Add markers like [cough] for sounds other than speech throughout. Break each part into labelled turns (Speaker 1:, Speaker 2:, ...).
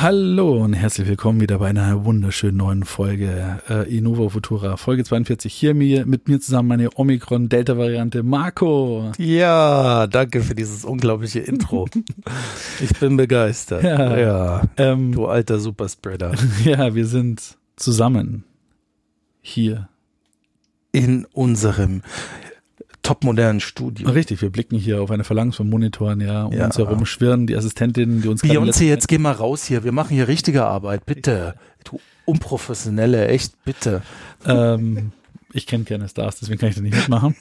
Speaker 1: Hallo und herzlich willkommen wieder bei einer wunderschönen neuen Folge äh, Innova Futura, Folge 42. Hier mir, mit mir zusammen meine Omikron-Delta-Variante Marco.
Speaker 2: Ja, danke für dieses unglaubliche Intro. [laughs] Ich bin begeistert.
Speaker 1: Ja. Ähm, [laughs]
Speaker 2: Du alter Superspreader.
Speaker 1: ja, wir sind zusammen hier.
Speaker 2: In unserem topmodernen Studio.
Speaker 1: Richtig, wir blicken hier auf eine Phalanx von Monitoren, ja, um
Speaker 2: Ja.
Speaker 1: uns herum schwirren die Assistentinnen, die uns gerade im
Speaker 2: Beyoncé,
Speaker 1: letzten-
Speaker 2: jetzt geh mal raus hier. Wir machen hier richtige Arbeit. Bitte. Du Unprofessionelle, echt, bitte.
Speaker 1: [laughs] Ähm, ich kenne keine Stars, deswegen kann ich da nicht [laughs] mitmachen.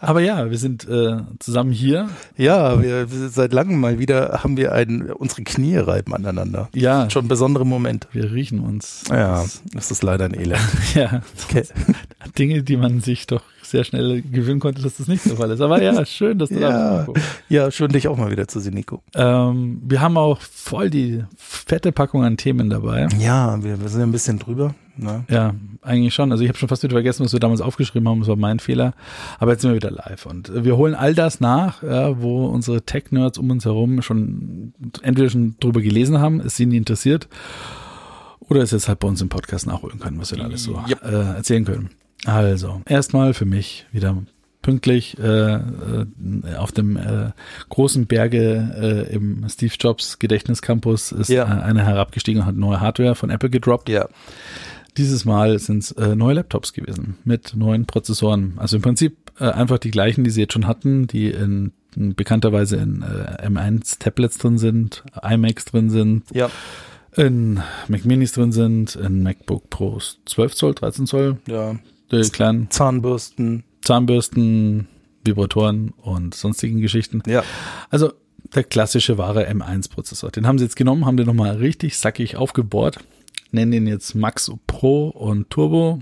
Speaker 1: Aber ja, wir sind äh, zusammen hier.
Speaker 2: Ja, wir, wir seit langem mal wieder haben wir einen, unsere Knie reiben aneinander.
Speaker 1: Ja,
Speaker 2: Schon besondere Moment.
Speaker 1: wir riechen uns. [laughs]
Speaker 2: Ja, das ist leider ein Elend.
Speaker 1: Ja,
Speaker 2: [laughs] Okay.
Speaker 1: Dinge, die man sich doch sehr schnell gewöhnen konnte, dass das nicht der Fall ist. Aber ja, schön, dass du da
Speaker 2: Ja,
Speaker 1: bist. Marco.
Speaker 2: ja, schön dich auch mal wieder zu sehen, Nico.
Speaker 1: Ähm, wir haben auch voll die fette Packung an Themen dabei.
Speaker 2: Ja, wir, wir sind ein bisschen drüber. Ne?
Speaker 1: Ja, eigentlich schon. Also ich habe schon fast wieder vergessen, was wir damals aufgeschrieben haben. Das war mein Fehler. Aber jetzt sind wir wieder live und äh, wir holen all das nach, ja, wo unsere Tech-Nerds um uns herum schon entweder schon drüber gelesen haben, es sie nie interessiert, oder es jetzt halt bei uns im Podcast nachholen können, was wir da alles so
Speaker 2: Yep.
Speaker 1: äh, erzählen können. Also erstmal für mich wieder pünktlich äh, äh, auf dem äh, großen Berge äh, im Steve Jobs Gedächtnis Campus ist
Speaker 2: Ja.
Speaker 1: äh, einer herabgestiegen und hat neue Hardware von Apple gedroppt.
Speaker 2: Ja,
Speaker 1: Dieses Mal sind es äh, neue Laptops gewesen mit neuen Prozessoren. Also im Prinzip äh, einfach die gleichen, die sie jetzt schon hatten, die in, in bekannterweise in äh, M1 Tablets drin sind, iMacs drin sind,
Speaker 2: ja,
Speaker 1: in Mac Minis drin sind, in MacBook Pros 12 Zoll, 13 Zoll,
Speaker 2: ja.
Speaker 1: die kleinen
Speaker 2: Zahnbürsten.
Speaker 1: Zahnbürsten, Vibratoren und sonstigen Geschichten.
Speaker 2: Ja.
Speaker 1: Also der klassische wahre M1-Prozessor. Den haben sie jetzt genommen, haben den nochmal richtig sackig aufgebohrt, nennen den jetzt Max Pro und Turbo.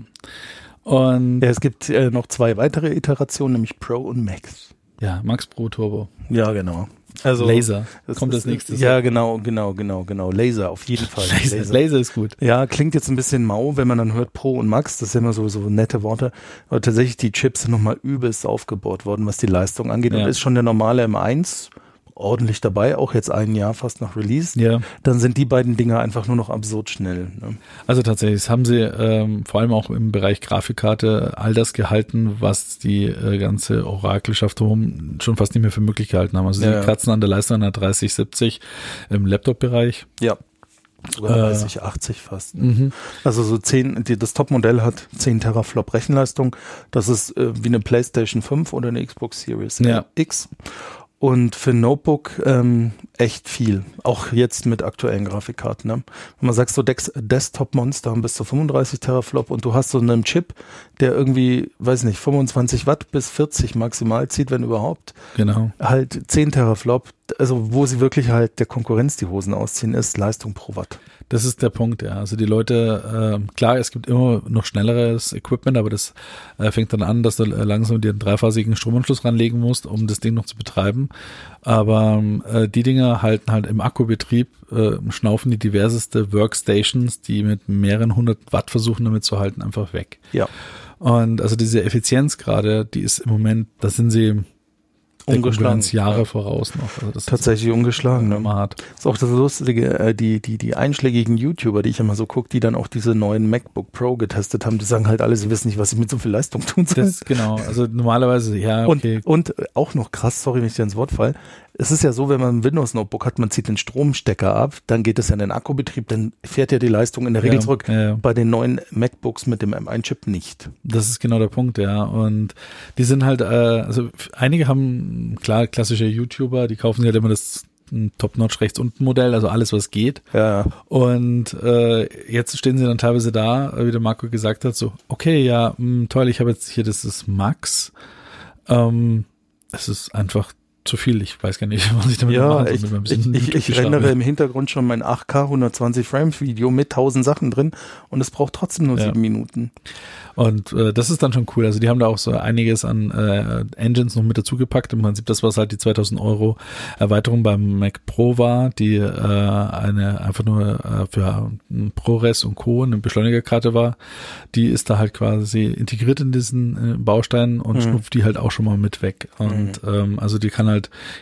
Speaker 1: Und
Speaker 2: ja. Es gibt äh, noch zwei weitere Iterationen, nämlich Pro und Max.
Speaker 1: ja, Max Pro Turbo.
Speaker 2: Ja, genau. Also
Speaker 1: Laser.
Speaker 2: das
Speaker 1: kommt
Speaker 2: ist-
Speaker 1: das nächste.
Speaker 2: Ja, genau, genau, genau, genau. Laser, auf jeden Fall.
Speaker 1: Laser, Laser ist gut.
Speaker 2: Ja, klingt jetzt ein bisschen mau, wenn man dann hört Pro und Max, das sind immer so, so nette Worte. Aber tatsächlich, die Chips sind nochmal übelst aufgebaut worden, was die Leistung angeht.
Speaker 1: Ja.
Speaker 2: Und ist schon der normale M1 ordentlich dabei, auch jetzt ein Jahr fast nach Release.
Speaker 1: Ja.
Speaker 2: Dann sind die beiden Dinger einfach nur noch absurd schnell. Ne?
Speaker 1: Also tatsächlich, das haben sie ähm, vor allem auch im Bereich Grafikkarte all das gehalten, was die äh, ganze Orakelschaft drum schon fast nicht mehr für möglich gehalten haben. Also sie
Speaker 2: Ja.
Speaker 1: kratzen an der Leistung einer 3070 im Laptop-Bereich.
Speaker 2: Ja. Sogar
Speaker 1: Äh.
Speaker 2: 30, 80 fast.
Speaker 1: Mhm.
Speaker 2: Also so 10, die, das Topmodell hat 10 Teraflop Rechenleistung. Das ist äh, wie eine PlayStation 5 oder eine Xbox Series
Speaker 1: Ja.
Speaker 2: X. Und für ein Notebook ähm, echt viel. Auch jetzt mit aktuellen Grafikkarten. Ne? Wenn man sagt, so Dex- Desktop-Monster haben bis zu 35 Teraflop und du hast so einen Chip, der irgendwie, weiß nicht, 25 Watt bis 40 maximal zieht, wenn überhaupt
Speaker 1: Genau.
Speaker 2: halt 10 Teraflop, also wo sie wirklich halt der Konkurrenz die Hosen ausziehen, ist Leistung pro Watt.
Speaker 1: Das ist der Punkt, ja. Also die Leute, ähm, klar, es gibt immer noch schnelleres Equipment, aber das äh, fängt dann an, dass du äh, langsam dir einen dreiphasigen Stromanschluss ranlegen musst, um das Ding noch zu betreiben. Aber ähm, äh, die Dinger halten halt im Akkubetrieb, äh, schnaufen die diverseste Workstations, die mit mehreren hundert Watt versuchen, damit zu halten, einfach weg.
Speaker 2: Ja,
Speaker 1: Und also diese Effizienz gerade, die ist im Moment, da sind sie der
Speaker 2: ungeschlagen.
Speaker 1: Konkurrenz Jahre voraus noch. Also das
Speaker 2: Tatsächlich ungeschlagen.
Speaker 1: ist
Speaker 2: Ne?
Speaker 1: immer hart.
Speaker 2: Ist auch das Lustige, äh, die, die, die einschlägigen YouTuber, die ich immer so gucke, die dann auch diese neuen MacBook Pro getestet haben, die sagen halt alle, sie wissen nicht, was sie mit so viel Leistung tun sollen.
Speaker 1: Das, genau, also normalerweise, ja,
Speaker 2: Und,
Speaker 1: okay,
Speaker 2: und äh, auch noch krass, sorry, wenn ich dir ins Wort fall. Es ist ja so, wenn man ein Windows-Notebook hat, man zieht den Stromstecker ab, dann geht es ja in den Akkubetrieb, dann fährt ja die Leistung in der Regel
Speaker 1: Ja,
Speaker 2: zurück.
Speaker 1: ja, ja.
Speaker 2: Bei den neuen MacBooks mit dem M1-Chip nicht.
Speaker 1: Das ist genau der Punkt, ja. Und die sind halt, äh, also f- einige haben, klar, klassische YouTuber, die kaufen sich halt immer das mm, Top-Notch rechts unten Modell, also alles, was geht.
Speaker 2: Ja,
Speaker 1: Und äh, jetzt stehen sie dann teilweise da, äh, wie der Marco gesagt hat, so, okay, ja, hm, mh, toll, ich habe jetzt hier, das ist Max. Ähm, es ist einfach zu viel. Ich weiß gar nicht, [laughs] was ich damit
Speaker 2: ja,
Speaker 1: machen soll,
Speaker 2: ich,
Speaker 1: mit meinem
Speaker 2: ich,
Speaker 1: bisschen
Speaker 2: ich, ich
Speaker 1: YouTube-Gestapel.
Speaker 2: rendere im Hintergrund schon mein 8K 120 Frames Video mit 1000 Sachen drin und es braucht trotzdem nur
Speaker 1: Ja.
Speaker 2: sieben Minuten.
Speaker 1: Und äh, das ist dann schon cool. Also die haben da auch so einiges an äh, Engines noch mit dazugepackt. Im Prinzip das, was halt die 2000 Euro Erweiterung beim Mac Pro war, die äh, eine einfach nur äh, für ein ProRes und Co. eine Beschleunigerkarte war. Die ist da halt quasi integriert in diesen äh, Baustein und schnupft die halt auch schon mal mit weg. Und ähm, also die kann halt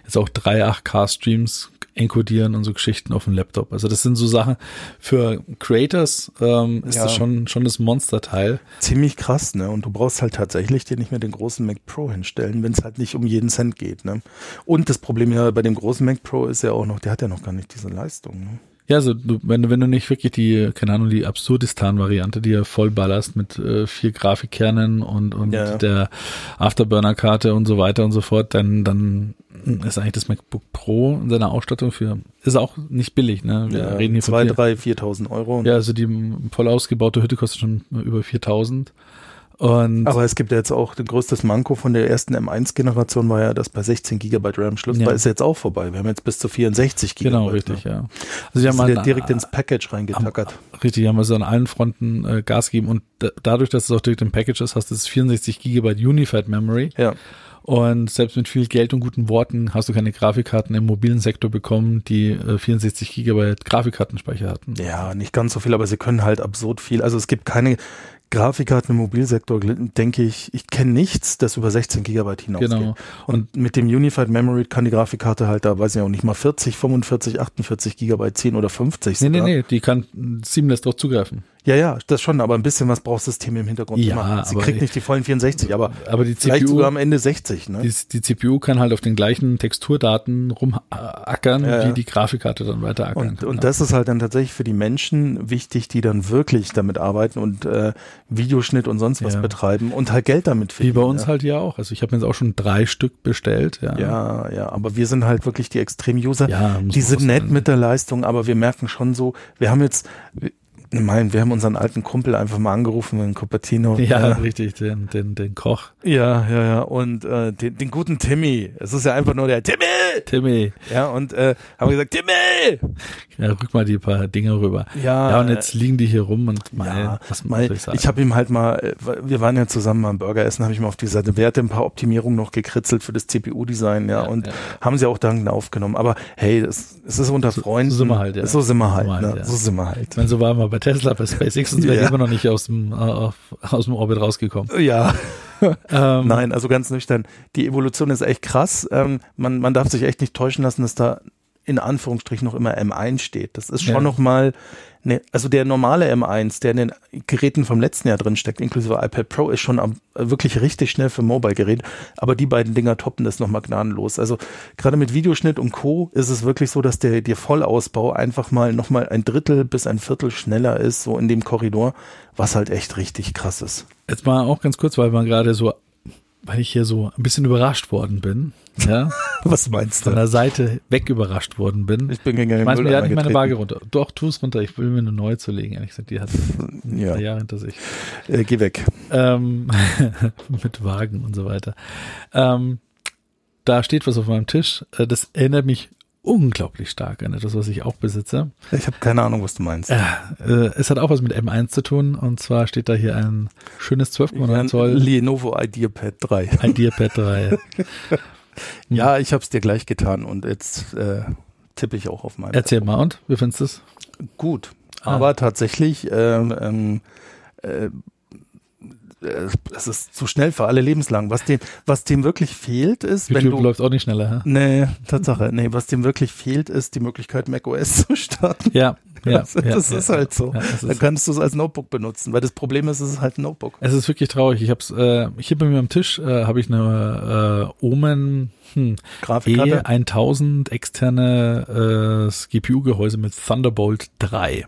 Speaker 1: jetzt auch drei 8K-Streams enkodieren und so Geschichten auf dem Laptop. Also das sind so Sachen für Creators ähm, ist
Speaker 2: Ja.
Speaker 1: das schon schon das Monsterteil.
Speaker 2: Ziemlich krass, ne? Und du brauchst halt tatsächlich dir nicht mehr den großen Mac Pro hinstellen, wenn es halt nicht um jeden Cent geht, ne? Und das Problem ja bei dem großen Mac Pro ist ja auch noch, der hat ja noch gar nicht diese Leistung, ne?
Speaker 1: Ja, also du, wenn, du- wenn du nicht wirklich die, keine Ahnung, die Absurdistan-Variante, die ja voll ballerst mit äh, vier Grafikkernen und, und
Speaker 2: Ja, ja.
Speaker 1: der Afterburner-Karte und so weiter und so fort, dann, dann ist eigentlich das MacBook Pro in seiner Ausstattung für, ist auch nicht billig, ne? Wir reden hier von
Speaker 2: zwei,
Speaker 1: vier-
Speaker 2: drei, 4.000 Euro.
Speaker 1: Ja, also die m, voll ausgebaute Hütte kostet schon über 4000. Und
Speaker 2: Aber es gibt ja jetzt auch, das größtes Manko von der ersten M1-Generation war ja, dass bei 16 GB RAM Schluss
Speaker 1: Ja.
Speaker 2: war, ist jetzt auch vorbei. Wir haben jetzt bis zu 64 GB.
Speaker 1: genau, richtig, ja. Also die
Speaker 2: Die haben
Speaker 1: halt
Speaker 2: ja
Speaker 1: ein-
Speaker 2: direkt ins Package reingetackert.
Speaker 1: Richtig, haben also an allen Fronten äh, Gas gegeben und da, dadurch, dass es auch direkt im Package ist, hast du das 64 Gigabyte Unified Memory
Speaker 2: Ja.
Speaker 1: und selbst mit viel Geld und guten Worten hast du keine Grafikkarten im mobilen Sektor bekommen, die äh, 64 Gigabyte Grafikkartenspeicher hatten.
Speaker 2: ja, nicht ganz so viel, aber sie können halt absurd viel. Also es gibt keine Grafikkarten im Mobilsektor, gl- denke ich. Ich kenne nichts, das über 16 GB hinausgeht.
Speaker 1: Genau.
Speaker 2: Und mit dem Unified Memory kann die Grafikkarte halt da, weiß ich auch nicht mal, 40, 45, 48 GB, 10 oder 50
Speaker 1: Nee, nee,
Speaker 2: sogar.
Speaker 1: nee, die kann mh, seamless drauf zugreifen.
Speaker 2: Ja, ja, das schon, aber ein bisschen was braucht das System im Hintergrund
Speaker 1: Ja,
Speaker 2: immer. Sie
Speaker 1: aber-
Speaker 2: kriegt nicht die vollen 64, aber
Speaker 1: Aber die
Speaker 2: Vielleicht sogar
Speaker 1: CPU,
Speaker 2: am Ende 60, ne?
Speaker 1: die, die CPU kann halt auf den gleichen Texturdaten rumackern,
Speaker 2: Ja, ja.
Speaker 1: wie die Grafikkarte dann weiter ackern
Speaker 2: Und,
Speaker 1: kann.
Speaker 2: und das ist halt dann tatsächlich für die Menschen wichtig, die dann wirklich damit arbeiten und äh, Videoschnitt und sonst was
Speaker 1: Ja.
Speaker 2: betreiben und halt Geld damit
Speaker 1: wie
Speaker 2: verdienen.
Speaker 1: bei uns
Speaker 2: ne?
Speaker 1: halt ja auch. Also ich habe mir jetzt auch schon drei Stück bestellt. Ja,
Speaker 2: Ja, ja, aber wir sind halt wirklich die Extrem-User.
Speaker 1: Ja, muss
Speaker 2: die
Speaker 1: man
Speaker 2: sind
Speaker 1: was
Speaker 2: nett
Speaker 1: sagen.
Speaker 2: mit der Leistung, aber wir merken schon so, wir haben jetzt, nein, wir haben unseren alten Kumpel einfach mal angerufen, den Cupertino.
Speaker 1: ja,
Speaker 2: Äh,
Speaker 1: richtig, den, den, den Koch.
Speaker 2: ja, ja, ja. Und äh, den, den guten Timmy. Es ist ja einfach nur der Timmy!
Speaker 1: Timmy,
Speaker 2: Ja, und äh, haben gesagt, Timmy!
Speaker 1: ja, rück mal die paar Dinge rüber.
Speaker 2: Ja, äh,
Speaker 1: ja und jetzt liegen die hier rum und mal,
Speaker 2: Ja,
Speaker 1: was
Speaker 2: mal,
Speaker 1: mal, soll ich sagen?
Speaker 2: ich habe ihm halt mal, äh, wir waren ja zusammen mal am Burger essen, habe ich mal auf die Seite Werte ein paar Optimierungen noch gekritzelt für das CPU-Design, ja,
Speaker 1: Ja,
Speaker 2: und
Speaker 1: ja.
Speaker 2: haben sie auch dankend aufgenommen. Aber hey, das, es ist unter Freunden.
Speaker 1: so sind wir halt, ja.
Speaker 2: So sind wir halt,
Speaker 1: So sind wir halt,
Speaker 2: ne?
Speaker 1: ja.
Speaker 2: So sind wir halt.
Speaker 1: ich meine, so waren wir bei Tesla, bei SpaceX und so wäre
Speaker 2: Ja.
Speaker 1: ich immer noch nicht aus dem, äh, auf, aus dem Orbit rausgekommen.
Speaker 2: [laughs] Ja,
Speaker 1: Ähm,
Speaker 2: nein, also ganz nüchtern. Die Evolution ist echt krass. Ähm, man, man darf sich echt nicht täuschen lassen, dass da in Anführungsstrichen noch immer M1 steht. Das ist schon
Speaker 1: Ja.
Speaker 2: noch mal, ne, also der normale M1, der in den Geräten vom letzten Jahr drin steckt, inklusive iPad Pro, ist schon am, wirklich richtig schnell für Mobile-Gerät. Aber die beiden Dinger toppen das noch mal gnadenlos. Also gerade mit Videoschnitt und Co. ist es wirklich so, dass der, der Vollausbau einfach mal noch mal ein Drittel bis ein Viertel schneller ist, so in dem Korridor, was halt echt richtig krass ist.
Speaker 1: Jetzt mal auch ganz kurz, weil man gerade so, weil ich hier so ein bisschen überrascht worden bin, ja,
Speaker 2: Was meinst
Speaker 1: von der Seite weg überrascht worden bin.
Speaker 2: Ich bin gegen den
Speaker 1: Meinst du, mir hat nicht meine
Speaker 2: getreten.
Speaker 1: Waage runter. Doch, tu es runter. Ich will mir eine neue zulegen. Ehrlich gesagt, die hat
Speaker 2: Ja,
Speaker 1: drei Jahre hinter sich.
Speaker 2: Äh, geh weg.
Speaker 1: ähm, [laughs] mit Wagen und so weiter. Ähm, da steht was auf meinem Tisch. Äh, Das erinnert mich unglaublich stark an etwas, was ich auch besitze.
Speaker 2: Ich habe keine Ahnung, was du meinst.
Speaker 1: Äh, äh, es hat auch was mit M1 zu tun. Und zwar steht da hier ein schönes 12,9 Zoll
Speaker 2: Lenovo IdeaPad
Speaker 1: [laughs]
Speaker 2: 3.
Speaker 1: IdeaPad
Speaker 2: [laughs]
Speaker 1: 3.
Speaker 2: Ja, ich habe es dir gleich getan und jetzt äh, tippe ich auch auf meinen.
Speaker 1: Erzähl mal, und? Wie findest du es?
Speaker 2: Gut,
Speaker 1: Ah.
Speaker 2: aber tatsächlich, ähm, ähm, äh, äh, es ist zu schnell für alle lebenslang. Was dem, was dem wirklich fehlt, ist, wenn
Speaker 1: YouTube
Speaker 2: du
Speaker 1: läuft auch nicht schneller. Hä?
Speaker 2: Nee, Tatsache. Nee, was dem wirklich fehlt, ist die Möglichkeit, macOS zu starten.
Speaker 1: Ja, ja.
Speaker 2: das
Speaker 1: ja,
Speaker 2: das
Speaker 1: ja,
Speaker 2: ist halt so.
Speaker 1: ja, das
Speaker 2: Dann
Speaker 1: ist-
Speaker 2: kannst du es als Notebook benutzen, weil das Problem ist, es ist halt ein Notebook.
Speaker 1: Es ist wirklich traurig. Ich hab's, äh, hier bei mir am Tisch äh, habe ich eine äh, Omen hm,
Speaker 2: Grafikkarte.
Speaker 1: E1000 externe äh, GPU-Gehäuse mit Thunderbolt 3.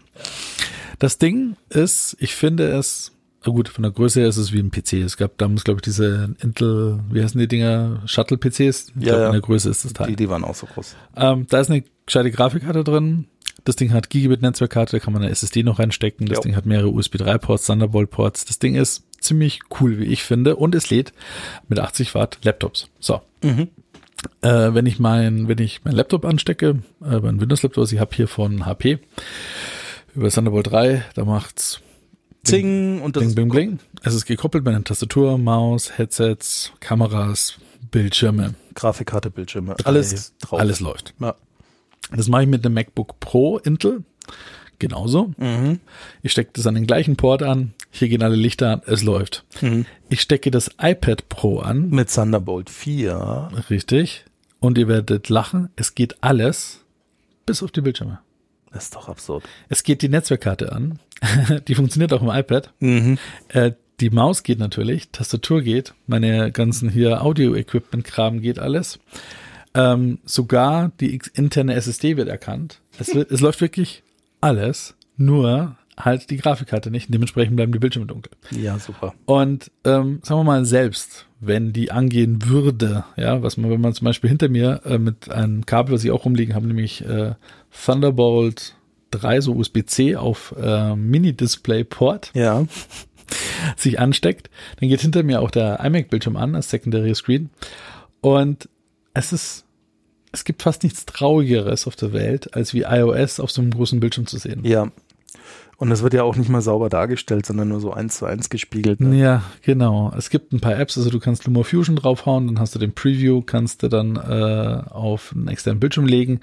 Speaker 1: Das Ding ist, ich finde es, na gut, von der Größe her ist es wie ein PC. Es gab damals, glaube ich, diese Intel, wie heißen die Dinger, Shuttle-PCs. Ich
Speaker 2: Ja,
Speaker 1: glaub,
Speaker 2: ja.
Speaker 1: in der Größe ist das Teil.
Speaker 2: Die, die waren auch so groß.
Speaker 1: Ähm, da ist eine gescheite Grafikkarte drin. Das Ding hat Gigabit-Netzwerkkarte, da kann man eine SSD noch reinstecken. Das
Speaker 2: Jo.
Speaker 1: Ding hat mehrere USB 3-Ports, Thunderbolt-Ports. Das Ding ist
Speaker 2: Mhm.
Speaker 1: ziemlich cool, wie ich finde. Und es lädt mit 80 Watt Laptops. So. äh, wenn ich mein, wenn ich meinen Laptop anstecke, äh, meinen Windows-Laptop, also ich habe hier von HP über Thunderbolt 3, da macht's
Speaker 2: Zing und das
Speaker 1: Bling,
Speaker 2: ist
Speaker 1: bling, bling. Es ist gekoppelt mit einer Tastatur, Maus, Headsets, Kameras, Bildschirme.
Speaker 2: Grafikkarte, Bildschirme, alles drauf.
Speaker 1: Alles läuft.
Speaker 2: Ja.
Speaker 1: Das mache ich mit einem MacBook Pro Intel. Genauso.
Speaker 2: Mhm.
Speaker 1: Ich stecke das an den gleichen Port an. Hier gehen alle Lichter an. Es läuft.
Speaker 2: Mhm.
Speaker 1: Ich stecke das iPad Pro an.
Speaker 2: Mit Thunderbolt 4.
Speaker 1: Richtig. Und ihr werdet lachen. Es geht alles. Bis auf die Bildschirme.
Speaker 2: Das ist doch absurd.
Speaker 1: Es geht die Netzwerkkarte an. [laughs] die funktioniert auch im iPad.
Speaker 2: Mhm.
Speaker 1: Äh, die Maus geht natürlich, Tastatur geht, meine ganzen hier Audio-Equipment-Kram geht alles. Ähm, sogar die ex- interne SSD wird erkannt. Es, wird, es läuft wirklich alles, nur halt die Grafikkarte nicht. Dementsprechend bleiben die Bildschirme dunkel.
Speaker 2: Ja, super.
Speaker 1: Und ähm, sagen wir mal selbst, wenn die angehen würde, ja, was man, wenn man zum Beispiel hinter mir äh, mit einem Kabel, was ich auch rumliegen habe, nämlich äh, Thunderbolt 3, so USB-C auf äh, Mini-Display-Port,
Speaker 2: Ja.
Speaker 1: sich ansteckt. Dann geht hinter mir auch der iMac-Bildschirm an, als Secondary Screen. Und es ist, es gibt fast nichts Traurigeres auf der Welt, als wie iOS auf so einem großen Bildschirm zu sehen.
Speaker 2: Ja. Und das wird ja auch nicht mal sauber dargestellt, sondern nur so eins zu eins gespiegelt. Ne?
Speaker 1: Ja, genau. Es gibt ein paar Apps, also du kannst Lumos Fusion draufhauen, dann hast du den Preview, kannst du dann äh, auf einen externen Bildschirm legen.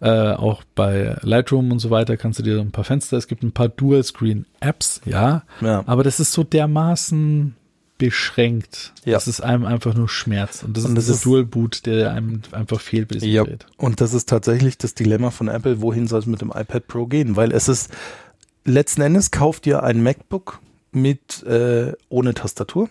Speaker 1: Äh, auch bei Lightroom und so weiter kannst du dir ein paar Fenster. Es gibt ein paar Dual-Screen-Apps, ja.
Speaker 2: Ja.
Speaker 1: Aber das ist so dermaßen beschränkt,
Speaker 2: Ja.
Speaker 1: dass es einem einfach nur schmerzt. Und das
Speaker 2: Und
Speaker 1: ist
Speaker 2: das
Speaker 1: dieser
Speaker 2: ist-
Speaker 1: Dual-Boot, der einem einfach fehlt bei diesem
Speaker 2: Ja,
Speaker 1: Gerät.
Speaker 2: und das ist tatsächlich das Dilemma von Apple, wohin soll es mit dem iPad Pro gehen? Weil es ist, letzten Endes kauft ihr ein MacBook mit äh, ohne Tastatur,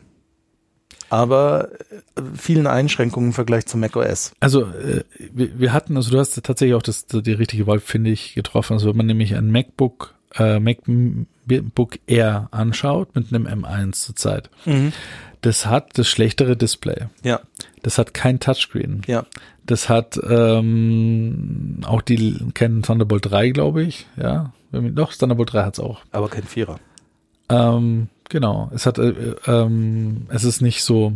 Speaker 2: aber äh, vielen Einschränkungen im Vergleich zu macOS.
Speaker 1: Also äh, wir, wir hatten, also du hast tatsächlich auch das, die richtige Wahl, finde ich, getroffen. Also wenn man nämlich ein MacBook, äh, MacBook Air anschaut mit einem M1 zurzeit, das hat das schlechtere Display.
Speaker 2: Ja,
Speaker 1: Das hat kein Touchscreen.
Speaker 2: ja.
Speaker 1: Das hat ähm, auch die kennen Thunderbolt 3, glaube ich. Ja, Wenn wir- doch, Thunderbolt 3 hat's auch.
Speaker 2: Aber kein Vierer.
Speaker 1: Ähm, genau. Es hat, äh, äh, ähm, es ist nicht so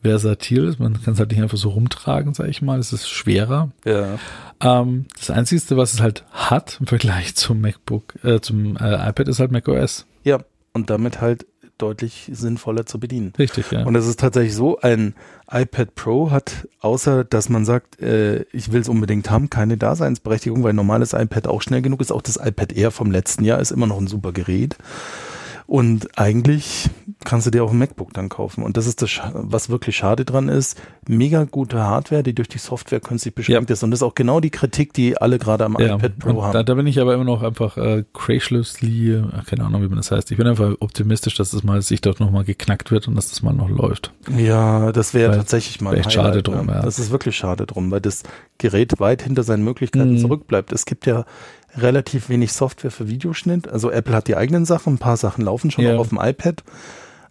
Speaker 1: versatil. Man kann es halt nicht einfach so rumtragen, sage ich mal. Es ist schwerer.
Speaker 2: Ja.
Speaker 1: Ähm, das Einzige, was es halt hat im Vergleich zum MacBook, äh, zum äh, iPad, ist halt macOS.
Speaker 2: Ja, und damit halt deutlich sinnvoller zu bedienen.
Speaker 1: Richtig, ja.
Speaker 2: Und es ist tatsächlich so, ein iPad Pro hat, außer dass man sagt, äh, ich will es unbedingt haben, keine Daseinsberechtigung, weil ein normales iPad auch schnell genug ist. Auch das iPad Air vom letzten Jahr ist immer noch ein super Gerät. Und eigentlich kannst du dir auch ein MacBook dann kaufen. Und das ist das, Scha- was wirklich schade dran ist. Mega gute Hardware, die durch die Software künstlich beschränkt ist. Und das ist auch genau die Kritik, die alle gerade am
Speaker 1: ja,
Speaker 2: iPad Pro
Speaker 1: und
Speaker 2: haben.
Speaker 1: da, da bin ich aber immer noch einfach äh, crashlessly, äh, keine Ahnung, wie man das heißt. Ich bin einfach optimistisch, dass das mal sich dort nochmal geknackt wird und dass das mal noch läuft.
Speaker 2: Ja, das wäre
Speaker 1: Weil-
Speaker 2: tatsächlich mal
Speaker 1: wär
Speaker 2: ein
Speaker 1: echt schade
Speaker 2: Highlight,
Speaker 1: drum,
Speaker 2: ne?
Speaker 1: ja.
Speaker 2: Das ist wirklich schade drum, weil das Gerät weit hinter seinen Möglichkeiten
Speaker 1: Mhm.
Speaker 2: zurückbleibt. Es gibt ja relativ wenig Software für Videoschnitt. Also Apple hat die eigenen Sachen, ein paar Sachen laufen schon
Speaker 1: Ja.
Speaker 2: auch auf dem iPad.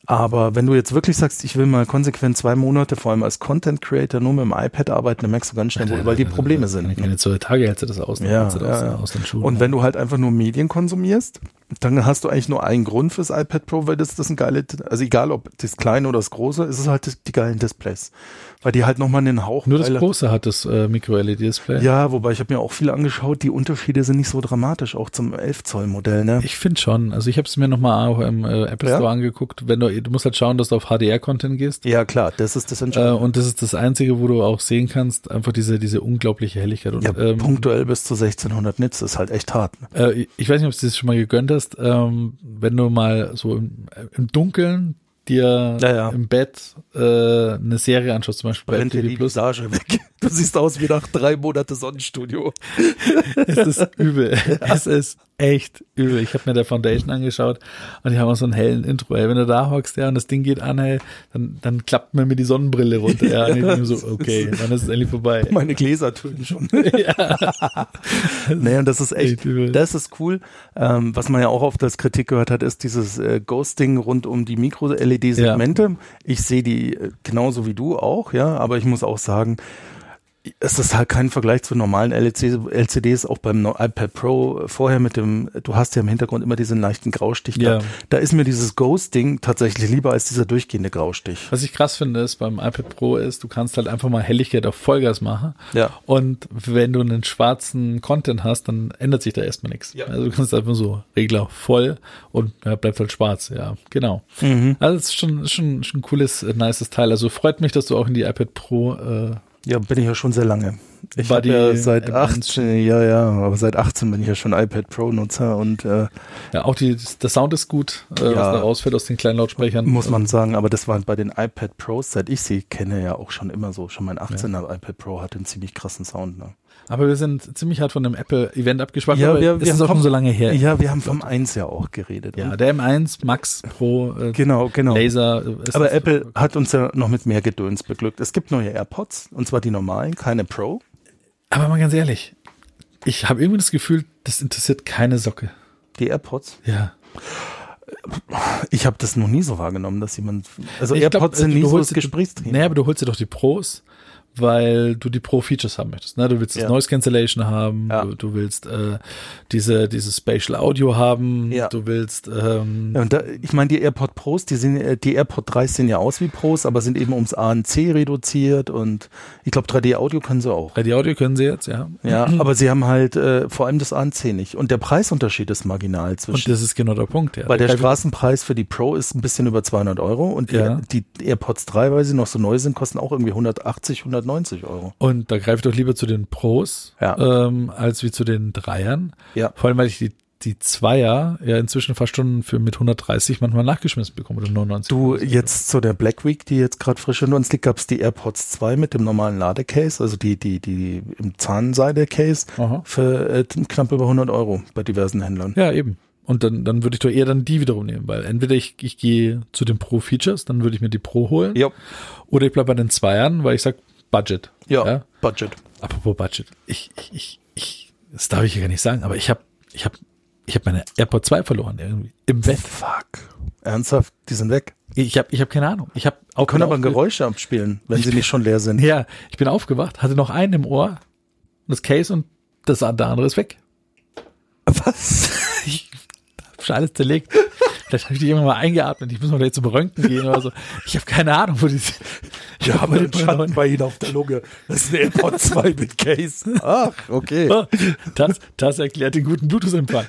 Speaker 2: Aber wenn du jetzt wirklich sagst, ich will mal konsequent zwei Monate, vor allem als Content Creator, nur mit dem iPad arbeiten, dann merkst du ganz schnell, wo überall die Probleme
Speaker 1: Keine,
Speaker 2: sind. ne?
Speaker 1: keine zwei Tage hältst du das aus, ne?
Speaker 2: Ja,
Speaker 1: hältst du das
Speaker 2: ja, ja.
Speaker 1: aus, aus den Schuhen.
Speaker 2: Und wenn du halt einfach nur Medien konsumierst, dann hast du eigentlich nur einen Grund fürs iPad Pro, weil das, das ein geile, also egal ob das kleine oder das große, es ist halt das, die geilen Displays. Weil die halt nochmal einen Hauch
Speaker 1: Nur das
Speaker 2: geiler-
Speaker 1: große hat das äh, Micro-LED-Display.
Speaker 2: Ja, wobei ich habe mir auch viele angeschaut, die Unterschiede sind nicht so dramatisch, auch zum 11 Zoll Modell, ne?
Speaker 1: Ich finde schon. Also ich habe es mir nochmal auch im äh, Apple
Speaker 2: Ja?
Speaker 1: Store angeguckt. Wenn du, du musst halt schauen, dass du auf HDR-Content gehst.
Speaker 2: ja, klar, das ist das
Speaker 1: Äh,
Speaker 2: Entscheidende.
Speaker 1: und das ist das Einzige, wo du auch sehen kannst, einfach diese, diese unglaubliche Helligkeit. Und,
Speaker 2: ja,
Speaker 1: ähm,
Speaker 2: punktuell bis zu 1600 Nits ist halt echt hart. Ne?
Speaker 1: äh, ich weiß nicht, ob du das schon mal gegönnt hast, ähm, wenn du mal so im, äh, im Dunkeln dir
Speaker 2: Ja, ja.
Speaker 1: im Bett äh, eine Serie anschaust, zum Beispiel bei
Speaker 2: Brennt dir
Speaker 1: TV
Speaker 2: die
Speaker 1: Plus,
Speaker 2: Visage weg. Du siehst aus wie nach drei Monate Sonnenstudio.
Speaker 1: es
Speaker 2: [laughs]
Speaker 1: ist übel. Es ist echt übel. Ich habe mir der Foundation angeschaut und die haben auch so einen hellen Intro. Ey, wenn du da hockst, ja, und das Ding geht an, hey, dann, dann klappt mir mir die Sonnenbrille runter. Ja,
Speaker 2: [laughs]
Speaker 1: und ich denk mir so, okay, dann ist es endlich vorbei.
Speaker 2: Meine Gläser töten schon.
Speaker 1: [laughs]
Speaker 2: Nee, Ne, und das ist echt,
Speaker 1: Echt übel.
Speaker 2: das ist cool. Ähm, was man ja auch oft als Kritik gehört hat, ist dieses äh, Ghosting rund um die Mikro-LED-Segmente. Ich sehe die äh, genauso wie du auch, ja, aber ich muss auch sagen, es ist halt kein Vergleich zu normalen E LCD, LCDs, auch beim no- iPad Pro äh, vorher mit dem, du hast ja im Hintergrund immer diesen leichten Graustich.
Speaker 1: Ja.
Speaker 2: Da, da ist mir dieses Ghosting tatsächlich lieber als dieser durchgehende Graustich.
Speaker 1: Was ich krass finde, ist beim iPad Pro ist, du kannst halt einfach mal Helligkeit auf Vollgas machen.
Speaker 2: Ja.
Speaker 1: Und wenn du einen schwarzen Content hast, dann ändert sich da erstmal nichts.
Speaker 2: Ja.
Speaker 1: Also du kannst einfach so Regler voll und ja, bleibt halt schwarz. Ja, genau.
Speaker 2: Mhm.
Speaker 1: Also es ist schon, schon, schon ein cooles, äh, nices Teil. Also freut mich, dass du auch in die iPad Pro äh,
Speaker 2: Ja, bin ich ja schon sehr lange. Ich
Speaker 1: War
Speaker 2: war
Speaker 1: die
Speaker 2: ja seit
Speaker 1: Advanced-
Speaker 2: 18, ja, ja, aber seit 18 bin ich ja schon iPad Pro Nutzer und äh,
Speaker 1: ja auch die, der Sound ist gut, äh, was
Speaker 2: Ja.
Speaker 1: da rausfällt aus den kleinen Lautsprechern.
Speaker 2: muss man sagen, aber das war bei den iPad Pros, seit ich sie kenne, ja auch schon immer so. Schon mein 18er iPad Pro hatte einen ziemlich krassen Sound. Ne?
Speaker 1: Aber wir sind ziemlich hart von dem Apple-Event abgeschweift.
Speaker 2: Ja,
Speaker 1: aber
Speaker 2: wir-
Speaker 1: es
Speaker 2: wir
Speaker 1: ist auch
Speaker 2: kommen-
Speaker 1: schon so lange her.
Speaker 2: Ja, wir haben vom 1 ja auch geredet.
Speaker 1: Ja,
Speaker 2: und-
Speaker 1: der M1 Max Pro äh,
Speaker 2: genau, genau.
Speaker 1: Laser. äh, Ist
Speaker 2: Aber Apple hat uns ja noch mit mehr Gedöns beglückt. Es gibt neue AirPods, und zwar die normalen, keine Pro.
Speaker 1: Aber mal ganz ehrlich, ich habe irgendwie das Gefühl, das interessiert keine Socke.
Speaker 2: Die AirPods.
Speaker 1: Ja.
Speaker 2: Ich habe das noch nie so wahrgenommen, dass jemand. Also
Speaker 1: Ich glaub, äh,
Speaker 2: AirPods sind
Speaker 1: du
Speaker 2: nie so
Speaker 1: holst
Speaker 2: das
Speaker 1: dir-
Speaker 2: Gesprächsthema.
Speaker 1: Naja, aber du holst dir doch die Pros, weil du die Pro-Features haben möchtest. Ne? Du willst das
Speaker 2: Ja.
Speaker 1: Noise Cancellation haben,
Speaker 2: Ja.
Speaker 1: du, du willst äh, diese, dieses Spatial Audio haben,
Speaker 2: Ja.
Speaker 1: du willst ähm,
Speaker 2: Ja, und da, ich meine, die AirPod Pros, die sehen, äh, die AirPod 3 sehen ja aus wie Pros, aber sind eben ums A und C reduziert und ich glaube 3D-Audio können sie auch.
Speaker 1: 3D-Audio können sie jetzt, ja.
Speaker 2: Ja, [laughs] aber sie haben halt äh, vor allem das A und C nicht. Und der Preisunterschied ist
Speaker 1: [clears throat]
Speaker 2: marginal
Speaker 1: Und
Speaker 2: zwischen.
Speaker 1: das ist genau der Punkt, ja.
Speaker 2: Weil der
Speaker 1: Da kann
Speaker 2: Straßenpreis für die Pro ist ein bisschen über 200 Euro und die,
Speaker 1: Ja.
Speaker 2: die AirPods 3, weil sie noch so neu sind, kosten auch irgendwie 180, 190 Euro.
Speaker 1: Und da greife ich doch lieber zu den Pros,
Speaker 2: Ja.
Speaker 1: ähm, als wie zu den Dreiern.
Speaker 2: Ja.
Speaker 1: Vor allem, weil ich die, die Zweier ja inzwischen fast schon für mit 130 manchmal nachgeschmissen bekomme oder Also, 99.
Speaker 2: Du, jetzt zu der Black Week, die jetzt gerade frisch hinter uns liegt, gab's die AirPods 2 mit dem normalen Ladecase, also die, die, die im Zahnseide-Case
Speaker 1: Aha.
Speaker 2: für äh, knapp über 100 Euro bei diversen Händlern.
Speaker 1: Ja, eben. Und dann, dann würde ich doch eher dann die wiederum nehmen, weil entweder ich, ich gehe zu den Pro-Features, dann würde ich mir die Pro holen.
Speaker 2: Ja,
Speaker 1: Oder ich bleibe bei den Zweiern, weil ich sage Budget.
Speaker 2: ja, Budget.
Speaker 1: Apropos Budget. Ich, ich, ich, ich, das darf ich ja gar nicht sagen, aber ich habe ich hab, ich hab meine AirPod 2 verloren irgendwie. Im Bett.
Speaker 2: Fuck. Ernsthaft, die sind weg.
Speaker 1: Ich habe ich hab keine Ahnung. Ich habe auch
Speaker 2: Können aber
Speaker 1: aufge-
Speaker 2: Geräusche abspielen, wenn sie nicht schon leer sind.
Speaker 1: Genau. Ja, ich bin aufgewacht, hatte noch einen im Ohr, das Case und das der andere ist weg.
Speaker 2: [laughs] Was?
Speaker 1: Ich hab schon alles zerlegt. Vielleicht habe ich die irgendwann mal eingeatmet. Ich muss mal vielleicht zum Röntgen gehen oder so. Ich habe keine Ahnung, wo die sind. Ich hab
Speaker 2: Aber den
Speaker 1: keine
Speaker 2: Schatten
Speaker 1: Ahnung.
Speaker 2: bei Ihnen auf der Lunge. Das ist ein AirPod 2 mit Case. Oh, Ach, okay.
Speaker 1: Oh, das, das erklärt den guten Bluetooth-Empfang.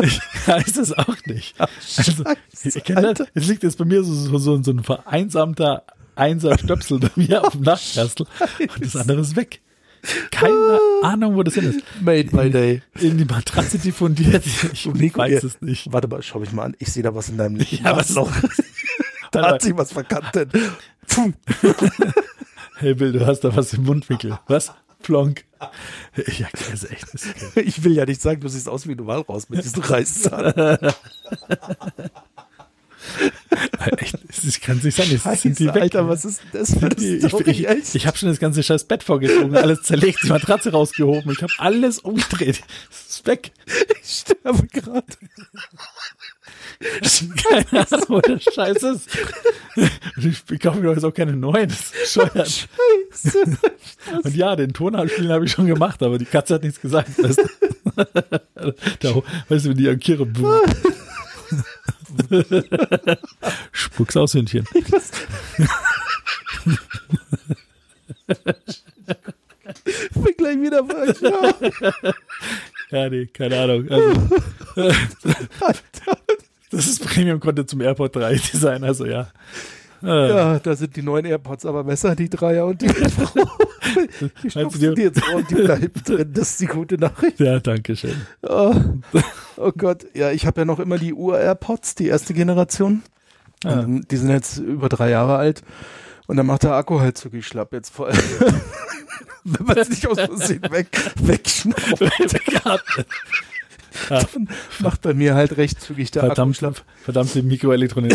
Speaker 1: Ich weiß es auch nicht. Also, ich kenn das, es liegt jetzt bei mir so, so, so, so ein vereinsamter Einser-Stöpsel bei mir auf dem Nachtkastel und das andere ist weg. Keine
Speaker 2: Ah.
Speaker 1: Ahnung, wo das hin ist.
Speaker 2: Made my day.
Speaker 1: In die Matratze diffundiert. Ich weiß es nicht.
Speaker 2: Warte mal, schau mich mal an. Ich sehe da was in deinem
Speaker 1: [laughs] Ja, was-
Speaker 2: Nasenloch. Da hat sich was verkantet. Pfuh.
Speaker 1: Hey Bill, du hast da was im Mundwinkel. Was? Plonk. Ja, also echt. das ist-
Speaker 2: Ich will ja nicht sagen, du siehst aus wie ein Walraus mit diesen Reißzahn.
Speaker 1: äh, echt das ist- kann nicht sein. Jetzt sind die
Speaker 2: Scheiße,
Speaker 1: weg.
Speaker 2: Alter, was ist denn das für eine
Speaker 1: Die- ich
Speaker 2: Story?
Speaker 1: ich, ich, ich habe schon das ganze scheiß Bett vorgezogen, alles zerlegt, die Matratze rausgehoben. Ich habe alles umgedreht. Es ist
Speaker 2: [laughs]
Speaker 1: weg.
Speaker 2: ich sterbe gerade.
Speaker 1: Keine Ahnung, wo der Scheiß ist. Und ich kaufe mir jetzt auch keine neuen. Das ist bescheuert.
Speaker 2: Scheiße.
Speaker 1: Und ja, den Ton abspielen habe ich schon gemacht, aber die Katze hat nichts gesagt. Weißt du, [laughs] da, weißt du wenn die Akire. [laughs] Spuck's aus, Hündchen.
Speaker 2: Ich bin gleich wieder bei
Speaker 1: Ja, nee, keine Ahnung. Also, [laughs] das ist Premium-Content zum AirPod 3 Design, also ja.
Speaker 2: Ja, da sind die neuen AirPods aber besser, die Dreier [laughs] und die Pro. Die stopfst
Speaker 1: die-
Speaker 2: du dir jetzt vor und die bleiben drin. Das ist die gute Nachricht.
Speaker 1: Ja, danke schön.
Speaker 2: Oh, oh Gott, ja, ich habe ja noch immer die Ur-AirPods, die erste Generation.
Speaker 1: [laughs]
Speaker 2: Ähm, Die sind jetzt über drei Jahre alt. Und dann macht der Akku halt zügig schlapp jetzt voll. [laughs] Wenn man es nicht aus Versehen weg, wegschnaubt, dann macht bei mir halt recht zügig der Akku
Speaker 1: verdammt,
Speaker 2: schlapp.
Speaker 1: verdammt, die Mikroelektronik.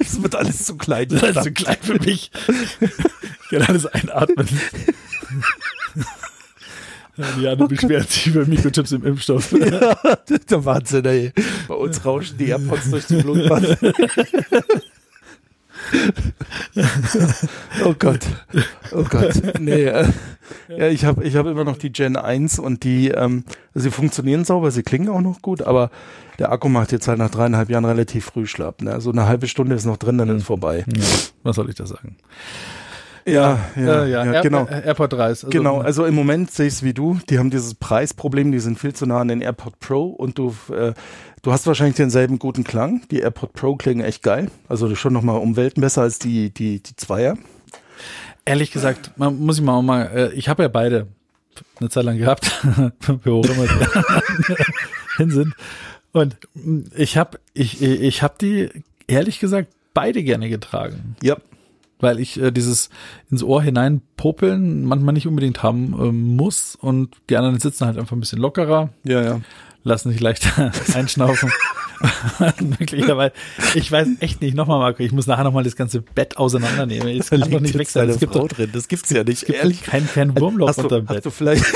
Speaker 2: Es wird alles zu klein.
Speaker 1: Das ist zu klein für mich. Ich kann alles einatmen. Ja, Die
Speaker 2: Oh
Speaker 1: Anne beschwert sich über Mikrochips im Impfstoff.
Speaker 2: Das ist der Wahnsinn, ey. Bei uns rauschen die AirPods durch die Blutbahn. [laughs] oh Gott. Oh Gott. Nee. Äh, ja, ich habe ich hab immer noch die Gen 1 und die, ähm, sie funktionieren sauber, sie klingen auch noch gut, aber der Akku macht jetzt halt nach dreieinhalb Jahren relativ früh schlapp. Ne? So eine halbe Stunde ist noch drin, dann ist vorbei.
Speaker 1: Ja, was soll ich da sagen?
Speaker 2: Ja, ja,
Speaker 1: Äh,
Speaker 2: ja,
Speaker 1: Air-
Speaker 2: genau.
Speaker 1: Äh, AirPod 3 ist. Also,
Speaker 2: Genau, also im Moment sehe ich es wie du. Die haben dieses Preisproblem, die sind viel zu nah an den AirPod Pro und du, äh, du hast wahrscheinlich denselben guten Klang. Die AirPod Pro klingen echt geil. Also schon nochmal um Welten besser als die, die, die Zweier.
Speaker 1: Ehrlich gesagt, man, muss ich mal auch mal, äh, ich habe ja beide eine Zeit lang gehabt, [laughs] für auch immer [laughs] die hin sind. Und mh, ich habe ich, ich hab die, ehrlich gesagt, beide gerne getragen,
Speaker 2: Ja.
Speaker 1: weil ich äh, dieses ins Ohr hineinpopeln manchmal nicht unbedingt haben ähm, muss und die anderen sitzen halt einfach ein bisschen lockerer,
Speaker 2: Ja, ja.
Speaker 1: lassen sich leichter [laughs] einschnaufen. Möglicherweise. Ich weiß echt nicht, nochmal, Marco, ich muss nachher nochmal das ganze Bett auseinandernehmen. Es kann doch nicht weg sein. Es gibt doch
Speaker 2: drin. Das gibt's ja nicht.
Speaker 1: gibt kein, kein Wurmloch
Speaker 2: hast,
Speaker 1: unter
Speaker 2: du,
Speaker 1: dem
Speaker 2: hast
Speaker 1: Bett.
Speaker 2: du vielleicht.
Speaker 1: [laughs]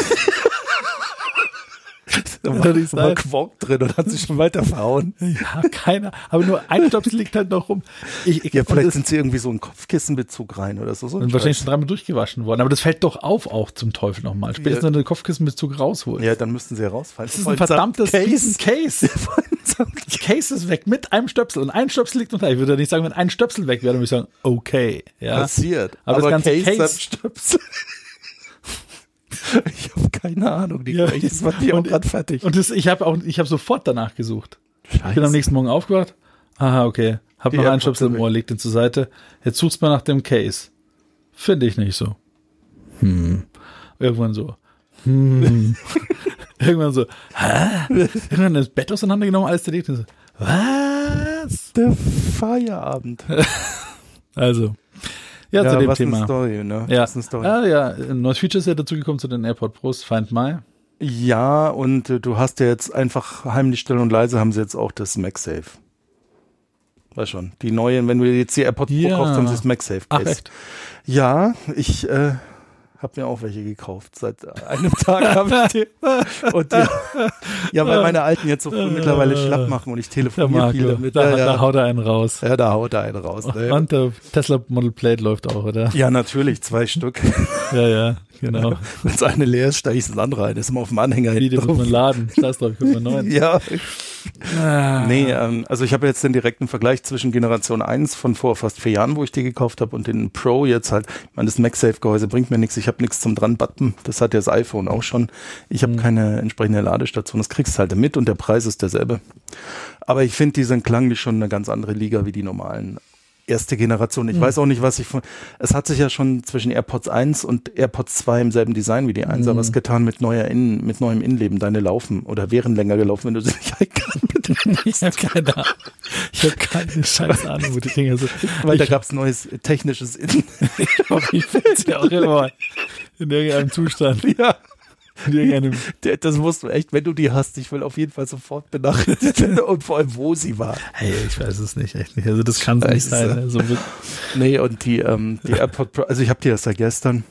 Speaker 2: da war,
Speaker 1: Kann nicht
Speaker 2: da war
Speaker 1: sein.
Speaker 2: Quark drin und hat sich schon weiter verhauen.
Speaker 1: [laughs] Ja, keiner. Aber nur ein Stops liegt halt noch rum. Ich, ich,
Speaker 2: Ja,
Speaker 1: und
Speaker 2: vielleicht
Speaker 1: es-
Speaker 2: sind sie irgendwie so einen Kopfkissenbezug rein oder so. so ein
Speaker 1: und wahrscheinlich
Speaker 2: Scheiß.
Speaker 1: schon dreimal durchgewaschen worden. Aber das fällt doch auf auch zum Teufel nochmal. Spätestens, wenn du den Kopfkissenbezug rausholst.
Speaker 2: ja, dann müssten sie ja rausfallen.
Speaker 1: Das ist ein verdammtes
Speaker 2: Case.
Speaker 1: Case. Case.
Speaker 2: [laughs]
Speaker 1: Die Case ist weg mit einem Stöpsel und ein Stöpsel liegt unter. Ich würde ja nicht sagen, wenn ein Stöpsel weg wäre, dann würde ich sagen, okay. Ja.
Speaker 2: passiert.
Speaker 1: Aber das ganze Case-
Speaker 2: am Stöpsel. [laughs] ich habe keine Ahnung. Die
Speaker 1: Ja.
Speaker 2: Case war die auch
Speaker 1: Und-
Speaker 2: gerade fertig.
Speaker 1: Und das, ich habe auch, ich habe sofort danach gesucht. Ich bin am
Speaker 2: Scheiße.
Speaker 1: nächsten Morgen aufgewacht. Aha, okay. Hab
Speaker 2: Die
Speaker 1: noch einen
Speaker 2: Airpods
Speaker 1: Stöpsel im
Speaker 2: sind
Speaker 1: Ohr, legt den zur Seite. Jetzt suchst mal nach dem Case. Finde ich nicht so. Hm. Irgendwann so. Hm. [laughs] Irgendwann so. Hä? Irgendwann das Bett auseinandergenommen, alles zerlegt. Und so, Was?
Speaker 2: Der Feierabend.
Speaker 1: Also. Ja, zu dem
Speaker 2: was eine
Speaker 1: Thema.
Speaker 2: Story, ne?
Speaker 1: Ja.
Speaker 2: Was eine Story.
Speaker 1: Ah, ja, ein neues Feature ist ja dazugekommen zu den AirPod Pros, Find My.
Speaker 2: Ja, und äh, du hast ja jetzt einfach heimlich still und leise haben sie jetzt auch das MagSafe. Weiß schon. Die neuen, wenn du dir jetzt die AirPod Pro
Speaker 1: Ja.
Speaker 2: kaufst, haben sie das MagSafe
Speaker 1: Ach,
Speaker 2: Case.
Speaker 1: echt?
Speaker 2: Ja, ich äh, habe mir auch welche gekauft. Seit einem
Speaker 1: [laughs]
Speaker 2: Tag habe ich die. Und die, ja, weil meine alten jetzt so früh mittlerweile schlapp machen und ich
Speaker 1: Der
Speaker 2: telefoniere viel
Speaker 1: Marco,
Speaker 2: damit.
Speaker 1: da,
Speaker 2: ja,
Speaker 1: da
Speaker 2: ja.
Speaker 1: haut er einen raus.
Speaker 2: ja, da haut er einen raus. Ne?
Speaker 1: Und der Tesla Model Plate läuft auch, oder?
Speaker 2: Ja, natürlich, zwei Stück.
Speaker 1: Ja, ja,
Speaker 2: [laughs]
Speaker 1: genau.
Speaker 2: Wenn das eine leer ist, steige ich das andere ein. Das ist immer auf dem Anhänger
Speaker 1: Wie,
Speaker 2: hinten
Speaker 1: den muss man laden. Scheiß drauf, ich guck mal [laughs] neuen.
Speaker 2: Ja,
Speaker 1: Ah.
Speaker 2: Nee, ähm, also ich habe jetzt den direkten Vergleich zwischen Generation 1 von vor fast vier Jahren, wo ich die gekauft habe, und den Pro jetzt halt. Ich meine, das MagSafe-Gehäuse bringt mir nichts. Ich habe nichts zum dranbappen. Das hat ja das iPhone auch schon. Ich
Speaker 1: Hm.
Speaker 2: habe keine entsprechende Ladestation. Das kriegst du halt mit und der Preis ist derselbe. Aber ich finde, die sind klanglich schon eine ganz andere Liga wie die normalen. Erste Generation. Ich weiß auch nicht, was ich von. Es hat sich ja schon zwischen AirPods 1 und AirPods 2 im selben Design wie die 1, aber es getan mit neuer Innen, mit neuem Innenleben. Deine laufen oder wären länger gelaufen, wenn du sie nicht eingehalten
Speaker 1: Ich habe keine Ahnung. Ich habe keine scheiß Ahnung, wo die Dinger sind.
Speaker 2: Weil da
Speaker 1: ich
Speaker 2: gab es neues technisches Innen.
Speaker 1: hoffe, [laughs] ich finde sie auch immer in irgendeinem Zustand.
Speaker 2: ja,
Speaker 1: In irgendeinem
Speaker 2: der- das musst du echt, wenn du die hast, ich will auf jeden Fall sofort benachrichtigt werden und vor allem, wo sie war.
Speaker 1: hey, ich weiß es nicht, echt nicht. Also das kann es nicht
Speaker 2: Scheiße.
Speaker 1: sein. ne? So mit,
Speaker 2: Nee, und die, ähm, die AirPod Pro, also ich habe die erst ja gestern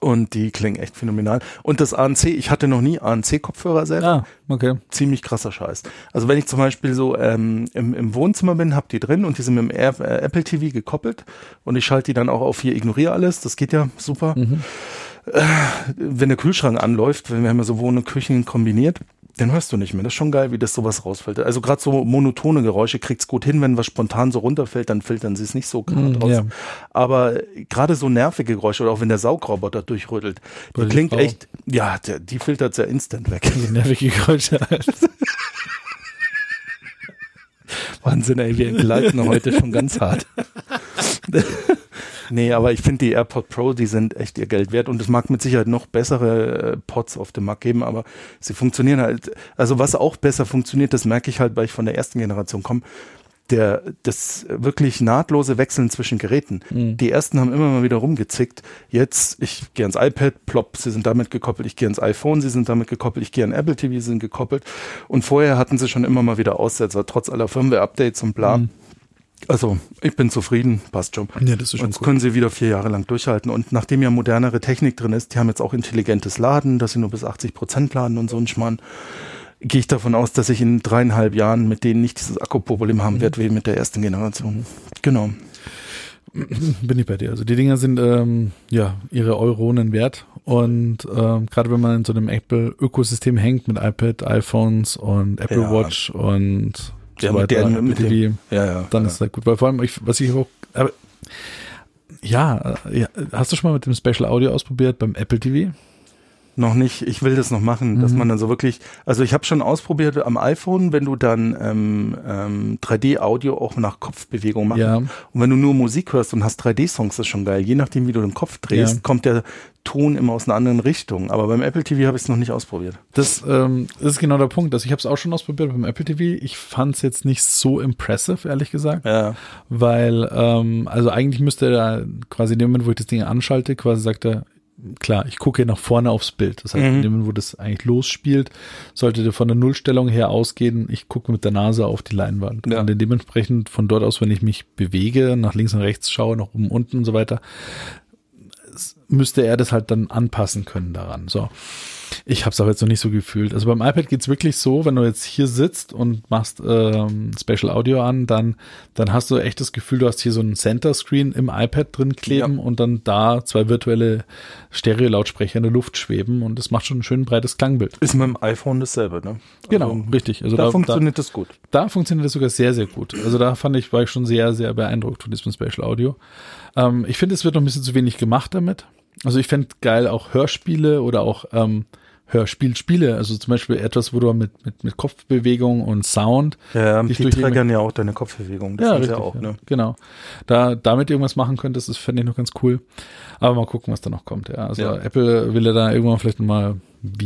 Speaker 2: und die klingen echt phänomenal. Und das ANC, ich hatte noch nie ANC-Kopfhörer selber.
Speaker 1: ah, okay.
Speaker 2: ziemlich krasser Scheiß. Also wenn ich zum Beispiel so ähm, im, im Wohnzimmer bin, hab die drin und die sind mit dem Air, äh, Apple TV gekoppelt und ich schalte die dann auch auf hier ignoriere alles, das geht ja super.
Speaker 1: Mhm.
Speaker 2: Äh, wenn der Kühlschrank anläuft, wenn wir haben ja so Wohn- und Küchen kombiniert, dann hörst du nicht mehr. Das ist schon geil, wie das sowas rausfällt. Also gerade so monotone Geräusche kriegt's gut hin, wenn was spontan so runterfällt, dann filtern sie es nicht so gerade
Speaker 1: Mm,
Speaker 2: raus.
Speaker 1: ja.
Speaker 2: Aber gerade so nervige Geräusche oder auch wenn der Saugroboter durchrüttelt, die
Speaker 1: Oder die
Speaker 2: klingt
Speaker 1: Frau.
Speaker 2: echt, ja, der, die filtert's ja
Speaker 1: [laughs]
Speaker 2: instant weg.
Speaker 1: Die nervige Geräusche.
Speaker 2: Wahnsinn, ey, wir gleiten heute schon ganz hart. [laughs] nee, aber ich finde die AirPod Pro, die sind echt ihr Geld wert und es mag mit Sicherheit noch bessere äh, Pods auf dem Markt geben, aber sie funktionieren halt. Also was auch besser funktioniert, das merke ich halt, weil ich von der ersten Generation komme. Der, das wirklich nahtlose Wechseln zwischen Geräten. Die ersten haben immer mal wieder rumgezickt. Jetzt, ich gehe ans iPad, plopp, sie sind damit gekoppelt. Ich gehe ans iPhone, sie sind damit gekoppelt. Ich gehe an Apple TV, sie sind gekoppelt. Und vorher hatten sie schon immer mal wieder Aussetzer, trotz aller Firmware-Updates und bla. Also, ich bin zufrieden, passt schon.
Speaker 1: Ja, das ist schon
Speaker 2: Und das
Speaker 1: cool.
Speaker 2: können sie wieder vier Jahre lang durchhalten. Und nachdem ja modernere Technik drin ist, die haben jetzt auch intelligentes Laden, dass sie nur bis 80 Prozent laden und so ein Schmarrn, gehe ich davon aus, dass ich
Speaker 1: Mhm.
Speaker 2: in dreieinhalb Jahren mit denen nicht dieses Akkuproblem haben werde wie mit der ersten Generation. Genau.
Speaker 1: Bin ich bei dir. Also die Dinger sind ähm, ja ihre Euronen wert. Und ähm, gerade wenn man in so einem Apple-Ökosystem hängt mit iPad, iPhones und Apple
Speaker 2: Ja.
Speaker 1: Watch und
Speaker 2: Ja,
Speaker 1: so
Speaker 2: mit
Speaker 1: weiter,
Speaker 2: deren- mit
Speaker 1: Apple TV,
Speaker 2: Ja, ja.
Speaker 1: dann
Speaker 2: ja.
Speaker 1: ist das gut. Weil vor allem, ich, was ich auch. Aber, ja, äh, ja, hast du schon mal mit dem Special Audio ausprobiert beim Apple TV?
Speaker 2: Noch nicht, ich will das noch machen, dass
Speaker 1: Mhm.
Speaker 2: man dann so wirklich, also ich habe schon ausprobiert am iPhone, wenn du dann ähm, ähm, 3D-Audio auch nach Kopfbewegung machst.
Speaker 1: Ja.
Speaker 2: Und wenn du nur Musik hörst und hast 3D-Songs, ist schon geil. Je nachdem, wie du den Kopf drehst,
Speaker 1: Ja.
Speaker 2: kommt der Ton immer aus einer anderen Richtung. Aber beim Apple TV habe ich es noch nicht ausprobiert.
Speaker 1: Das ähm, ist genau der Punkt. Also ich habe es auch schon ausprobiert beim Apple TV. Ich fand es jetzt nicht so impressive, ehrlich gesagt.
Speaker 2: Ja.
Speaker 1: Weil, ähm, also eigentlich müsste er da quasi in dem Moment, wo ich das Ding anschalte, quasi sagt er, klar, ich gucke nach vorne aufs Bild. Das heißt,
Speaker 2: Mhm.
Speaker 1: in dem Moment, wo das eigentlich losspielt, sollte der von der Nullstellung her ausgehen, ich gucke mit der Nase auf die Leinwand.
Speaker 2: Ja.
Speaker 1: Und dementsprechend von dort aus, wenn ich mich bewege, nach links und rechts schaue, nach oben, unten und so weiter, s- müsste er das halt dann anpassen können daran. So. Ich habe es aber jetzt noch nicht so gefühlt. Also beim iPad geht's wirklich so, wenn du jetzt hier sitzt und machst ähm, Special Audio an, dann, dann hast du echt das Gefühl, du hast hier so einen Center Screen im iPad drin kleben und dann da zwei virtuelle Stereo-Lautsprecher in der Luft schweben und das macht schon ein schön breites Klangbild.
Speaker 2: Ist mit dem iPhone dasselbe, ne?
Speaker 1: Genau,
Speaker 2: Also,
Speaker 1: richtig. Also
Speaker 2: da, funktioniert das gut.
Speaker 1: da funktioniert das sogar sehr, sehr gut. Also da fand ich, war ich schon sehr, sehr beeindruckt von diesem Special Audio. Ähm, ich finde, es wird noch ein bisschen zu wenig gemacht damit. Also ich fände geil auch Hörspiele oder auch ähm, Hörspielspiele. Also zum Beispiel etwas, wo du mit, mit, mit Kopfbewegung und Sound
Speaker 2: Ja,
Speaker 1: dich
Speaker 2: die
Speaker 1: durch die-
Speaker 2: triggern ja auch deine Kopfbewegung. Das
Speaker 1: ja,
Speaker 2: sind sie
Speaker 1: richtig,
Speaker 2: auch,
Speaker 1: ja.
Speaker 2: ne?
Speaker 1: Genau. Da damit irgendwas machen könntest, das fände ich noch ganz cool. Aber mal gucken, was da noch kommt. Ja. Also
Speaker 2: Ja.
Speaker 1: Apple will ja da irgendwann vielleicht mal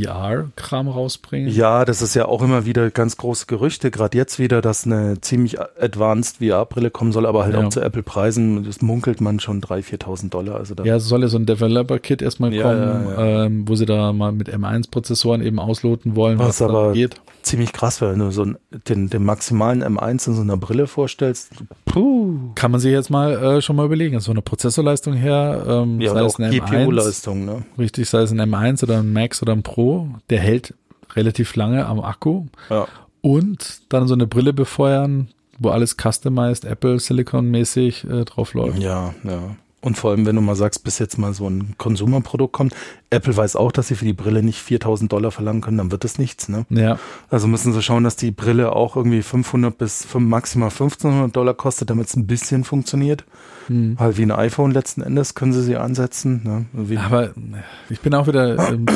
Speaker 1: VR-Kram rausbringen.
Speaker 2: Ja, das ist ja auch immer wieder ganz große Gerüchte, gerade jetzt wieder, dass eine ziemlich advanced VR-Brille kommen soll, aber halt
Speaker 1: Ja.
Speaker 2: auch zu Apple-Preisen, das munkelt man schon 3.000, 4.000 Dollar. Also da,
Speaker 1: Ja, es soll ja so ein Developer-Kit erstmal
Speaker 2: Ja,
Speaker 1: kommen,
Speaker 2: ja, ja.
Speaker 1: Ähm, wo sie da mal mit M1-Prozessoren eben ausloten wollen,
Speaker 2: was
Speaker 1: da
Speaker 2: aber
Speaker 1: geht.
Speaker 2: ziemlich krass wäre, wenn du so einen, den, den maximalen M1 in so einer Brille vorstellst. Puh.
Speaker 1: Kann man sich jetzt mal äh, schon mal überlegen. Also von der Prozessorleistung her, ähm,
Speaker 2: Ja,
Speaker 1: sei
Speaker 2: oder
Speaker 1: es
Speaker 2: auch
Speaker 1: ein M1,
Speaker 2: GPU-Leistung, ne?
Speaker 1: richtig, sei es ein M1 oder ein Max oder ein Pro, der hält relativ lange am Akku
Speaker 2: Ja.
Speaker 1: und dann so eine Brille befeuern, wo alles customized, Apple Silicon-mäßig äh, drauf läuft.
Speaker 2: Ja, ja. Und vor allem, wenn du mal sagst, bis jetzt mal so ein Konsumerprodukt kommt, Apple weiß auch, dass sie für die Brille nicht 4000 Dollar verlangen können, dann wird das nichts, ne?
Speaker 1: Ja,
Speaker 2: Also müssen sie schauen, dass die Brille auch irgendwie 500 bis fünf- maximal 1500 Dollar kostet, damit es ein bisschen funktioniert.
Speaker 1: Hm.
Speaker 2: Halt wie ein iPhone letzten Endes können sie sie ansetzen. Ne? Wie,
Speaker 1: aber ich bin auch wieder, ähm,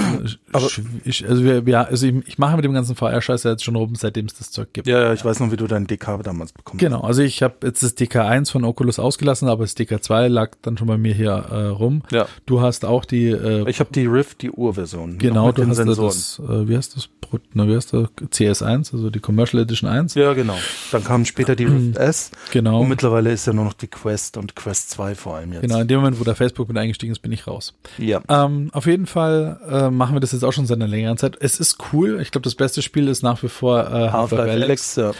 Speaker 2: Aber-
Speaker 1: sch- ich, also, wir, wir, also ich, ich mache mit dem ganzen VR-Scheiß ja jetzt schon rum, seitdem es das Zeug gibt.
Speaker 2: ja, ja, ich weiß noch, wie du dein DK damals bekommen
Speaker 1: Genau, also ich habe jetzt das DK1 von Oculus ausgelassen, aber das DK2 lag dann schon bei mir hier äh, rum.
Speaker 2: hast. Ja.
Speaker 1: Du hast auch die, äh,
Speaker 2: Ich habe die Rift, die Urversion. noch
Speaker 1: genau,
Speaker 2: mit
Speaker 1: du
Speaker 2: den
Speaker 1: hast da
Speaker 2: Sensoren.
Speaker 1: das, äh, wie heißt das, Pro- na, wie heißt das, CS1, also die Commercial Edition 1.
Speaker 2: Ja, genau. Dann kam später die Rift S
Speaker 1: Genau,
Speaker 2: und mittlerweile ist ja nur noch die Quest und Quest 2 vor allem jetzt.
Speaker 1: genau, in dem Moment, wo da Facebook mit eingestiegen ist, bin ich raus.
Speaker 2: Ja.
Speaker 1: Ähm, auf jeden Fall äh, machen wir das jetzt auch schon seit einer längeren Zeit. Es ist cool, ich glaube, das beste Spiel ist nach wie vor äh,
Speaker 2: Half-Life
Speaker 1: Half-Life Alex.
Speaker 2: Alex,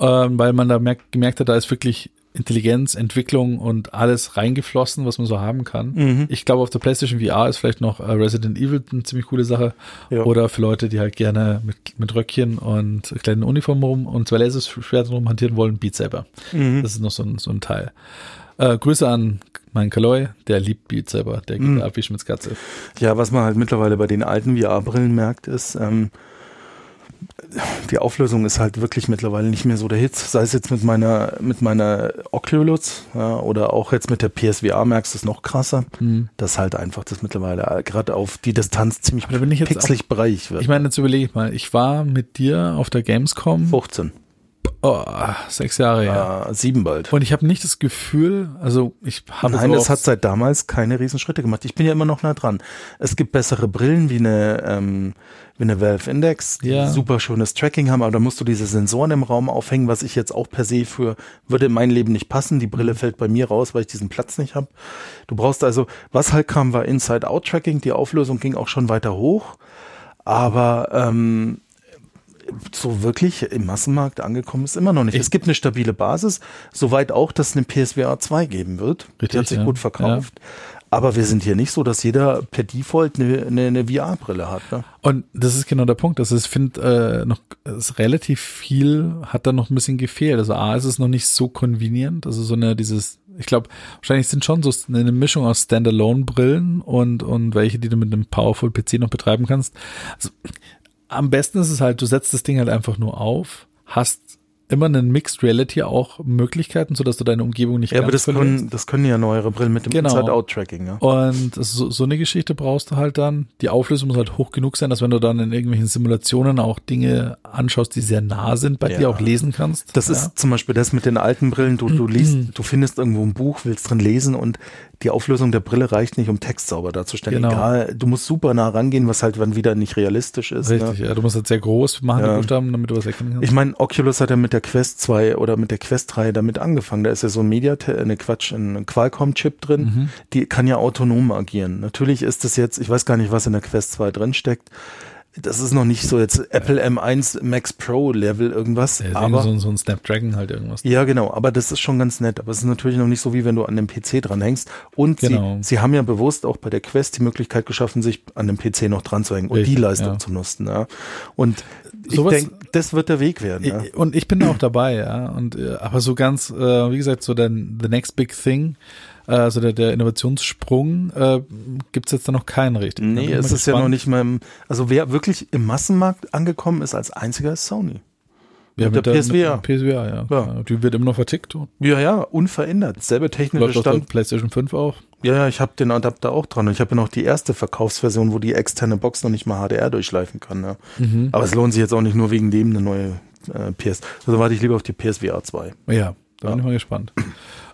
Speaker 2: ja.
Speaker 1: ähm, weil man da merkt, gemerkt hat, da ist wirklich Intelligenz, Entwicklung und alles reingeflossen, was man so haben kann. Ich glaube, auf der PlayStation VR ist vielleicht noch äh, Resident Evil eine ziemlich coole Sache.
Speaker 2: Ja.
Speaker 1: Oder für Leute, die halt gerne mit, mit Röckchen und kleinen Uniformen rum und zwei Laserschwerten rumhantieren wollen, Beat Saber. Das ist noch so ein, so ein Teil. Äh, Grüße an meinen Kaloy, der liebt Beat Saber. Der geht da ab wie Schmitzkatze.
Speaker 2: Ja, was man halt mittlerweile bei den alten VR-Brillen merkt, ist, ähm, die Auflösung ist halt wirklich mittlerweile nicht mehr so der Hit. Sei es jetzt mit meiner, mit meiner Oculus ja, oder auch jetzt mit der PSVR merkst du es noch krasser.
Speaker 1: Mhm.
Speaker 2: Das ist halt einfach, dass mittlerweile äh, gerade auf die Distanz ziemlich
Speaker 1: Aber da bin ich jetzt
Speaker 2: pixelig bereich wird.
Speaker 1: Ich meine, jetzt überlege ich mal, ich war mit dir auf der Gamescom
Speaker 2: 15,
Speaker 1: oh, sechs Jahre her.
Speaker 2: ja. äh, 7 bald.
Speaker 1: Und ich habe nicht das Gefühl, also ich habe
Speaker 2: Nein,
Speaker 1: so
Speaker 2: das
Speaker 1: auch-
Speaker 2: hat seit damals keine Riesenschritte gemacht. Ich bin ja immer noch nah dran. Es gibt bessere Brillen wie eine, ähm, wie eine Valve Index, die
Speaker 1: Ja.
Speaker 2: super schönes Tracking haben, aber da musst du diese Sensoren im Raum aufhängen, was ich jetzt auch per se für, würde in mein Leben nicht passen. Die Brille fällt bei mir raus, weil ich diesen Platz nicht habe. Du brauchst also, was halt kam, war Inside-Out-Tracking. Die Auflösung ging auch schon weiter hoch, aber ähm, so wirklich im Massenmarkt angekommen ist immer noch nicht.
Speaker 1: Ich-
Speaker 2: es gibt eine stabile Basis, soweit auch, dass es eine PSVR 2 geben wird. Die
Speaker 1: Richtig,
Speaker 2: hat sich
Speaker 1: ja.
Speaker 2: gut verkauft. Aber wir sind hier nicht so, dass jeder per Default eine, eine, eine VR-Brille hat. Ne?
Speaker 1: Und das ist genau der Punkt. Also ich finde äh, noch ist relativ viel hat da noch ein bisschen gefehlt. Also A ist es noch nicht so convenient. Also so eine dieses, ich glaube, wahrscheinlich sind schon so eine Mischung aus Standalone-Brillen und und welche, die du mit einem Powerful PC noch betreiben kannst. Also, am besten ist es halt, du setzt das Ding halt einfach nur auf, hast immer einen Mixed Reality auch Möglichkeiten, sodass du deine Umgebung nicht
Speaker 2: Ja, aber das
Speaker 1: verlierst.
Speaker 2: können, das können ja neuere Brillen mit dem
Speaker 1: Genau.
Speaker 2: Inside-Out-Tracking. Ja?
Speaker 1: Und so, so eine Geschichte brauchst du halt dann. Die Auflösung muss halt hoch genug sein, dass wenn du dann in irgendwelchen Simulationen auch Dinge anschaust, die sehr nah sind, bei
Speaker 2: Ja.
Speaker 1: dir auch lesen kannst.
Speaker 2: Das
Speaker 1: ja.
Speaker 2: ist zum Beispiel das mit den alten Brillen.
Speaker 1: [clears throat]
Speaker 2: Du, du liest, du findest irgendwo ein Buch, willst drin lesen und die Auflösung der Brille reicht nicht, um Text sauber darzustellen.
Speaker 1: Genau.
Speaker 2: Egal, du musst super nah rangehen, was halt dann wieder nicht realistisch ist.
Speaker 1: richtig.
Speaker 2: Ne?
Speaker 1: Ja. Du musst halt sehr groß machen, die
Speaker 2: Ja.
Speaker 1: Buchstaben, damit du was erkennen kannst.
Speaker 2: Ich meine, Oculus hat ja mit der Quest 2 oder mit der Quest 3 damit angefangen. Da ist ja so ein Mediatek, eine Quatsch, ein Qualcomm-Chip drin.
Speaker 1: Mhm.
Speaker 2: Die kann ja autonom agieren. Natürlich ist das jetzt, ich weiß gar nicht, was in der Quest 2 drin steckt. Das ist noch nicht so jetzt Apple M1 Max Pro Level irgendwas.
Speaker 1: Ja,
Speaker 2: aber
Speaker 1: so, ein- so ein Snapdragon halt irgendwas.
Speaker 2: Ja, genau, aber das ist schon ganz nett. Aber es ist natürlich noch nicht so, wie wenn du an dem PC dranhängst. Und
Speaker 1: Genau.
Speaker 2: sie, sie haben ja bewusst auch bei der Quest die Möglichkeit geschaffen, sich an dem PC noch dran zu hängen und
Speaker 1: Richtig,
Speaker 2: die Leistung
Speaker 1: ja.
Speaker 2: zu nutzen. Ja. Und ich
Speaker 1: Sowas-
Speaker 2: denke, das wird der Weg werden. Ja.
Speaker 1: Ich- Und ich bin da auch dabei, ja. Und äh, aber so ganz, äh, wie gesagt, so der the next big thing, äh, also der, der Innovationssprung, äh, gibt's jetzt da noch keinen richtig. Da bin
Speaker 2: Nee,
Speaker 1: ich
Speaker 2: es
Speaker 1: mal
Speaker 2: ist ja
Speaker 1: gespannt.
Speaker 2: noch nicht mal im, also wer wirklich im Massenmarkt angekommen ist als einziger ist Sony.
Speaker 1: ja,
Speaker 2: mit
Speaker 1: mit
Speaker 2: der
Speaker 1: der,
Speaker 2: PSVR.
Speaker 1: Mit der PSVR, ja.
Speaker 2: Ja.
Speaker 1: Die wird immer noch vertickt. und
Speaker 2: Ja, ja, unverändert. Selber technische
Speaker 1: Läuft auf der
Speaker 2: Stand.
Speaker 1: PlayStation 5 auch.
Speaker 2: Ja, ja, ich habe den Adapter auch dran und ich habe ja noch die erste Verkaufsversion, wo die externe Box noch nicht mal HDR durchschleifen kann. Ne? Aber es lohnt sich jetzt auch nicht nur wegen dem eine neue äh, PS. Also warte ich lieber auf die PSVR 2.
Speaker 1: Ja, da bin ich mal gespannt.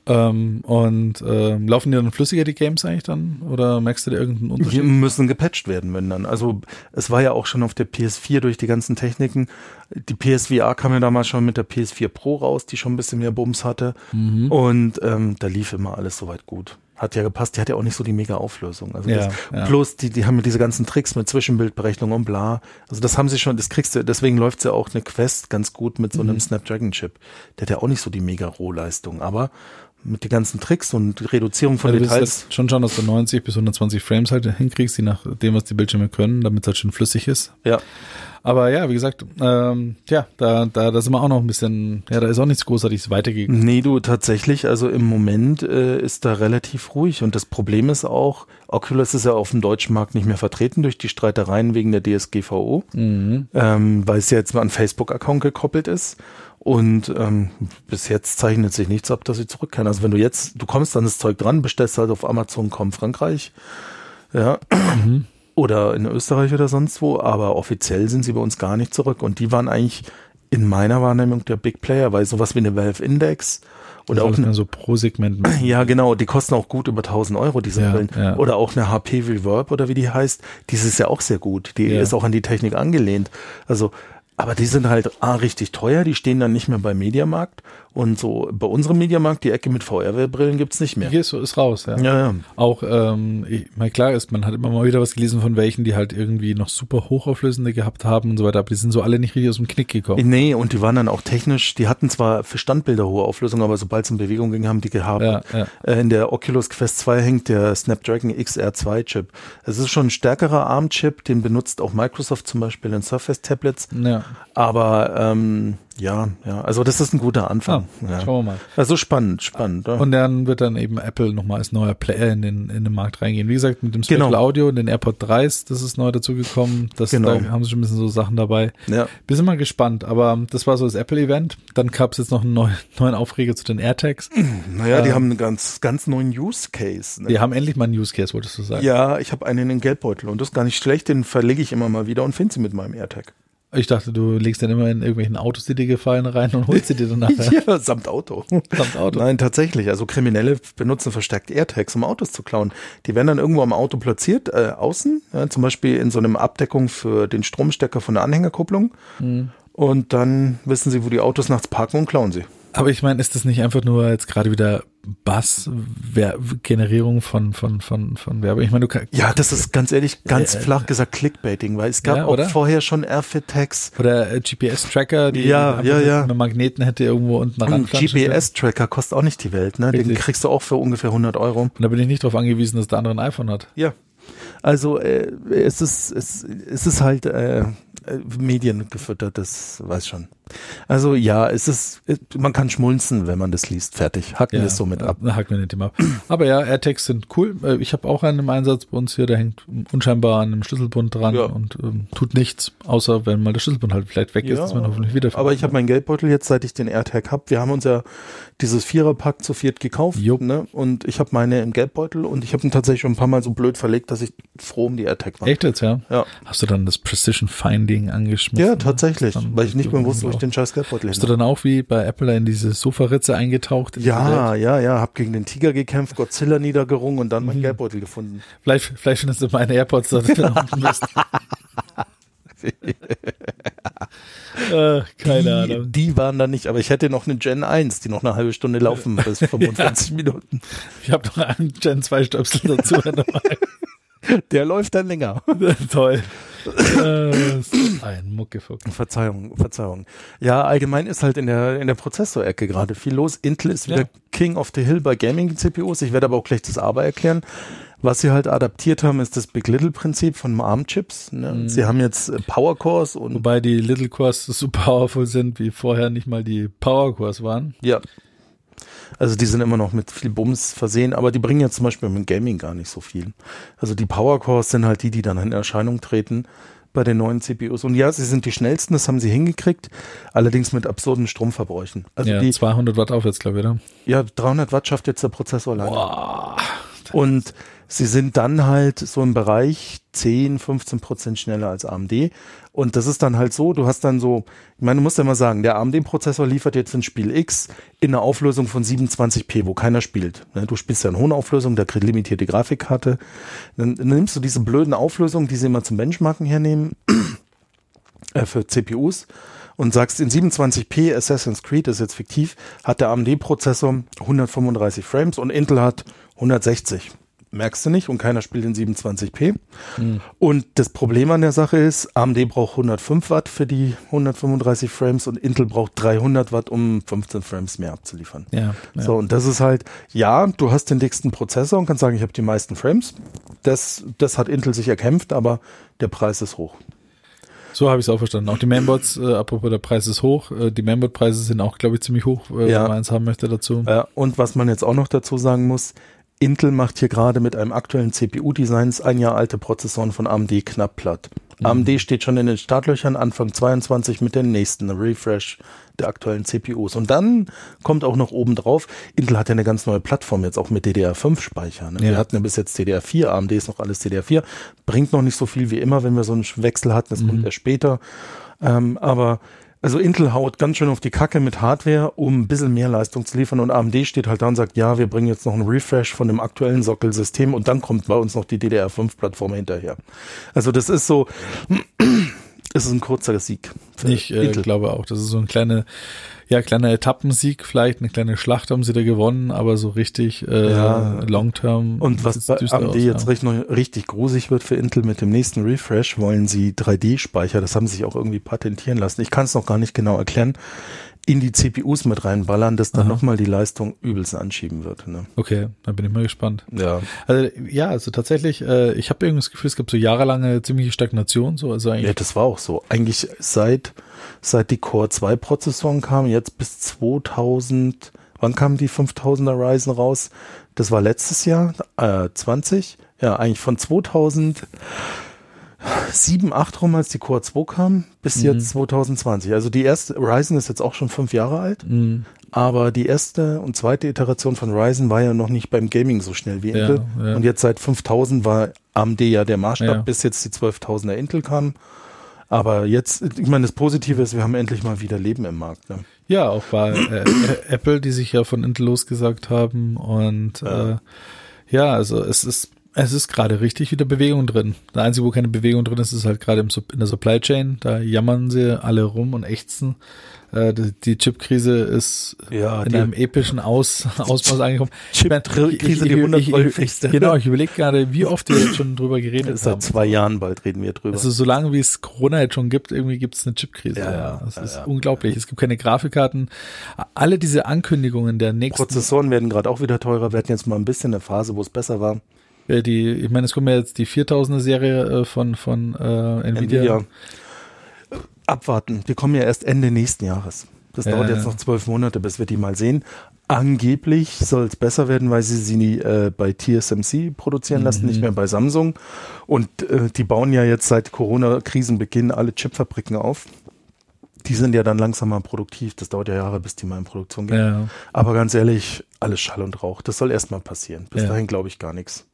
Speaker 1: ähm, und ähm, laufen die dann flüssiger, die Games eigentlich dann? Oder merkst du da irgendeinen
Speaker 2: Die
Speaker 1: Unterschied?
Speaker 2: müssen gepatcht werden, wenn dann. Also es war ja auch schon auf der PS4 durch die ganzen Techniken. Die PSVR kam ja damals schon mit der PS4 Pro raus, die schon ein bisschen mehr Bums hatte.
Speaker 1: Mhm.
Speaker 2: Und ähm, da lief immer alles soweit gut. Hat ja gepasst, die hat ja auch nicht so die mega Auflösung. Also
Speaker 1: Ja,
Speaker 2: das,
Speaker 1: ja.
Speaker 2: Plus, die, die haben ja diese ganzen Tricks mit Zwischenbildberechnung und bla. Also das haben sie schon, das kriegst du, deswegen läuft's ja auch eine Quest ganz gut mit so einem
Speaker 1: Mhm.
Speaker 2: Snapdragon-Chip. Der hat ja auch nicht so die mega Rohleistung, aber mit den ganzen Tricks und Reduzierung von
Speaker 1: Also du wirst
Speaker 2: Details.
Speaker 1: jetzt schon schauen, dass du 90 bis 120 Frames halt hinkriegst, je nachdem, was die Bildschirme können, damit es halt schön flüssig ist.
Speaker 2: Ja.
Speaker 1: Aber ja, wie gesagt, ähm, tja, da, da, da sind wir auch noch ein bisschen, ja, da ist auch nichts Großartiges weitergegangen.
Speaker 2: Nee, du, tatsächlich, also im Moment äh, ist da relativ ruhig und das Problem ist auch, Oculus ist ja auf dem deutschen Markt nicht mehr vertreten durch die Streitereien wegen der DSGVO, ähm, weil es ja jetzt mal an Facebook-Account gekoppelt ist und ähm, bis jetzt zeichnet sich nichts ab, dass sie zurückkehren. Also wenn du jetzt, du kommst an das Zeug dran, bestellst halt auf Amazon, komm Frankreich, ja, oder in Österreich oder sonst wo, aber offiziell sind sie bei uns gar nicht zurück. Und die waren eigentlich in meiner Wahrnehmung der Big Player, weil sowas wie eine Valve Index
Speaker 1: Also
Speaker 2: oder auch
Speaker 1: alles
Speaker 2: eine,
Speaker 1: mehr so pro Segment. machen.
Speaker 2: ja genau, die kosten auch gut über 1000 Euro diese
Speaker 1: Ja,
Speaker 2: Brillen
Speaker 1: ja.
Speaker 2: oder auch eine HP Reverb oder wie die heißt, die ist ja auch sehr gut, die
Speaker 1: Ja.
Speaker 2: ist auch an die Technik angelehnt. Also aber die sind halt A, richtig teuer, die stehen dann nicht mehr beim Mediamarkt und so bei unserem Mediamarkt die Ecke mit VR-Brillen gibt's nicht mehr.
Speaker 1: Hier ist, ist raus, ja.
Speaker 2: Ja, ja.
Speaker 1: Auch, ähm, ich, mein, klar ist, man hat immer mal wieder was gelesen von welchen, die halt irgendwie noch super hochauflösende gehabt haben und so weiter, aber die sind so alle nicht richtig aus dem Knick gekommen.
Speaker 2: Nee, und die waren dann auch technisch, die hatten zwar für Standbilder hohe Auflösung, aber sobald es in Bewegung ging, haben die gehabt.
Speaker 1: Ja, ja.
Speaker 2: Äh, In der Oculus Quest 2 hängt der Snapdragon XR2 Chip. Es ist schon ein stärkerer ARM-Chip, den benutzt auch Microsoft zum Beispiel in Surface-Tablets.
Speaker 1: Ja.
Speaker 2: Aber ähm, ja, ja, also das ist ein guter
Speaker 1: Ah,
Speaker 2: Anfang. ja.
Speaker 1: Schauen wir mal.
Speaker 2: Also spannend, spannend. ja.
Speaker 1: Und dann wird dann eben Apple nochmal als neuer Player in den, in den Markt reingehen. Wie gesagt, mit dem Spatial
Speaker 2: Genau.
Speaker 1: Audio und den AirPod 3s, das ist neu dazugekommen. Das,
Speaker 2: Genau.
Speaker 1: Da haben sie schon ein bisschen so Sachen dabei.
Speaker 2: Ja.
Speaker 1: Wir sind mal gespannt, aber das war so das Apple-Event. Dann gab es jetzt noch einen neuen, [laughs] neuen Aufreger zu den AirTags.
Speaker 2: Mhm. naja,
Speaker 1: äh,
Speaker 2: die haben einen ganz, ganz neuen Use Case. Ne?
Speaker 1: Die haben endlich mal einen Use Case, wolltest du sagen.
Speaker 2: Ja, ich habe einen in den Geldbeutel und das ist gar nicht schlecht, den verlege ich immer mal wieder und finde sie mit meinem AirTag.
Speaker 1: Ich dachte, du legst den immer in irgendwelchen Autos, die dir gefallen, rein und holst sie dir dann nachher.
Speaker 2: [laughs] Ja, samt Auto.
Speaker 1: Samt Auto.
Speaker 2: Nein, tatsächlich. Also Kriminelle benutzen verstärkt AirTags, um Autos zu klauen. Die werden dann irgendwo am Auto platziert, äh, außen, ja, zum Beispiel in so einem Abdeckung für den Stromstecker von der Anhängerkupplung.
Speaker 1: Mhm.
Speaker 2: Und dann wissen sie, wo die Autos nachts parken und klauen sie.
Speaker 1: Aber ich meine, ist das nicht einfach nur jetzt gerade wieder Bass-Generierung von, von, von, von Werbung. Ich meine, du kannst.
Speaker 2: Ja, das ist ganz ehrlich, ganz
Speaker 1: Äh, äh,
Speaker 2: flach gesagt Clickbaiting, weil es gab
Speaker 1: Ja, oder?
Speaker 2: auch vorher schon RFID-Tags.
Speaker 1: Oder äh, GPS-Tracker, die
Speaker 2: Ja,
Speaker 1: einfach
Speaker 2: ja,
Speaker 1: mit
Speaker 2: ja.
Speaker 1: einem Magneten hätte irgendwo unten
Speaker 2: Ein
Speaker 1: ranklatschen können.
Speaker 2: GPS-Tracker kostet auch nicht die Welt, ne? Den
Speaker 1: Richtig.
Speaker 2: kriegst du auch für ungefähr 100 Euro.
Speaker 1: Und da bin ich nicht darauf angewiesen, dass der andere ein iPhone hat.
Speaker 2: Ja. Also äh, es, ist, es, es ist halt äh, äh, Medien gefüttert, das weiß schon. Also ja, es ist, äh, man kann schmunzen, wenn man das liest. Fertig. Hacken wir es somit
Speaker 1: äh,
Speaker 2: ab.
Speaker 1: Hacken wir den Thema ab. Aber ja, AirTags sind cool. Äh, Ich habe auch einen im Einsatz bei uns hier, der hängt unscheinbar an einem Schlüsselbund dran
Speaker 2: Ja.
Speaker 1: und ähm, tut nichts, außer wenn mal der Schlüsselbund halt vielleicht weg ist,
Speaker 2: Ja,
Speaker 1: dass man hoffentlich wieder
Speaker 2: Aber ich habe meinen Geldbeutel jetzt, seit ich den AirTag habe. Wir haben uns ja dieses Viererpack zu viert gekauft.
Speaker 1: Jupp.
Speaker 2: Ne? Und ich habe meine im Geldbeutel und ich habe ihn tatsächlich schon ein paar Mal so blöd verlegt, dass ich froh um die AirTag war.
Speaker 1: Echt jetzt, ja?
Speaker 2: Ja.
Speaker 1: Hast du dann das Precision Finding angeschmissen?
Speaker 2: Ja, tatsächlich.
Speaker 1: Dann-
Speaker 2: Weil ich nicht mehr wusste, wo ich den scheiß Geldbeutel
Speaker 1: Bist du
Speaker 2: hin
Speaker 1: dann auch wie bei Apple da in diese Sofaritze eingetaucht? In diese Welt?
Speaker 2: Ja, ja, ja. Hab gegen den Tiger gekämpft, Godzilla niedergerungen und dann
Speaker 1: Mhm.
Speaker 2: meinen Geldbeutel gefunden.
Speaker 1: Vielleicht, vielleicht findest du meine AirPods da unten [laughs] bist. äh, keine
Speaker 2: die,
Speaker 1: Ahnung.
Speaker 2: die waren da nicht, aber ich hätte noch eine Gen 1, die noch eine halbe Stunde laufen
Speaker 1: [laughs]
Speaker 2: bis 45 Minuten.
Speaker 1: Ich habe noch einen Gen 2 Stöpsel dazu.
Speaker 2: Der läuft dann länger.
Speaker 1: [laughs] Toll. Äh, so ein Muckefuck.
Speaker 2: Verzeihung, Verzeihung. Ja, allgemein ist halt in der, in der Prozessorecke gerade viel los. Intel ist wieder
Speaker 1: Ja.
Speaker 2: King of the Hill bei Gaming-CPUs. Ich werde aber auch gleich das Aber erklären. Was sie halt adaptiert haben, ist das Big Little-Prinzip von ARM-Chips. Ne? Sie haben jetzt äh, Power Cores und
Speaker 1: Mhm. Wobei die Little Cores so powerful sind, wie vorher nicht mal die Power Cores waren.
Speaker 2: ja. Also die sind immer noch mit viel Bums versehen, aber die bringen ja zum Beispiel im Gaming gar nicht so viel. Also die Power Cores sind halt die, die dann in Erscheinung treten bei den neuen CPUs. Und ja, sie sind die schnellsten, das haben sie hingekriegt, allerdings mit absurden Stromverbräuchen. Also
Speaker 1: ja,
Speaker 2: die
Speaker 1: 200 Watt aufwärts, glaube ich, oder?
Speaker 2: Ja, 300 Watt schafft jetzt der Prozessor alleine.
Speaker 1: Ah.
Speaker 2: Und sie sind dann halt so im Bereich 10, 15 Prozent schneller als AMD. Und das ist dann halt so, du hast dann so, ich meine, du musst ja mal sagen, der AMD-Prozessor liefert jetzt ein Spiel X in einer Auflösung von 27p, wo keiner spielt. ne? Du spielst ja in hohen Auflösungen, da kriegt limitierte Grafikkarte. Dann dann nimmst du diese blöden Auflösungen, die sie immer zum Benchmarken hernehmen, äh, für CPUs und sagst in 27p Assassin's Creed ist jetzt fiktiv, hat der AMD-Prozessor 135 Frames und Intel hat 160. Merkst du nicht und keiner spielt in 27p.
Speaker 1: Hm.
Speaker 2: Und das Problem an der Sache ist, AMD braucht 105 Watt für die 135 Frames und Intel braucht 300 Watt, um 15 Frames mehr abzuliefern.
Speaker 1: Ja, ja.
Speaker 2: So, und das ist halt, ja, du hast den dicksten Prozessor und kannst sagen, ich habe die meisten Frames. Das, das hat Intel sich erkämpft, aber der Preis ist hoch.
Speaker 1: So habe ich es auch verstanden. Auch die Manboards, äh, apropos der Preis ist hoch, äh, die Manboard-Preise sind auch, glaube ich, ziemlich hoch, äh,
Speaker 2: Ja.
Speaker 1: wenn man eins haben möchte dazu.
Speaker 2: Äh, und was man jetzt auch noch dazu sagen muss, Intel macht hier gerade mit einem aktuellen CPU-Designs ein Jahr alte Prozessoren von AMD knapp platt. AMD steht schon in den Startlöchern Anfang 22 mit dem nächsten Refresh der aktuellen CPUs. Und dann kommt auch noch obendrauf, Intel hat ja eine ganz neue Plattform jetzt auch mit DDR5-Speicher. Ne?
Speaker 1: Ja.
Speaker 2: Wir hatten ja bis jetzt DDR4, AMD ist noch alles DDR4, bringt noch nicht so viel wie immer, wenn wir so einen Wechsel hatten, das kommt erst später. Ähm, aber also Intel haut ganz schön auf die Kacke mit Hardware, um ein bisschen mehr Leistung zu liefern. Und AMD steht halt da und sagt, ja, wir bringen jetzt noch einen Refresh von dem aktuellen Sockel-System und dann kommt bei uns noch die DDR5-Plattform hinterher. Also das ist so, [clears throat] es ist ein kurzer Sieg. für
Speaker 1: Ich äh,
Speaker 2: Intel.
Speaker 1: glaube auch, das ist so ein kleiner, ja, kleiner Etappensieg, vielleicht eine kleine Schlacht haben sie da gewonnen, aber so richtig äh,
Speaker 2: Ja.
Speaker 1: long-term.
Speaker 2: Und was
Speaker 1: sieht's
Speaker 2: bei
Speaker 1: düster
Speaker 2: AMD
Speaker 1: aus,
Speaker 2: jetzt
Speaker 1: ja.
Speaker 2: richtig, richtig grusig wird für Intel mit dem nächsten Refresh, wollen sie 3D-Speicher, das haben sie sich auch irgendwie patentieren lassen. Ich kann es noch gar nicht genau erklären, in die CPUs mit reinballern, dass dann nochmal die Leistung übelst anschieben wird. Ne?
Speaker 1: Okay, dann bin ich mal gespannt.
Speaker 2: Ja.
Speaker 1: Also ja, also tatsächlich, äh, ich habe irgendwie das Gefühl, es gab so jahrelange ziemliche Stagnation, so also
Speaker 2: Ja,
Speaker 1: eigentlich.
Speaker 2: das war auch so. Eigentlich seit, seit die Core 2 Prozessoren kamen, jetzt bis 2000, wann kamen die 5000er Ryzen raus? Das war letztes Jahr, äh, 20. Ja, eigentlich von 2007, 8 rum, als die Core 2 kam, bis jetzt 2020. Also die erste, Ryzen ist jetzt auch schon fünf Jahre alt,
Speaker 1: Mhm.
Speaker 2: aber die erste und zweite Iteration von Ryzen war ja noch nicht beim Gaming so schnell wie
Speaker 1: Ja,
Speaker 2: Intel.
Speaker 1: ja.
Speaker 2: Und jetzt seit 5000 war AMD ja der Maßstab,
Speaker 1: Ja.
Speaker 2: bis jetzt die 12.000er Intel kamen. Aber jetzt, ich meine, das Positive ist, wir haben endlich mal wieder Leben im Markt. Ne?
Speaker 1: Ja, auch bei äh, Ä- Apple, die sich ja von Intel losgesagt haben. Und ja, äh, ja also es ist Es ist gerade richtig wieder Bewegung drin. Der einzige, wo keine Bewegung drin ist, ist halt gerade im Sup- in der Supply Chain. Da jammern sie alle rum und ächzen. Äh, die die Chipkrise ist
Speaker 2: Ja,
Speaker 1: in
Speaker 2: Ah, die-
Speaker 1: einem epischen Aus, Ausmaß angekommen.
Speaker 2: Chip-
Speaker 1: meine,
Speaker 2: Krise, die
Speaker 1: ich- ich-
Speaker 2: 100-häufigste.
Speaker 1: ich- Genau, ich überlege gerade, wie oft wir jetzt schon drüber
Speaker 2: [laughs]
Speaker 1: geredet haben.
Speaker 2: Seit zwei Jahren bald reden wir drüber.
Speaker 1: Also solange wie es Corona jetzt schon gibt, irgendwie gibt es eine Chipkrise.
Speaker 2: Ja,
Speaker 1: Ja,
Speaker 2: ja,
Speaker 1: das
Speaker 2: ja,
Speaker 1: ist
Speaker 2: ja.
Speaker 1: unglaublich. Es gibt keine Grafikkarten. Alle diese Ankündigungen der nächsten
Speaker 2: Prozessoren werden gerade auch wieder teurer. Wir hatten jetzt mal ein bisschen eine Phase, wo es besser war.
Speaker 1: Äh, Die, ich meine, es kommt ja jetzt die 4000er Serie äh, von, von äh, Nvidia.
Speaker 2: Nvidia. Abwarten. Die kommen ja erst Ende nächsten Jahres. Das
Speaker 1: Ja,
Speaker 2: dauert
Speaker 1: ja.
Speaker 2: jetzt noch zwölf Monate, bis wir die mal sehen. Angeblich soll es besser werden, weil sie sie nie, äh, bei TSMC produzieren lassen,
Speaker 1: Mhm.
Speaker 2: nicht mehr bei Samsung. Und äh, die bauen ja jetzt seit Corona-Krisenbeginn alle Chipfabriken auf. Die sind ja dann langsam mal produktiv. Das dauert ja Jahre, bis die mal in Produktion gehen.
Speaker 1: Ja.
Speaker 2: Aber ganz ehrlich, alles Schall und Rauch. Das soll erstmal passieren. Bis
Speaker 1: Ja.
Speaker 2: dahin glaube ich gar nichts.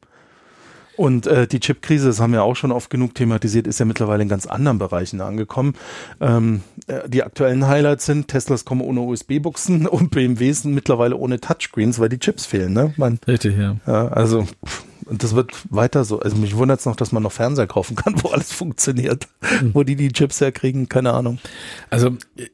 Speaker 2: Und äh, die Chipkrise, das haben wir auch schon oft genug thematisiert, ist ja mittlerweile in ganz anderen Bereichen angekommen. Ähm, äh, die aktuellen Highlights sind, Teslas kommen ohne USB-Buchsen [laughs] und BMWs sind mittlerweile ohne Touchscreens, weil die Chips fehlen. Ne? Man,
Speaker 1: Richtig, ja.
Speaker 2: ja, also pff, und das wird weiter so. Also mich wundert es noch, dass man noch Fernseher kaufen kann, wo alles funktioniert. Wo die die Chips herkriegen, keine Ahnung.
Speaker 1: Also i-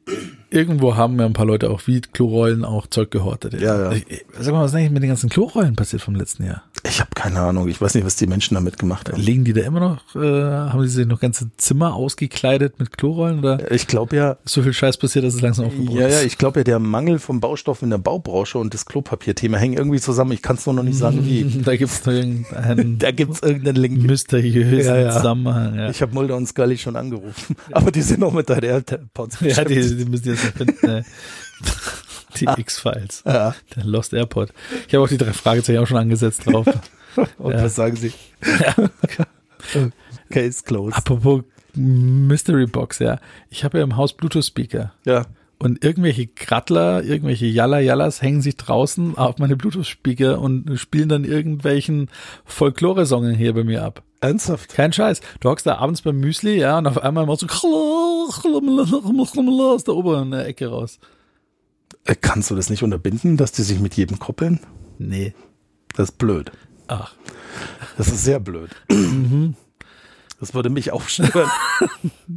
Speaker 1: irgendwo haben ja ein paar Leute auch wie Klorollen auch Zeug gehortet.
Speaker 2: Ja, ja.
Speaker 1: Ich, ich- sag mal, was ist eigentlich mit den ganzen Klorollen passiert vom letzten Jahr?
Speaker 2: Ich habe keine Ahnung. Ich weiß nicht, was die Menschen damit gemacht haben.
Speaker 1: Liegen die da immer noch? Äh, haben die sich noch ganze Zimmer ausgekleidet mit Klorollen oder
Speaker 2: Ich glaube ja,
Speaker 1: ist so viel Scheiß passiert, dass es langsam aufgebraucht
Speaker 2: Ja, ja,
Speaker 1: ist?
Speaker 2: ich glaube ja, der Mangel von Baustoffen in der Baubranche und das Klopapierthema hängen irgendwie zusammen. Ich kann es nur noch nicht
Speaker 1: [laughs]
Speaker 2: sagen, wie.
Speaker 1: Da gibt es noch [laughs] irgendeinen
Speaker 2: Da gibt's irgendeinen Link.
Speaker 1: mysteriösen
Speaker 2: Ja, ja.
Speaker 1: Zusammenhang. Ja,
Speaker 2: Ich habe Mulder und Scully schon angerufen. [laughs] Aber die sind noch mit der AirPods.
Speaker 1: ja die,
Speaker 2: beschäftigt.
Speaker 1: die müssen jetzt noch finden. ne? [laughs] Die X-Files.
Speaker 2: [laughs] Ja.
Speaker 1: Der Lost Airport. Ich habe auch die drei Fragezeichen auch schon angesetzt [laughs] drauf.
Speaker 2: Und
Speaker 1: Ja.
Speaker 2: was sagen sie? [laughs] Case closed.
Speaker 1: Apropos Mystery Box, ja. Ich habe ja im Haus Bluetooth-Speaker.
Speaker 2: Ja.
Speaker 1: Und irgendwelche Grattler, irgendwelche Jalla-Jallas hängen sich draußen auf meine Bluetooth-Speaker und spielen dann irgendwelchen Folklore-Songen hier bei mir ab.
Speaker 2: Ernsthaft?
Speaker 1: Kein Scheiß. Du hockst da abends beim Müsli, ja, und auf einmal machst du aus der oberen Ecke raus.
Speaker 2: Äh, Kannst du das nicht unterbinden, dass die sich mit jedem koppeln?
Speaker 1: Nee.
Speaker 2: Das ist blöd.
Speaker 1: Ach. [laughs]
Speaker 2: Das ist sehr blöd.
Speaker 1: [clears throat] Mhm.
Speaker 2: Das würde mich auch stören.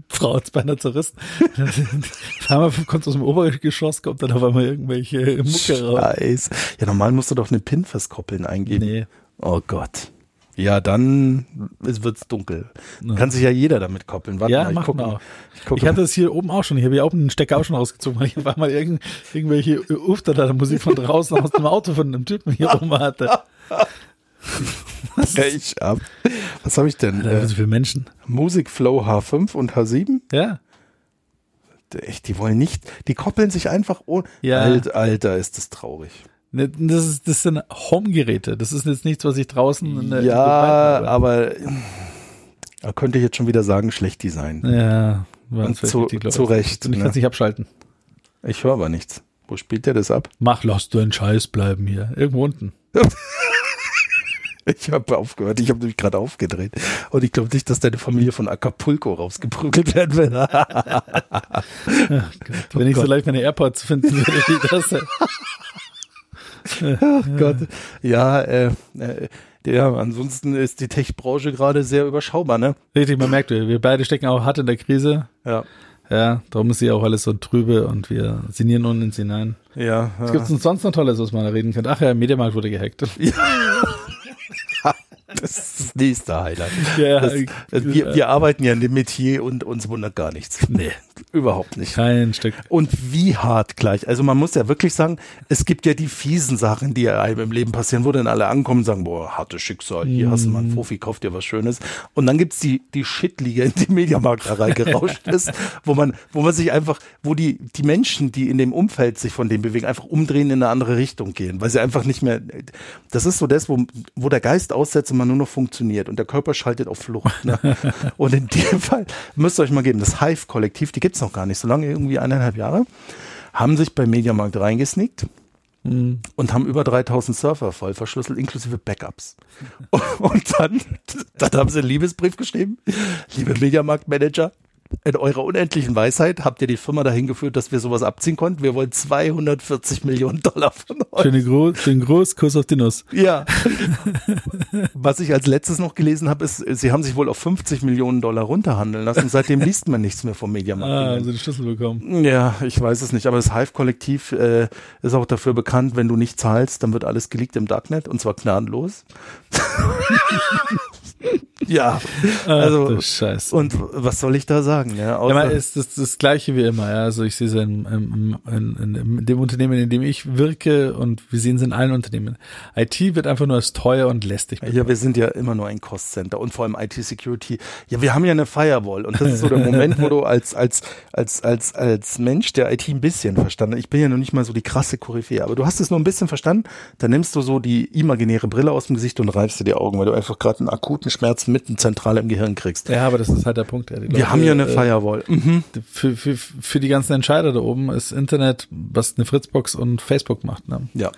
Speaker 1: Frau hat's beinahe zerrissen. [laughs] Einmal [laughs] kommt aus dem Obergeschoss, kommt dann auf einmal irgendwelche [laughs] Mucke raus.
Speaker 2: Scheiß. Ja, normal musst du doch eine PIN fürs Koppeln eingeben.
Speaker 1: Nee.
Speaker 2: Oh Gott. Ja, dann es wird's dunkel. Kann sich ja jeder damit koppeln. Warte
Speaker 1: Ja,
Speaker 2: mal, ich
Speaker 1: macht
Speaker 2: gucke
Speaker 1: man
Speaker 2: mal.
Speaker 1: auch.
Speaker 2: Ich gucke
Speaker 1: Ich hatte es hier oben auch schon. Ich habe hier auch einen Stecker auch schon rausgezogen, weil ich auf einmal irgend, irgendwelche Ufter da Musik von draußen aus dem Auto von einem Typen hier oben hatte.
Speaker 2: mal ich ab. Was habe ich denn?
Speaker 1: Da
Speaker 2: Äh,
Speaker 1: sind so viele Menschen.
Speaker 2: Music Flow H5 und H7?
Speaker 1: Ja.
Speaker 2: Echt, die wollen nicht. Die koppeln sich einfach ohne.
Speaker 1: Ja.
Speaker 2: Alt, Alter, ist das traurig.
Speaker 1: Ne, Das, ist, das sind Home-Geräte. Das ist jetzt nichts, was ich draußen in der in der
Speaker 2: ja,
Speaker 1: Gemeinde habe.
Speaker 2: aber da könnte ich jetzt schon wieder sagen, schlecht Design.
Speaker 1: Ne. Ja, war
Speaker 2: Und
Speaker 1: vielleicht
Speaker 2: zu,
Speaker 1: richtig, glaub
Speaker 2: zu
Speaker 1: ich.
Speaker 2: Recht.
Speaker 1: Und ich kann
Speaker 2: Ne?
Speaker 1: es nicht abschalten.
Speaker 2: Ich höre aber nichts. Wo spielt der das ab?
Speaker 1: Mach, lass deinen Scheiß bleiben hier. Irgendwo unten.
Speaker 2: Ich habe aufgehört, ich habe nämlich gerade aufgedreht. Und ich glaube nicht, dass deine Familie von Acapulco rausgeprügelt werden will.
Speaker 1: Wenn ich so leicht meine AirPods finden würde, wie das. [laughs] äh,
Speaker 2: Ach Gott. Ja, äh, äh, ja, ansonsten ist die Tech-Branche gerade sehr überschaubar, ne?
Speaker 1: Richtig, man merkt, wir, wir beide stecken auch hart in der Krise.
Speaker 2: Ja.
Speaker 1: Ja, darum ist sie auch alles so trübe und wir sinnieren nun ins Hinein.
Speaker 2: Ja.
Speaker 1: Was gibt's denn sonst noch Tolles, was man da reden könnte? Ach ja, Mediamarkt wurde
Speaker 2: [laughs]
Speaker 1: gehackt.
Speaker 2: das ist das nächste Highlight.
Speaker 1: Ja,
Speaker 2: das,
Speaker 1: äh,
Speaker 2: wir, wir arbeiten ja in dem Metier und uns wundert gar nichts.
Speaker 1: Nee.
Speaker 2: Überhaupt nicht.
Speaker 1: Kein Stück.
Speaker 2: Und wie hart gleich. Also man muss ja wirklich sagen, es gibt ja die fiesen Sachen, die einem im Leben passieren, wo dann alle ankommen und sagen, boah, hartes Schicksal, hier hast du mal einen Profi, kauf dir was Schönes. Und dann gibt's die, die Shitliga, in die Mediamarkt reingerauscht ist, wo man, wo man sich einfach, wo die, die Menschen, die in dem Umfeld sich von dem bewegen, einfach umdrehen, in eine andere Richtung gehen, weil sie einfach nicht mehr, das ist so das, wo, wo der Geist aussetzt und man nur noch funktioniert und der Körper schaltet auf Flucht. Ne? und in dem Fall müsst ihr euch mal geben, das Hive-Kollektiv, die gibt's noch gar nicht, so lange irgendwie eineinhalb Jahre, haben sich beim Mediamarkt reingesneakt und haben über 3000 Surfer voll verschlüsselt, inklusive Backups. [laughs] Und dann, dann haben sie einen Liebesbrief geschrieben. Liebe Mediamarkt-Manager, in eurer unendlichen Weisheit habt ihr die Firma dahin geführt, dass wir sowas abziehen konnten. Wir wollen 240 Millionen Dollar von euch.
Speaker 1: Schöne Gruß, schönen Gruß, Kuss auf die Nuss.
Speaker 2: Ja. Was ich als letztes noch gelesen habe, ist, sie haben sich wohl auf 50 Millionen Dollar runterhandeln lassen. Seitdem liest man nichts mehr vom Mediamarkt.
Speaker 1: Ah, also den Schlüssel bekommen.
Speaker 2: Ja, ich weiß es nicht, aber das Hive-Kollektiv äh, ist auch dafür bekannt, wenn du nicht zahlst, dann wird alles geleakt im Darknet und zwar gnadenlos. [laughs] ja,
Speaker 1: Ach,
Speaker 2: also
Speaker 1: du Scheiße.
Speaker 2: und was soll ich da sagen? Ja,
Speaker 1: Ja,
Speaker 2: außer,
Speaker 1: aber es ist das, das Gleiche wie immer. Ja. Also ich sehe es in, in, in, in dem Unternehmen, in dem ich wirke und wir sehen es in allen Unternehmen. IT wird einfach nur als teuer und lästig.
Speaker 2: ja, wir sind ja immer nur ein Cost-Center und vor allem IT-Security. Ja, wir haben ja eine Firewall und das ist so der
Speaker 1: [laughs]
Speaker 2: Moment, wo du als, als, als, als, als Mensch der IT ein bisschen verstanden hast. Ich bin ja noch nicht mal so die krasse Koryphäe, aber du hast es nur ein bisschen verstanden, dann nimmst du so die imaginäre Brille aus dem Gesicht und reibst dir die Augen, weil du einfach gerade einen akuten Schmerz mitten zentral im Gehirn kriegst.
Speaker 1: Ja, aber das ist halt der Punkt. Ja. Die Leute,
Speaker 2: wir haben ja eine
Speaker 1: äh,
Speaker 2: Firewall. Mhm.
Speaker 1: Für, für, für die ganzen Entscheider da oben ist Internet, was eine Fritzbox und Facebook macht. Ne?
Speaker 2: Ja,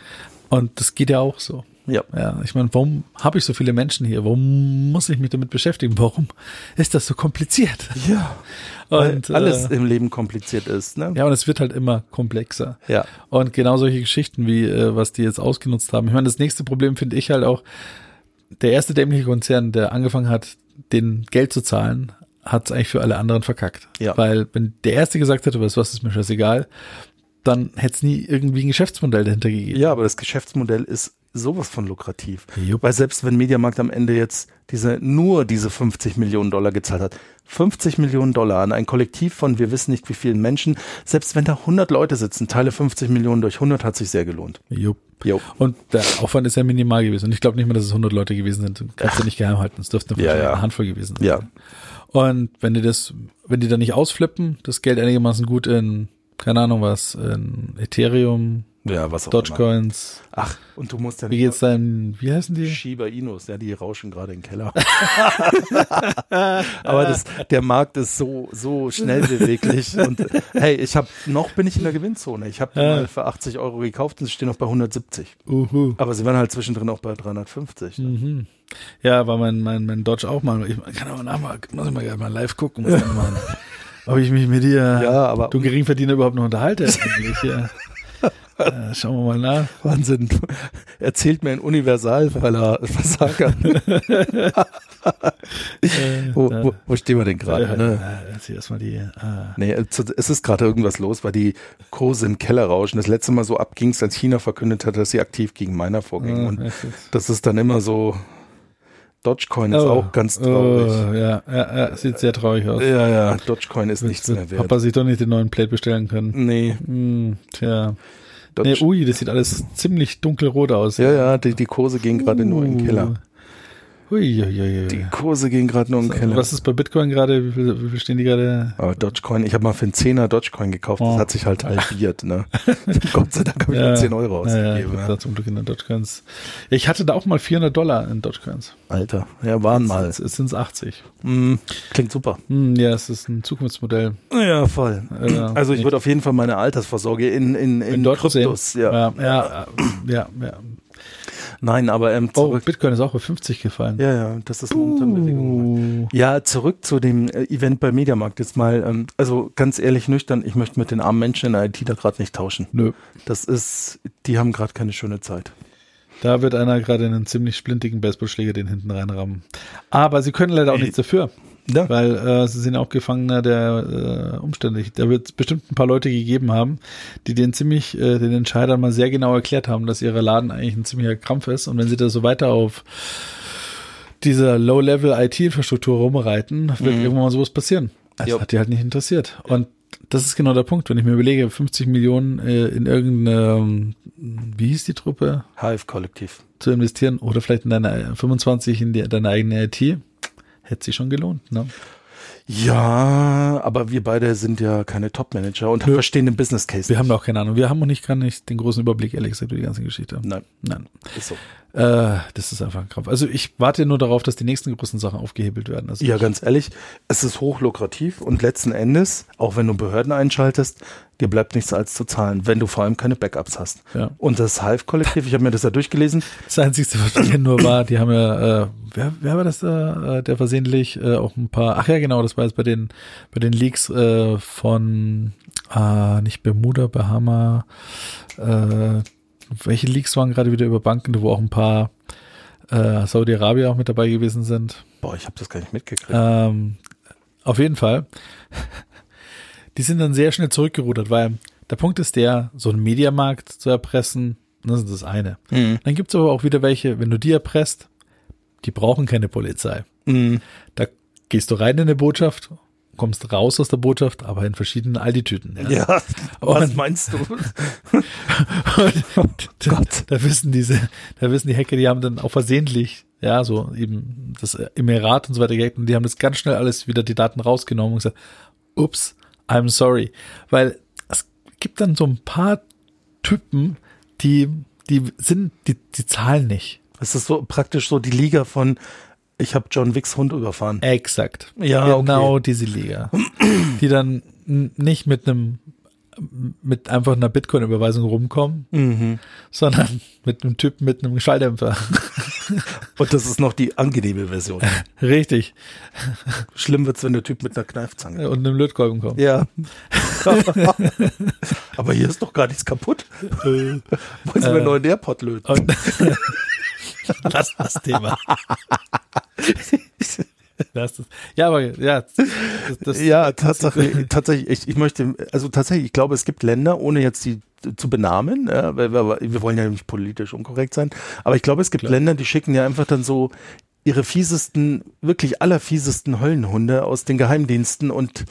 Speaker 1: Und das geht ja auch so.
Speaker 2: ja.
Speaker 1: Ja, ich meine, warum habe ich so viele Menschen hier? Warum muss ich mich damit beschäftigen? Warum ist das so kompliziert?
Speaker 2: Ja, weil
Speaker 1: Und,
Speaker 2: alles
Speaker 1: äh,
Speaker 2: im Leben kompliziert ist, ne?
Speaker 1: ja, und es wird halt immer komplexer.
Speaker 2: Ja.
Speaker 1: Und genau solche Geschichten wie, äh, was die jetzt ausgenutzt haben. Ich meine, das nächste Problem finde ich halt auch, der erste dämliche Konzern, der angefangen hat, den Geld zu zahlen, hat es eigentlich für alle anderen verkackt.
Speaker 2: Ja.
Speaker 1: Weil wenn der erste gesagt hätte, was, was ist mir scheißegal, dann hätte es nie irgendwie ein Geschäftsmodell dahinter gegeben.
Speaker 2: Ja, aber das Geschäftsmodell ist sowas von lukrativ.
Speaker 1: Jupp.
Speaker 2: Weil selbst wenn Mediamarkt am Ende jetzt diese, nur diese 50 Millionen Dollar gezahlt hat, 50 Millionen Dollar an ein Kollektiv von wir wissen nicht wie vielen Menschen, selbst wenn da 100 Leute sitzen, teile 50 Millionen durch 100 hat sich sehr gelohnt.
Speaker 1: Jupp.
Speaker 2: Jo.
Speaker 1: Und der Aufwand ist ja minimal gewesen. Und ich glaube nicht mal, dass es 100 Leute gewesen sind. Du Kannst du nicht geheim halten. Es dürften
Speaker 2: Ja,
Speaker 1: wahrscheinlich
Speaker 2: ja.
Speaker 1: eine Handvoll gewesen sein.
Speaker 2: Ja.
Speaker 1: Und wenn die das, wenn die da nicht ausflippen, das Geld einigermaßen gut in, keine Ahnung was, in Ethereum,
Speaker 2: Ja, was auch immer.
Speaker 1: Dogecoins.
Speaker 2: Ach, und du musst ja
Speaker 1: Wie geht's dann? Wie heißen die?
Speaker 2: Shiba Inus, ja, die rauschen gerade im Keller. [laughs] Aber das, der Markt ist so, so schnell beweglich. Und hey, ich habe noch bin ich in der Gewinnzone. Ich habe die
Speaker 1: Ja.
Speaker 2: mal für 80 Euro gekauft und sie stehen noch bei 170.
Speaker 1: Uhu.
Speaker 2: Aber sie waren halt zwischendrin auch bei 350. ne?
Speaker 1: Mhm. Ja, war mein, mein, mein Dodge auch mal. Ich kann aber nachher, muss ich mal gerade mal live gucken, was dann
Speaker 2: [laughs]
Speaker 1: machen. Ob ich mich mit dir,
Speaker 2: Ja, aber-
Speaker 1: du Geringverdiener überhaupt noch unterhalte.
Speaker 2: [laughs]
Speaker 1: eigentlich, ja. Äh, schauen wir mal nach.
Speaker 2: Wahnsinn. Erzählt mir ein Universalversager. wo, wo, wo stehen wir denn gerade? Ne?
Speaker 1: Äh, jetzt hier erstmal die. Äh,
Speaker 2: Nee, zu- es ist gerade irgendwas los, weil die Kurse im Keller rauschen. Das letzte Mal so abging es, als China verkündet hat, dass sie aktiv gegen Miner vorgingen. Und
Speaker 1: jetzt- jetzt.
Speaker 2: Das ist dann immer so. Dogecoin ist auch ganz traurig.
Speaker 1: Oh, ja, ja, ja, sieht sehr traurig aus.
Speaker 2: Ja, ja, Dogecoin ist nichts mehr wert.
Speaker 1: Oh. Papa sich doch nicht den neuen Plate bestellen können.
Speaker 2: nee,
Speaker 1: Hm, tja.
Speaker 2: Doge,
Speaker 1: Nee, ui, das sieht alles ziemlich dunkelrot aus.
Speaker 2: ja, ja, die, die Kurse gehen gerade nur in den Keller.
Speaker 1: Uh. Ui, ui, ui, ui.
Speaker 2: Die Kurse gehen gerade nur in den Keller.
Speaker 1: Was ist bei Bitcoin gerade? Wie viel, wie viel stehen die gerade?
Speaker 2: Aber Dogecoin, ich habe mal für einen Zehner Dogecoin gekauft, das
Speaker 1: Oh.
Speaker 2: hat sich halt
Speaker 1: [laughs]
Speaker 2: halbiert, ne? Gott sei Dank habe ich nur 10 Euro
Speaker 1: Ja,
Speaker 2: ausgegeben.
Speaker 1: ich hab
Speaker 2: ne?
Speaker 1: da zum Glück in den Dogecoins. Ich hatte da auch mal 400 Dollar in Dogecoins.
Speaker 2: Alter, ja, waren mal.
Speaker 1: Jetzt sind es 80.
Speaker 2: Mm, klingt super.
Speaker 1: Hm, ja, es ist ein Zukunftsmodell.
Speaker 2: Ja, voll.
Speaker 1: Ja,
Speaker 2: also ich
Speaker 1: nicht.
Speaker 2: würde auf jeden Fall meine Altersvorsorge in, in, in,
Speaker 1: In Deutschland
Speaker 2: Kryptos.
Speaker 1: sehen.
Speaker 2: Ja.
Speaker 1: Ja, ja, ja, ja.
Speaker 2: Nein, aber ähm,
Speaker 1: Oh, Uh.
Speaker 2: zurück.
Speaker 1: Bitcoin ist auch bei 50 gefallen. Uh.
Speaker 2: Ja, ja, das ist eine Unterbewegung. Ja, zurück zu dem äh, Event bei Mediamarkt jetzt mal. Ähm, also ganz ehrlich nüchtern, ich möchte mit den armen Menschen in der IT da gerade nicht tauschen.
Speaker 1: Nö.
Speaker 2: Das ist, die haben gerade keine schöne Zeit.
Speaker 1: Da wird einer gerade einen ziemlich splintigen Baseballschläger den hinten reinrammen. Aber sie können leider auch nichts dafür,
Speaker 2: Ja.
Speaker 1: weil äh, sie sind auch Gefangener der äh, Umstände. Da wird es bestimmt ein paar Leute gegeben haben, die den ziemlich, äh, den Entscheidern mal sehr genau erklärt haben, dass ihre Laden eigentlich ein ziemlicher Krampf ist. Und wenn sie da so weiter auf dieser Low-Level-IT-Infrastruktur rumreiten, wird irgendwann mal sowas passieren. Das
Speaker 2: Mhm. Jo.
Speaker 1: hat die halt nicht interessiert. Und das ist genau der Punkt, wenn ich mir überlege, 50 Millionen äh, in irgendeine, ähm, wie hieß die Truppe?
Speaker 2: Hive-Kollektiv.
Speaker 1: zu investieren oder vielleicht in deine 25 in die, deine eigene IT, hätte sich schon gelohnt. Ne?
Speaker 2: Ja, aber wir beide sind ja keine Top-Manager und verstehen den Business Case.
Speaker 1: Wir haben da auch keine Ahnung. Wir haben noch nicht gar nicht den großen Überblick, ehrlich gesagt, über die ganze Geschichte.
Speaker 2: Nein,
Speaker 1: Nein.
Speaker 2: ist so.
Speaker 1: Äh, das ist einfach ein Krampf. Also ich warte nur darauf, dass die nächsten großen Sachen aufgehebelt werden. Also
Speaker 2: Ja, ganz ehrlich, es ist hochlukrativ und letzten Endes, auch wenn du Behörden einschaltest, dir bleibt nichts als zu zahlen, wenn du vor allem keine Backups hast.
Speaker 1: Ja.
Speaker 2: Und das Hive-Kollektiv, ich habe mir das ja durchgelesen,
Speaker 1: Das Einzige, was bei mir nur war, die haben ja, äh, wer, wer war das da, äh, der versehentlich äh, auch ein paar, ach ja genau, das war jetzt bei den, bei den Leaks äh, von, äh, nicht Bermuda, Bahama, äh, welche Leaks waren gerade wieder über Banken, wo auch ein paar äh, Saudi-Arabier auch mit dabei gewesen sind.
Speaker 2: boah, ich habe das gar nicht mitgekriegt.
Speaker 1: Ähm, auf jeden Fall. [laughs] Die sind dann sehr schnell zurückgerudert, weil der Punkt ist der, so einen Mediamarkt zu erpressen, das ist das eine.
Speaker 2: Mhm.
Speaker 1: Dann gibt es aber auch wieder welche, wenn du die erpresst, die brauchen keine Polizei.
Speaker 2: Mhm.
Speaker 1: Da gehst du rein in eine Botschaft, kommst raus aus der Botschaft, aber in verschiedenen Aldi-Tüten.
Speaker 2: Ja, was
Speaker 1: Und-
Speaker 2: meinst du?
Speaker 1: [laughs] Und da, da wissen diese, da wissen die Hacker, die haben dann auch versehentlich, ja, so eben das Emirat und so weiter gehackt und die haben das ganz schnell alles wieder die Daten rausgenommen und gesagt, ups, I'm sorry. Weil es gibt dann so ein paar Typen, die, die sind, die, die zahlen nicht.
Speaker 2: Es ist so praktisch so die Liga von, ich habe John Wicks Hund überfahren.
Speaker 1: Exakt.
Speaker 2: Ja,
Speaker 1: genau diese Liga. Die dann n- nicht mit einem mit einfach einer Bitcoin-Überweisung rumkommen,
Speaker 2: Mhm.
Speaker 1: sondern mit einem Typen mit einem Schalldämpfer.
Speaker 2: Und das ist noch die angenehme Version.
Speaker 1: [laughs] Richtig.
Speaker 2: Schlimm wird's, wenn der Typ mit einer Kneifzange.
Speaker 1: Und einem Lötkolben kommt.
Speaker 2: Ja. [laughs] Aber hier ist doch gar nichts kaputt. Wollen Sie mir einen neuen AirPod löten?
Speaker 1: Und Lass das Thema. Lass [laughs] das. Ja, aber ja, das, das,
Speaker 2: Ja, tatsächlich, tatsächlich ich, ich möchte, also tatsächlich, ich glaube, es gibt Länder, ohne jetzt die zu benamen, ja, weil wir, wir wollen ja nicht politisch unkorrekt sein, aber ich glaube, es gibt Länder, die schicken ja einfach dann so ihre fiesesten, wirklich allerfiesesten Höllenhunde aus den Geheimdiensten und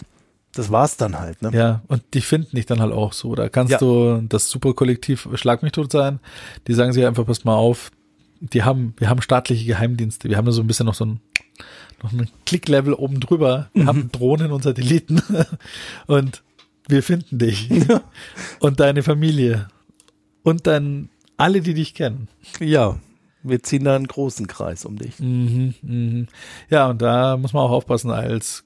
Speaker 2: das war's dann halt, ne?
Speaker 1: ja, und die finden dich dann halt auch so. Da kannst
Speaker 2: Ja.
Speaker 1: du das Superkollektiv Schlag mich tot sein. Die sagen sich einfach, pass mal auf, die haben, wir haben staatliche Geheimdienste, wir haben da so ein bisschen noch so ein noch ein Klicklevel oben drüber.
Speaker 2: Mhm.
Speaker 1: Wir haben Drohnen und Satelliten [laughs] und wir finden dich und deine Familie und dann alle, die dich kennen.
Speaker 2: Ja, wir ziehen da einen großen Kreis um dich.
Speaker 1: Mhm, mhm. Ja, und da muss man auch aufpassen als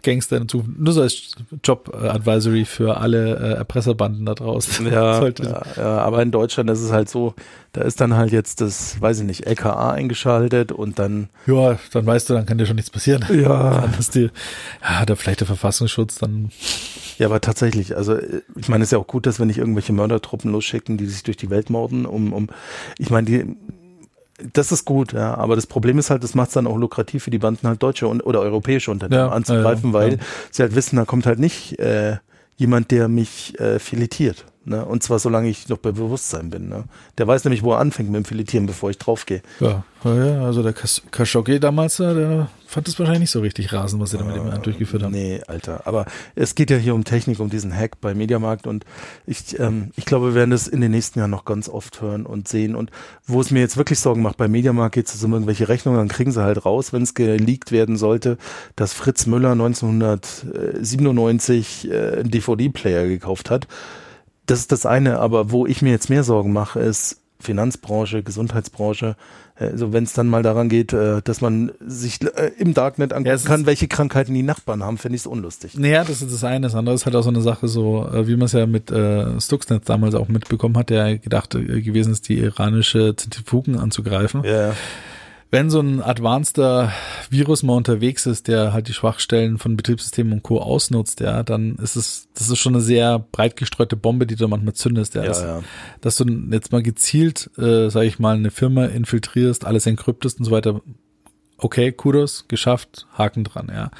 Speaker 1: Gangster in Zukunft. Nur so als Job-Advisory für alle äh, Erpresserbanden da draußen. [laughs] Sollte-
Speaker 2: [laughs] ja, ja, aber in Deutschland ist es halt so, da ist dann halt jetzt das, weiß ich nicht, LKA eingeschaltet und dann
Speaker 1: ja, dann weißt du, dann kann dir schon nichts passieren.
Speaker 2: [laughs]
Speaker 1: [laughs]
Speaker 2: Ja.
Speaker 1: Dann ist die, ja, da vielleicht der Verfassungsschutz, dann
Speaker 2: Ja, aber tatsächlich, also äh, ich meine, es ist ja auch gut, dass wir nicht irgendwelche Mördertruppen losschicken, die sich durch die Welt morden, um, um ich meine, die, das ist gut, ja, aber das Problem ist halt, das macht es dann auch lukrativ für die Banden halt deutsche und, oder europäische Unternehmen
Speaker 1: Ja,
Speaker 2: anzugreifen,
Speaker 1: ja, ja,
Speaker 2: weil
Speaker 1: ja.
Speaker 2: sie halt wissen, da kommt halt nicht äh, jemand, der mich äh, filetiert. Ne? Und zwar solange ich noch bei Bewusstsein bin. Ne? Der weiß nämlich, wo er anfängt mit dem Filetieren, bevor ich draufgehe.
Speaker 1: ja. ja also der Kas- Khashoggi damals, äh, der fand das wahrscheinlich nicht so richtig rasend, was sie da mit dem durchgeführt haben.
Speaker 2: Nee, Alter. Aber es geht ja hier um Technik, um diesen Hack bei Mediamarkt und ich, ähm, ich glaube, wir werden das in den nächsten Jahren noch ganz oft hören und sehen. Und wo es mir jetzt wirklich Sorgen macht, bei Mediamarkt geht es um irgendwelche Rechnungen, dann kriegen sie halt raus, wenn es geleakt werden sollte, dass Fritz Müller 1997 äh, einen DVD-Player gekauft hat. Das ist das eine, aber wo ich mir jetzt mehr Sorgen mache, ist Finanzbranche, Gesundheitsbranche. Also wenn es dann mal daran geht, äh, dass man sich äh, im Darknet angucken
Speaker 1: Ja, es ist-
Speaker 2: kann, welche Krankheiten die Nachbarn haben, finde ich es unlustig.
Speaker 1: Naja, das ist das eine. Das andere ist halt auch so eine Sache, so äh, wie man es ja mit äh, Stuxnet damals auch mitbekommen hat, der gedacht äh, gewesen ist, die iranische Zentrifugen anzugreifen.
Speaker 2: Ja,
Speaker 1: Wenn so ein advanceder Virus mal unterwegs ist, der halt die Schwachstellen von Betriebssystemen und Co. ausnutzt, ja, dann ist es, das ist schon eine sehr breit gestreute Bombe, die du manchmal zündest, ja.
Speaker 2: ja,
Speaker 1: das,
Speaker 2: ja.
Speaker 1: Dass du jetzt mal gezielt, äh, sage ich mal, eine Firma infiltrierst, alles encryptest und so weiter. Okay, Kudos, geschafft, Haken dran, ja.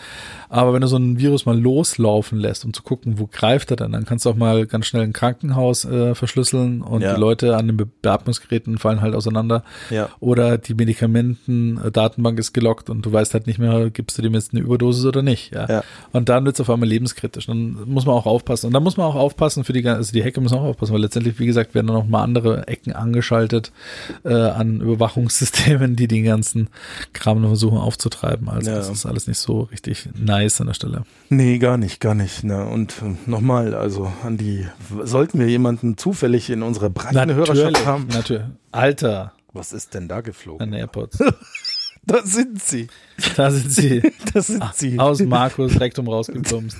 Speaker 1: Aber wenn du so ein Virus mal loslaufen lässt, um zu gucken, wo greift er denn, dann kannst du auch mal ganz schnell ein Krankenhaus äh, verschlüsseln und
Speaker 2: Ja.
Speaker 1: die Leute an den Be- Beatmungsgeräten fallen halt auseinander
Speaker 2: ja.
Speaker 1: oder die Medikamenten-Datenbank ist gelockt und du weißt halt nicht mehr, gibst du dem jetzt eine Überdosis oder nicht. Ja.
Speaker 2: Ja.
Speaker 1: Und dann wird es auf einmal lebenskritisch. Dann muss man auch aufpassen. Und dann muss man auch aufpassen für die ganzen, also die Hacker müssen auch aufpassen, weil letztendlich, wie gesagt, werden dann auch mal andere Ecken angeschaltet äh, an Überwachungssystemen, die den ganzen Kram noch versuchen aufzutreiben. Also
Speaker 2: Ja.
Speaker 1: das ist alles nicht so richtig nice an der Stelle.
Speaker 2: Nee, gar nicht, gar nicht. Ne? Und äh, nochmal, also an die, sollten wir jemanden zufällig in unserer breiten Hörerschaft haben?
Speaker 1: natürlich. Alter.
Speaker 2: Was ist denn da geflogen?
Speaker 1: Deine AirPods.
Speaker 2: Da sind sie.
Speaker 1: Da sind sie.
Speaker 2: Da sind sie.
Speaker 1: Ah, Aus Markus Rektum rausgekommen. [laughs]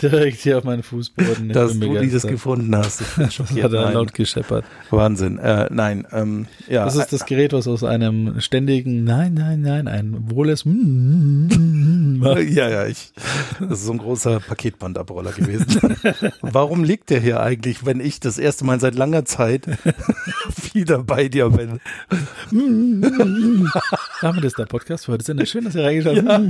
Speaker 1: Direkt hier auf meinen Fußboden. Ich
Speaker 2: Dass
Speaker 1: bin
Speaker 2: du dieses
Speaker 1: begeistert.
Speaker 2: gefunden
Speaker 1: [laughs]
Speaker 2: hast. Ich bin
Speaker 1: Das
Speaker 2: schockiert.
Speaker 1: hat er
Speaker 2: Nein.
Speaker 1: laut gescheppert.
Speaker 2: Wahnsinn. Äh, nein, ähm, ja.
Speaker 1: Das ist das Gerät, was aus einem ständigen Nein, nein, nein, ein wohles mm, macht.
Speaker 2: [laughs] ja, ja, ich. Das ist so ein großer Paketbandabroller [laughs] gewesen. Warum liegt der hier eigentlich, wenn ich das erste Mal seit langer Zeit [laughs] wieder bei dir bin?
Speaker 1: Damit ist der Podcast für heute. Sender. Schön, dass ihr reingeschaut habt.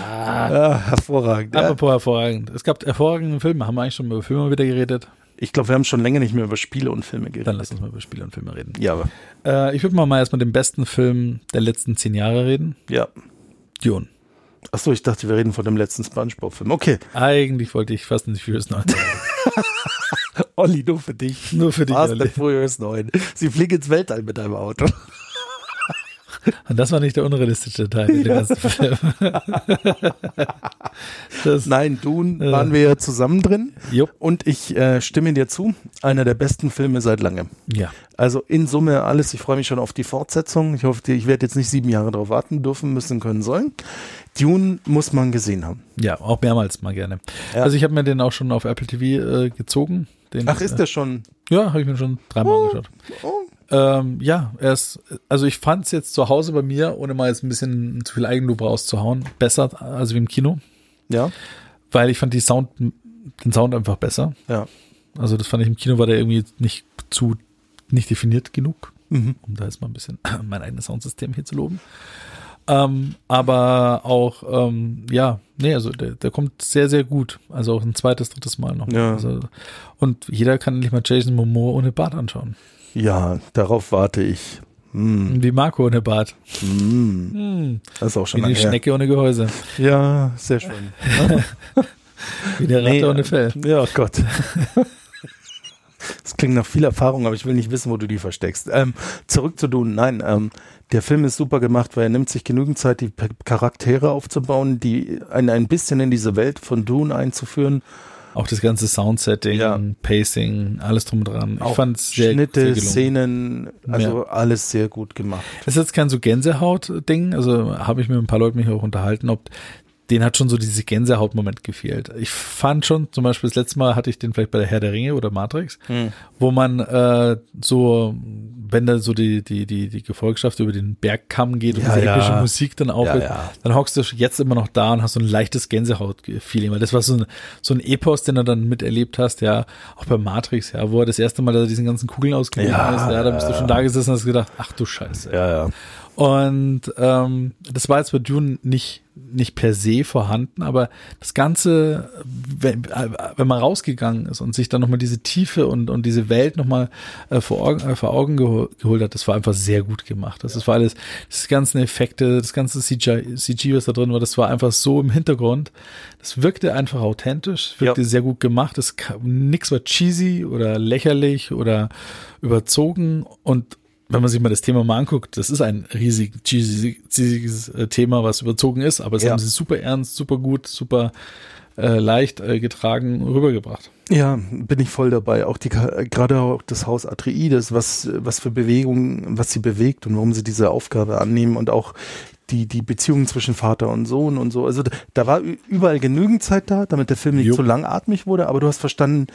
Speaker 2: Ah, hervorragend. Ja,
Speaker 1: Apropos hervorragend. Es gab hervorragende Filme. Haben wir eigentlich schon mal über Filme wieder geredet?
Speaker 2: ich glaube, wir haben schon länger nicht mehr über Spiele und Filme
Speaker 1: Dann
Speaker 2: geredet.
Speaker 1: lass uns mal über Spiele und Filme reden.
Speaker 2: Ja, aber,
Speaker 1: Äh, ich würde mal, mal erstmal den besten Film der letzten zehn Jahre reden.
Speaker 2: ja.
Speaker 1: Dune.
Speaker 2: Achso, ich dachte, wir reden von dem letzten SpongeBob-Film. Okay,
Speaker 1: Eigentlich wollte ich Fast and Furious 9.
Speaker 2: Olli, nur für dich.
Speaker 1: Nur für dich,
Speaker 2: Fast and
Speaker 1: Olli.
Speaker 2: Furious 9. Sie fliegen ins Weltall mit deinem Auto.
Speaker 1: Und das war nicht der unrealistische Teil in dem ganzen Film. das,
Speaker 2: Nein, Dune
Speaker 1: Äh.
Speaker 2: waren wir ja zusammen drin.
Speaker 1: Jupp.
Speaker 2: Und ich äh, stimme dir zu, einer der besten Filme seit langem.
Speaker 1: Ja.
Speaker 2: Also in Summe alles. Ich freue mich schon auf die Fortsetzung. Ich hoffe, die- ich werde jetzt nicht sieben Jahre darauf warten dürfen, müssen, können, sollen. Dune muss man gesehen haben.
Speaker 1: ja, auch mehrmals mal gerne.
Speaker 2: Ja.
Speaker 1: Also ich habe mir den auch schon auf Apple TV äh, gezogen. Den,
Speaker 2: Ach, ist der schon?
Speaker 1: Äh, ja, habe ich mir schon dreimal angeschaut.
Speaker 2: Oh.
Speaker 1: Ähm, ja, er ist, also ich fand es jetzt zu Hause bei mir, ohne mal jetzt ein bisschen zu viel Eigenlob rauszuhauen, besser als wie im Kino,
Speaker 2: Ja,
Speaker 1: weil ich fand die Sound, den Sound einfach besser.
Speaker 2: ja.
Speaker 1: Also das fand ich im Kino war der irgendwie nicht zu, nicht definiert genug,
Speaker 2: Mhm.
Speaker 1: um da jetzt mal ein bisschen [clears throat] mein eigenes Soundsystem hier zu loben. Ähm, aber auch, ähm, ja, nee, also der, der kommt sehr, sehr gut. Also auch ein zweites, drittes Mal noch.
Speaker 2: Ja.
Speaker 1: Also, und jeder kann endlich mal Jason Momoa ohne Bart anschauen.
Speaker 2: Ja, darauf warte ich. Hm,
Speaker 1: Wie Marco ohne Bart.
Speaker 2: hm.
Speaker 1: Hm.
Speaker 2: Das ist auch schon
Speaker 1: Wie
Speaker 2: lange
Speaker 1: eine
Speaker 2: her.
Speaker 1: Schnecke ohne Gehäuse.
Speaker 2: Ja, sehr schön.
Speaker 1: Wie eine Ratte
Speaker 2: Nee, äh,
Speaker 1: ohne Fell.
Speaker 2: Ja, oh Gott. Das klingt nach viel Erfahrung, aber ich will nicht wissen, wo du die versteckst. Ähm, zurück zu Dune. Nein, ähm, der Film ist super gemacht, weil er nimmt sich genügend Zeit, die P- Charaktere aufzubauen, die einen ein bisschen in diese Welt von Dune einzuführen.
Speaker 1: Auch das ganze Soundsetting,
Speaker 2: Ja.
Speaker 1: Pacing, alles drum und dran. Ich
Speaker 2: Auch
Speaker 1: fand es sehr,
Speaker 2: Schnitte,
Speaker 1: sehr gelungen.
Speaker 2: Szenen, also alles sehr gut gemacht.
Speaker 1: Das ist jetzt kein so Gänsehaut-Ding. Also habe ich mit ein paar Leuten mich auch unterhalten, ob den hat schon so diese Gänsehaut-Moment gefehlt. Ich fand schon, zum Beispiel das letzte Mal hatte ich den vielleicht bei der Herr der Ringe oder Matrix,
Speaker 2: Hm.
Speaker 1: wo man äh, so, wenn da so die, die, die, die Gefolgschaft über den Bergkamm geht und
Speaker 2: Ja,
Speaker 1: diese
Speaker 2: ja.
Speaker 1: epische Musik dann aufhört,
Speaker 2: Ja, ja.
Speaker 1: dann hockst du jetzt immer noch da und hast so ein leichtes Gänsehaut-Feeling, weil das war so ein, so ein Epos, den du dann miterlebt hast, ja, auch bei Matrix, ja, wo er das erste Mal da diesen ganzen Kugeln ausgegeben
Speaker 2: Ja,
Speaker 1: ist, ja, da bist du
Speaker 2: ja.
Speaker 1: schon da gesessen und hast gedacht, ach du Scheiße.
Speaker 2: Ja, ja.
Speaker 1: Und ähm, das war jetzt bei Dune nicht, nicht per se vorhanden, aber das Ganze, wenn, äh, wenn man rausgegangen ist und sich dann nochmal diese Tiefe und, und diese Welt nochmal äh, vor, Augen- äh, vor Augen geho- geholt hat, das war einfach sehr gut gemacht. Das, das war alles, das ganzen Effekte, das ganze CGI, CG, was da drin war, das war einfach so im Hintergrund. Das wirkte einfach authentisch, wirkte
Speaker 2: Ja.
Speaker 1: sehr gut gemacht. Es kam- nix war cheesy oder lächerlich oder überzogen und wenn man sich mal das Thema mal anguckt, das ist ein riesig cheesy- cheesiges äh, Thema, was überzogen ist, aber es
Speaker 2: Ja.
Speaker 1: haben sie super ernst, super gut, super äh, leicht äh, getragen rübergebracht.
Speaker 2: Ja, bin ich voll dabei. Auch die, gerade auch das Haus Atreides, was, was für Bewegungen, was sie bewegt und warum sie diese Aufgabe annehmen und auch die, die Beziehung zwischen Vater und Sohn und so. Also da war ü- überall genügend Zeit da, damit der Film nicht
Speaker 1: Jo.
Speaker 2: zu langatmig wurde, aber du hast verstanden,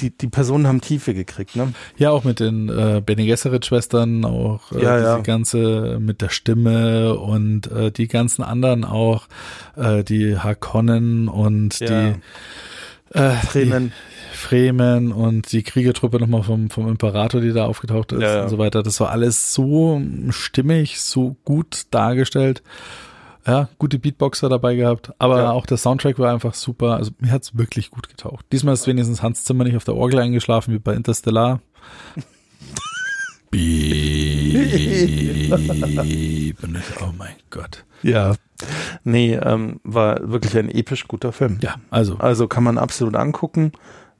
Speaker 2: die, die Personen haben Tiefe gekriegt, ne?
Speaker 1: Ja, auch mit den äh, Bene Gesserit-Schwestern, auch äh,
Speaker 2: Ja,
Speaker 1: diese
Speaker 2: ja.
Speaker 1: ganze mit der Stimme und äh, die ganzen anderen auch, äh, die Harkonnen und
Speaker 2: Ja.
Speaker 1: die äh, die
Speaker 2: Tränen.
Speaker 1: Fremen und die Kriegertruppe nochmal vom, vom Imperator, die da aufgetaucht ist
Speaker 2: Ja, ja.
Speaker 1: und so weiter. Das war alles so stimmig, so gut dargestellt. Ja, gute Beatboxer dabei gehabt, aber
Speaker 2: Ja.
Speaker 1: auch der Soundtrack war einfach super. Also mir hat's wirklich gut getaucht. Diesmal ist wenigstens Hans Zimmer nicht auf der Orgel eingeschlafen wie bei Interstellar.
Speaker 2: [laughs]
Speaker 1: Beep. Und ich, oh mein Gott.
Speaker 2: Ja. Nee, ähm, war wirklich ein episch guter Film.
Speaker 1: Ja, also
Speaker 2: Also kann man absolut angucken.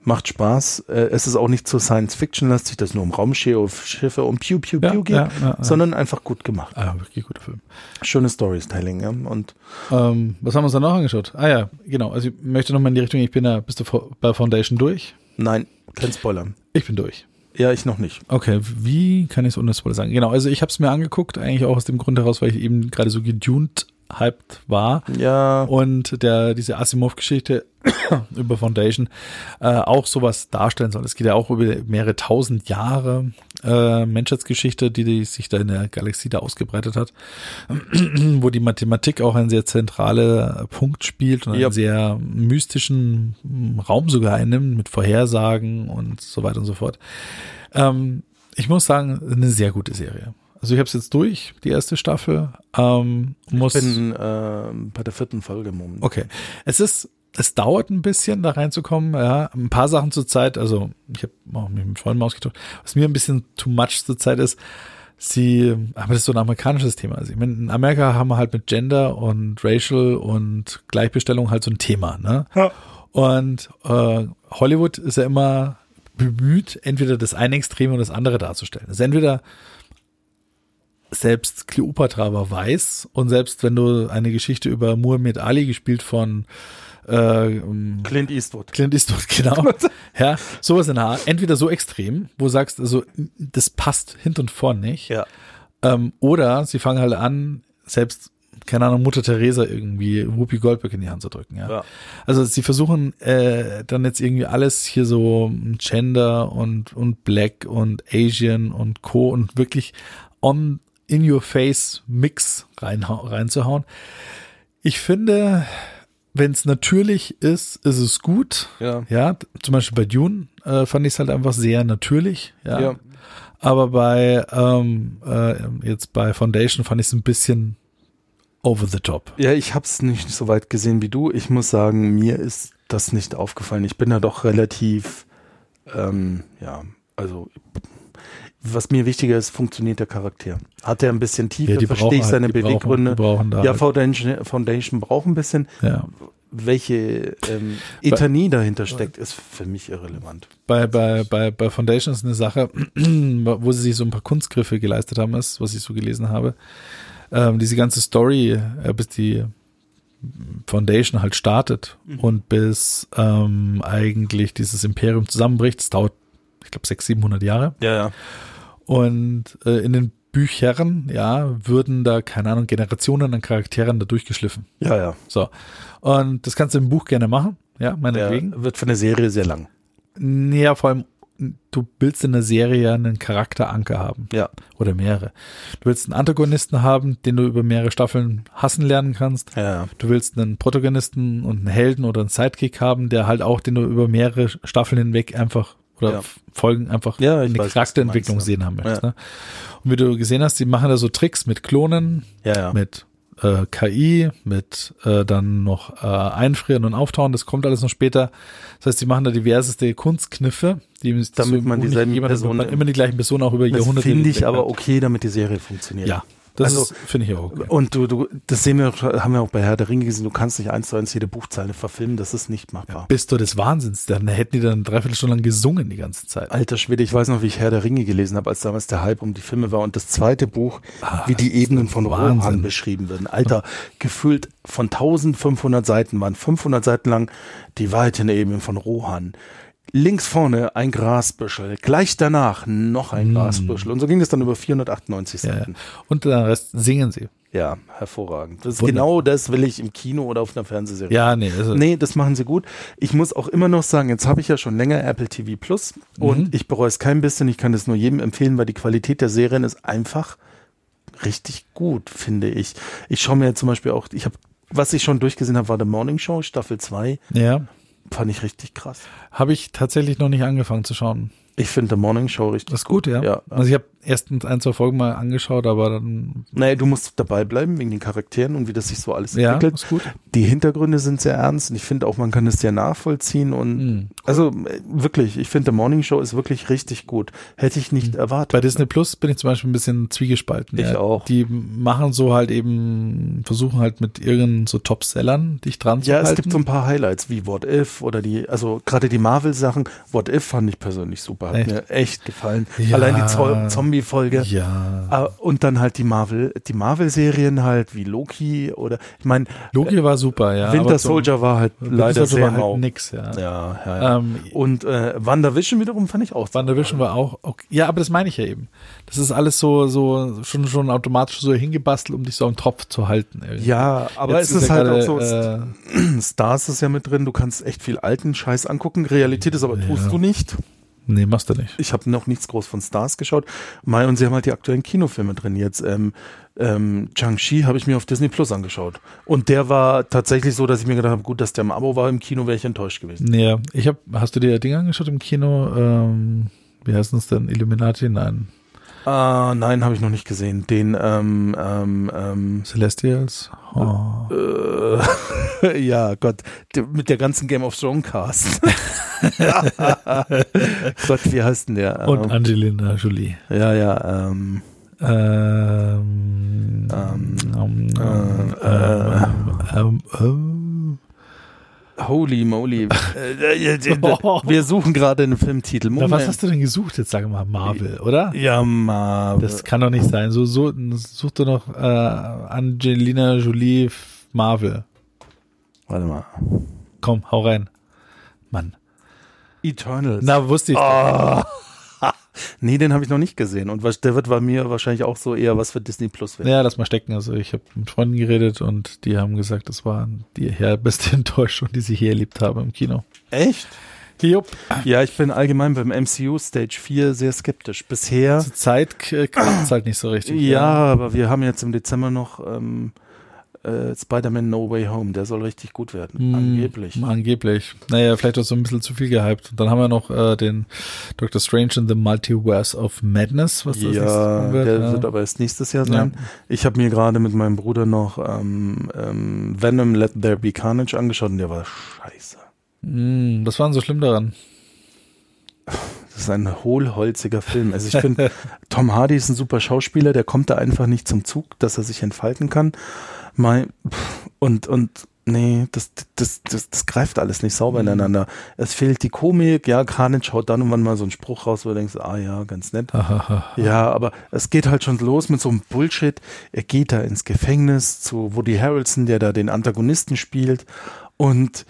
Speaker 2: Macht Spaß. Äh, Es ist auch nicht so Science-Fiction-lastig, dass nur um Raumschiffe und Pew, Pew,
Speaker 1: Ja,
Speaker 2: Pew geht,
Speaker 1: ja, ja, ja.
Speaker 2: sondern einfach gut gemacht.
Speaker 1: ah, wirklich guter Film.
Speaker 2: Schönes Storytelling. Ja? Und
Speaker 1: Ähm, was haben wir uns dann noch angeschaut? Ah ja, genau. Also ich möchte nochmal in die Richtung, ich bin da, bist du vor- bei Foundation durch?
Speaker 2: nein, kein Spoiler.
Speaker 1: Ich bin durch.
Speaker 2: Ja, ich noch nicht.
Speaker 1: Okay, wie kann ich es ohne Spoiler sagen? Genau, also ich habe es mir angeguckt, eigentlich auch aus dem Grund heraus, weil ich eben gerade so geduned hyped war
Speaker 2: Ja.
Speaker 1: und der diese Asimov-Geschichte [coughs] über Foundation äh, auch sowas darstellen soll. Es geht ja auch über mehrere tausend Jahre äh, Menschheitsgeschichte, die, die sich da in der Galaxie da ausgebreitet hat, [coughs] wo die Mathematik auch ein sehr zentraler Punkt spielt und einen
Speaker 2: Yep.
Speaker 1: sehr mystischen mm, Raum sogar einnimmt mit Vorhersagen und so weiter und so fort. Ähm, ich muss sagen, eine sehr gute Serie. Also ich habe es jetzt durch, die erste Staffel. Ähm, muss
Speaker 2: Ich bin ähm, bei der vierten Folge im Moment.
Speaker 1: Okay. Es ist, es dauert ein bisschen, da reinzukommen. Ja. Ein paar Sachen zur Zeit, also ich habe auch mich mit Freunden mal ausgetauscht, was mir ein bisschen too much zur Zeit ist, sie, ah, aber das ist so ein amerikanisches Thema. Also ich meine, in Amerika haben wir halt mit Gender und Racial und Gleichbestellung halt so ein Thema, ne?
Speaker 2: Ja.
Speaker 1: Und äh, Hollywood ist ja immer bemüht, entweder das eine Extrem und das andere darzustellen. Also entweder selbst Cleopatra war weiß und selbst wenn du eine Geschichte über Muhammad Ali gespielt von äh, ähm,
Speaker 2: Clint Eastwood.
Speaker 1: Clint Eastwood, [laughs] genau. ja, sowas in der Art. Entweder so extrem, wo du sagst, also das passt hinten und vorn nicht.
Speaker 2: Ja.
Speaker 1: Ähm, oder sie fangen halt an, selbst, keine Ahnung, Mutter Teresa irgendwie Whoopi Goldberg in die Hand zu drücken. Ja.
Speaker 2: Ja.
Speaker 1: Also sie versuchen äh, dann jetzt irgendwie alles hier so Gender und, und Black und Asian und Co. und wirklich on in your face Mix rein, reinzuhauen. Ich finde, wenn es natürlich ist, ist es gut.
Speaker 2: Ja.
Speaker 1: Ja, t- zum Beispiel bei Dune äh, fand ich es halt einfach sehr natürlich. Ja.
Speaker 2: Ja.
Speaker 1: Aber bei ähm, äh, jetzt bei Foundation fand ich es ein bisschen over the top.
Speaker 2: Ja, ich hab's nicht so weit gesehen wie du. Ich muss sagen, mir ist das nicht aufgefallen. Ich bin da doch relativ, ähm, ja, also was mir wichtiger ist, funktioniert der Charakter. Hat er ein bisschen tiefer, verstehe ich
Speaker 1: halt-
Speaker 2: seine
Speaker 1: die
Speaker 2: Beweggründe.
Speaker 1: Brauchen, die brauchen da
Speaker 2: ja,
Speaker 1: halt,
Speaker 2: Foundation, Foundation braucht ein bisschen.
Speaker 1: ja.
Speaker 2: Welche ähm, Ethnie dahinter steckt, ist für mich irrelevant.
Speaker 1: Bei, bei, bei, bei Foundation ist eine Sache, [clears throat] wo sie sich so ein paar Kunstgriffe geleistet haben, ist, was ich so gelesen habe. Ähm, diese ganze Story, äh, bis die Foundation halt startet und bis ähm, eigentlich dieses Imperium zusammenbricht, das dauert, ich glaube, 600, 700 Jahre.
Speaker 2: Ja, ja.
Speaker 1: Und äh, in den Büchern, ja, würden da, keine Ahnung, Generationen an Charakteren da durchgeschliffen.
Speaker 2: Ja, ja.
Speaker 1: So. Und das kannst du im Buch gerne machen, ja, meinetwegen.
Speaker 2: Der wird von der Serie sehr lang.
Speaker 1: Ja, vor allem, du willst in der Serie ja einen Charakteranker haben.
Speaker 2: Ja.
Speaker 1: Oder mehrere. Du willst einen Antagonisten haben, den du über mehrere Staffeln hassen lernen kannst.
Speaker 2: Ja,
Speaker 1: Du willst einen Protagonisten und einen Helden oder einen Sidekick haben, der halt auch, den du über mehrere Staffeln hinweg einfach oder
Speaker 2: Ja.
Speaker 1: f- Folgen einfach
Speaker 2: Ja, ich
Speaker 1: eine
Speaker 2: weiß, was du
Speaker 1: Charakterentwicklung
Speaker 2: meinst, ja.
Speaker 1: sehen haben möchtest.
Speaker 2: Ja.
Speaker 1: Ne? Und wie du gesehen hast, die machen da so Tricks mit Klonen,
Speaker 2: ja. ja.
Speaker 1: mit äh, KI, mit äh, dann noch äh, Einfrieren und Auftauen, das kommt alles noch später. Das heißt, die machen da diverseste Kunstkniffe, die es
Speaker 2: Damit
Speaker 1: im
Speaker 2: man
Speaker 1: Buch nicht
Speaker 2: dieselben
Speaker 1: gegeben hat, damit
Speaker 2: Personen-
Speaker 1: man immer die gleichen Personen auch über
Speaker 2: Das
Speaker 1: Jahrhunderte.
Speaker 2: finde ich
Speaker 1: hinweg
Speaker 2: aber
Speaker 1: hat.
Speaker 2: okay, damit die Serie funktioniert.
Speaker 1: Ja, das
Speaker 2: Also-
Speaker 1: ist finde ich auch okay.
Speaker 2: Und du, du, das sehen wir, auch- haben wir auch bei Herr der Ringe gesehen, du kannst nicht eins zu eins jede Buchzeile verfilmen, das ist nicht machbar.
Speaker 1: Bist du des Wahnsinns? Dann hätten die dann dreiviertel Stunde lang gesungen die ganze Zeit.
Speaker 2: Alter Schwede, ich weiß noch, wie ich Herr der Ringe gelesen habe, als damals der Hype um die Filme war und das zweite Buch, wie die Ebenen von
Speaker 1: Wahnsinn.
Speaker 2: Rohan beschrieben werden. Alter, gefühlt von 1500 Seiten waren 500 Seiten lang die weiten Ebenen von Rohan. Links vorne ein Grasbüschel, gleich danach noch ein Grasbüschel. Und so ging es dann über 498
Speaker 1: Ja, ja.
Speaker 2: Seiten.
Speaker 1: Und den Rest singen sie.
Speaker 2: Ja, hervorragend. Das ist
Speaker 1: Wunderbar.
Speaker 2: genau das will ich im Kino oder auf einer Fernsehserie.
Speaker 1: Ja, nee, also,
Speaker 2: Nee, das machen sie gut. Ich muss auch immer noch sagen, jetzt habe ich ja schon länger Apple TV Plus
Speaker 1: Mhm.
Speaker 2: und ich bereue es kein bisschen. Ich kann es nur jedem empfehlen, weil die Qualität der Serien ist einfach richtig gut, finde ich. Ich schaue mir jetzt zum Beispiel auch, ich habe, was ich schon durchgesehen habe, war The Morning Show, Staffel 2.
Speaker 1: ja,
Speaker 2: Fand ich richtig krass.
Speaker 1: habe ich tatsächlich noch nicht angefangen zu schauen.
Speaker 2: Ich finde The Morning Show richtig.
Speaker 1: Das ist gut, ja.
Speaker 2: Ja.
Speaker 1: Also ich habe erstens ein, zwei Folgen mal angeschaut, aber dann
Speaker 2: Naja, du musst dabei bleiben wegen den Charakteren und wie das sich so alles
Speaker 1: ja,
Speaker 2: entwickelt.
Speaker 1: ist gut.
Speaker 2: Die Hintergründe sind sehr ernst und ich finde auch, man kann es ja nachvollziehen und
Speaker 1: Hm.
Speaker 2: also äh, wirklich, ich finde, The Morning Show ist wirklich richtig gut. Hätte ich nicht erwartet.
Speaker 1: Hm. Bei Disney Plus bin ich zum Beispiel ein bisschen zwiegespalten.
Speaker 2: Ich
Speaker 1: ja.
Speaker 2: auch.
Speaker 1: Die machen so halt eben, versuchen halt mit irgendeinen so Top-Sellern dich dran zu
Speaker 2: ja,
Speaker 1: halten.
Speaker 2: es gibt so ein paar Highlights wie What If oder die, also gerade die Marvel-Sachen. What If fand ich persönlich super, hat
Speaker 1: Echt?
Speaker 2: mir echt gefallen.
Speaker 1: Ja.
Speaker 2: Allein die Zo- Kombi-Folge.
Speaker 1: Ja.
Speaker 2: Ah, Und dann halt die Marvel, die Marvel-Serien halt wie Loki oder ich meine,
Speaker 1: Loki war super, ja. aber
Speaker 2: Winter
Speaker 1: zum-
Speaker 2: Soldier war halt
Speaker 1: Winter
Speaker 2: leider
Speaker 1: Soldier
Speaker 2: sehr
Speaker 1: war
Speaker 2: mau.
Speaker 1: halt nix, ja.
Speaker 2: ja, ja, ja.
Speaker 1: Ähm,
Speaker 2: Und äh, WandaVision wiederum fand ich auch.
Speaker 1: WandaVision war auch, okay. ja, aber das meine ich ja eben. Das ist alles so, so, schon, schon automatisch so hingebastelt, um dich so am Tropf zu halten. irgendwie.
Speaker 2: Ja, aber
Speaker 1: Jetzt
Speaker 2: es ist,
Speaker 1: ja
Speaker 2: halt
Speaker 1: gerade,
Speaker 2: auch so,
Speaker 1: äh,
Speaker 2: Stars ist ja mit drin, du kannst echt viel alten Scheiß angucken, Realität ist aber tust du nicht.
Speaker 1: nee, machst du nicht.
Speaker 2: Ich habe noch nichts groß von Stars geschaut. Mai und sie haben halt die aktuellen Kinofilme drin jetzt. Ähm, ähm, Chang-Chi habe ich mir auf Disney Plus angeschaut. Und der war tatsächlich so, dass ich mir gedacht habe, gut, dass der im Abo war, im Kino wäre ich enttäuscht gewesen.
Speaker 1: Nee, ich hab, hast du dir Ding angeschaut im Kino? Ähm, wie heißt es denn? Illuminati? Nein.
Speaker 2: Ah, nein, habe ich noch nicht gesehen. Den, ähm, ähm, ähm,
Speaker 1: Celestials? Oh.
Speaker 2: äh, [laughs] ja, Gott, der- mit der ganzen Game of
Speaker 1: [laughs]
Speaker 2: Thrones Cast. [laughs] Gott, wie heißt denn der?
Speaker 1: Und äh,
Speaker 2: ähm,
Speaker 1: Angelina Jolie.
Speaker 2: ja, ja, ähm,
Speaker 1: Ähm,
Speaker 2: Ähm,
Speaker 1: ähm, ähm,
Speaker 2: äh,
Speaker 1: ähm, ähm,
Speaker 2: Holy moly. [laughs] Äh, äh, äh,
Speaker 1: Oh.
Speaker 2: Wir suchen gerade einen Filmtitel.
Speaker 1: Na, was hast du denn gesucht jetzt, sag mal, Marvel, oder?
Speaker 2: Ja, Marvel.
Speaker 1: Das kann doch nicht sein. So, so such doch noch äh, Angelina Jolie F- Marvel.
Speaker 2: Warte mal.
Speaker 1: Komm, hau rein. Mann.
Speaker 2: Eternals.
Speaker 1: Na, wusste ich.
Speaker 2: Ah. nee, den habe ich noch nicht gesehen. Und was, der wird bei mir wahrscheinlich auch so eher was für Disney Plus werden.
Speaker 1: Ja, lass mal stecken. Also ich habe mit Freunden geredet und die haben gesagt, das war die herbeste [laughs] Enttäuschung, die sie hier erlebt haben im Kino.
Speaker 2: Echt?
Speaker 1: Jupp.
Speaker 2: Ja, ich bin allgemein beim MCU Stage 4 sehr skeptisch. Bisher.
Speaker 1: Zur Zeit klappt es halt nicht so richtig.
Speaker 2: Ja, aber wir haben jetzt im Dezember noch ähm, äh, Spider-Man No Way Home. Der soll richtig gut werden.
Speaker 1: Hm,
Speaker 2: Angeblich.
Speaker 1: Angeblich. Naja, vielleicht hast du ein bisschen zu viel gehypt. Und dann haben wir noch äh, den Doctor Strange in the Multiverse of Madness, was das nächste
Speaker 2: ja,
Speaker 1: kommen wird.
Speaker 2: der
Speaker 1: ja.
Speaker 2: wird aber erst nächstes Jahr sein.
Speaker 1: Ja.
Speaker 2: Ich habe mir gerade mit meinem Bruder noch ähm, ähm, Venom Let There Be Carnage angeschaut und der war scheiße.
Speaker 1: Mm, was war denn so schlimm
Speaker 2: [laughs]
Speaker 1: daran?
Speaker 2: Das ist ein hohlholziger Film.
Speaker 1: [laughs]
Speaker 2: Also ich finde, Tom Hardy ist ein super Schauspieler, der kommt da einfach nicht zum Zug, dass er sich entfalten kann. Mein, pff, und, und nee, das, das, das, das greift alles nicht
Speaker 1: Mhm.
Speaker 2: sauber ineinander. Es fehlt die Komik, ja, Carnage haut dann irgendwann mal so einen Spruch raus, wo du denkst, ah ja, ganz nett. Ja, aber es geht halt schon los mit so einem Bullshit. Er geht da ins Gefängnis zu Woody Harrelson, der da den Antagonisten spielt. Und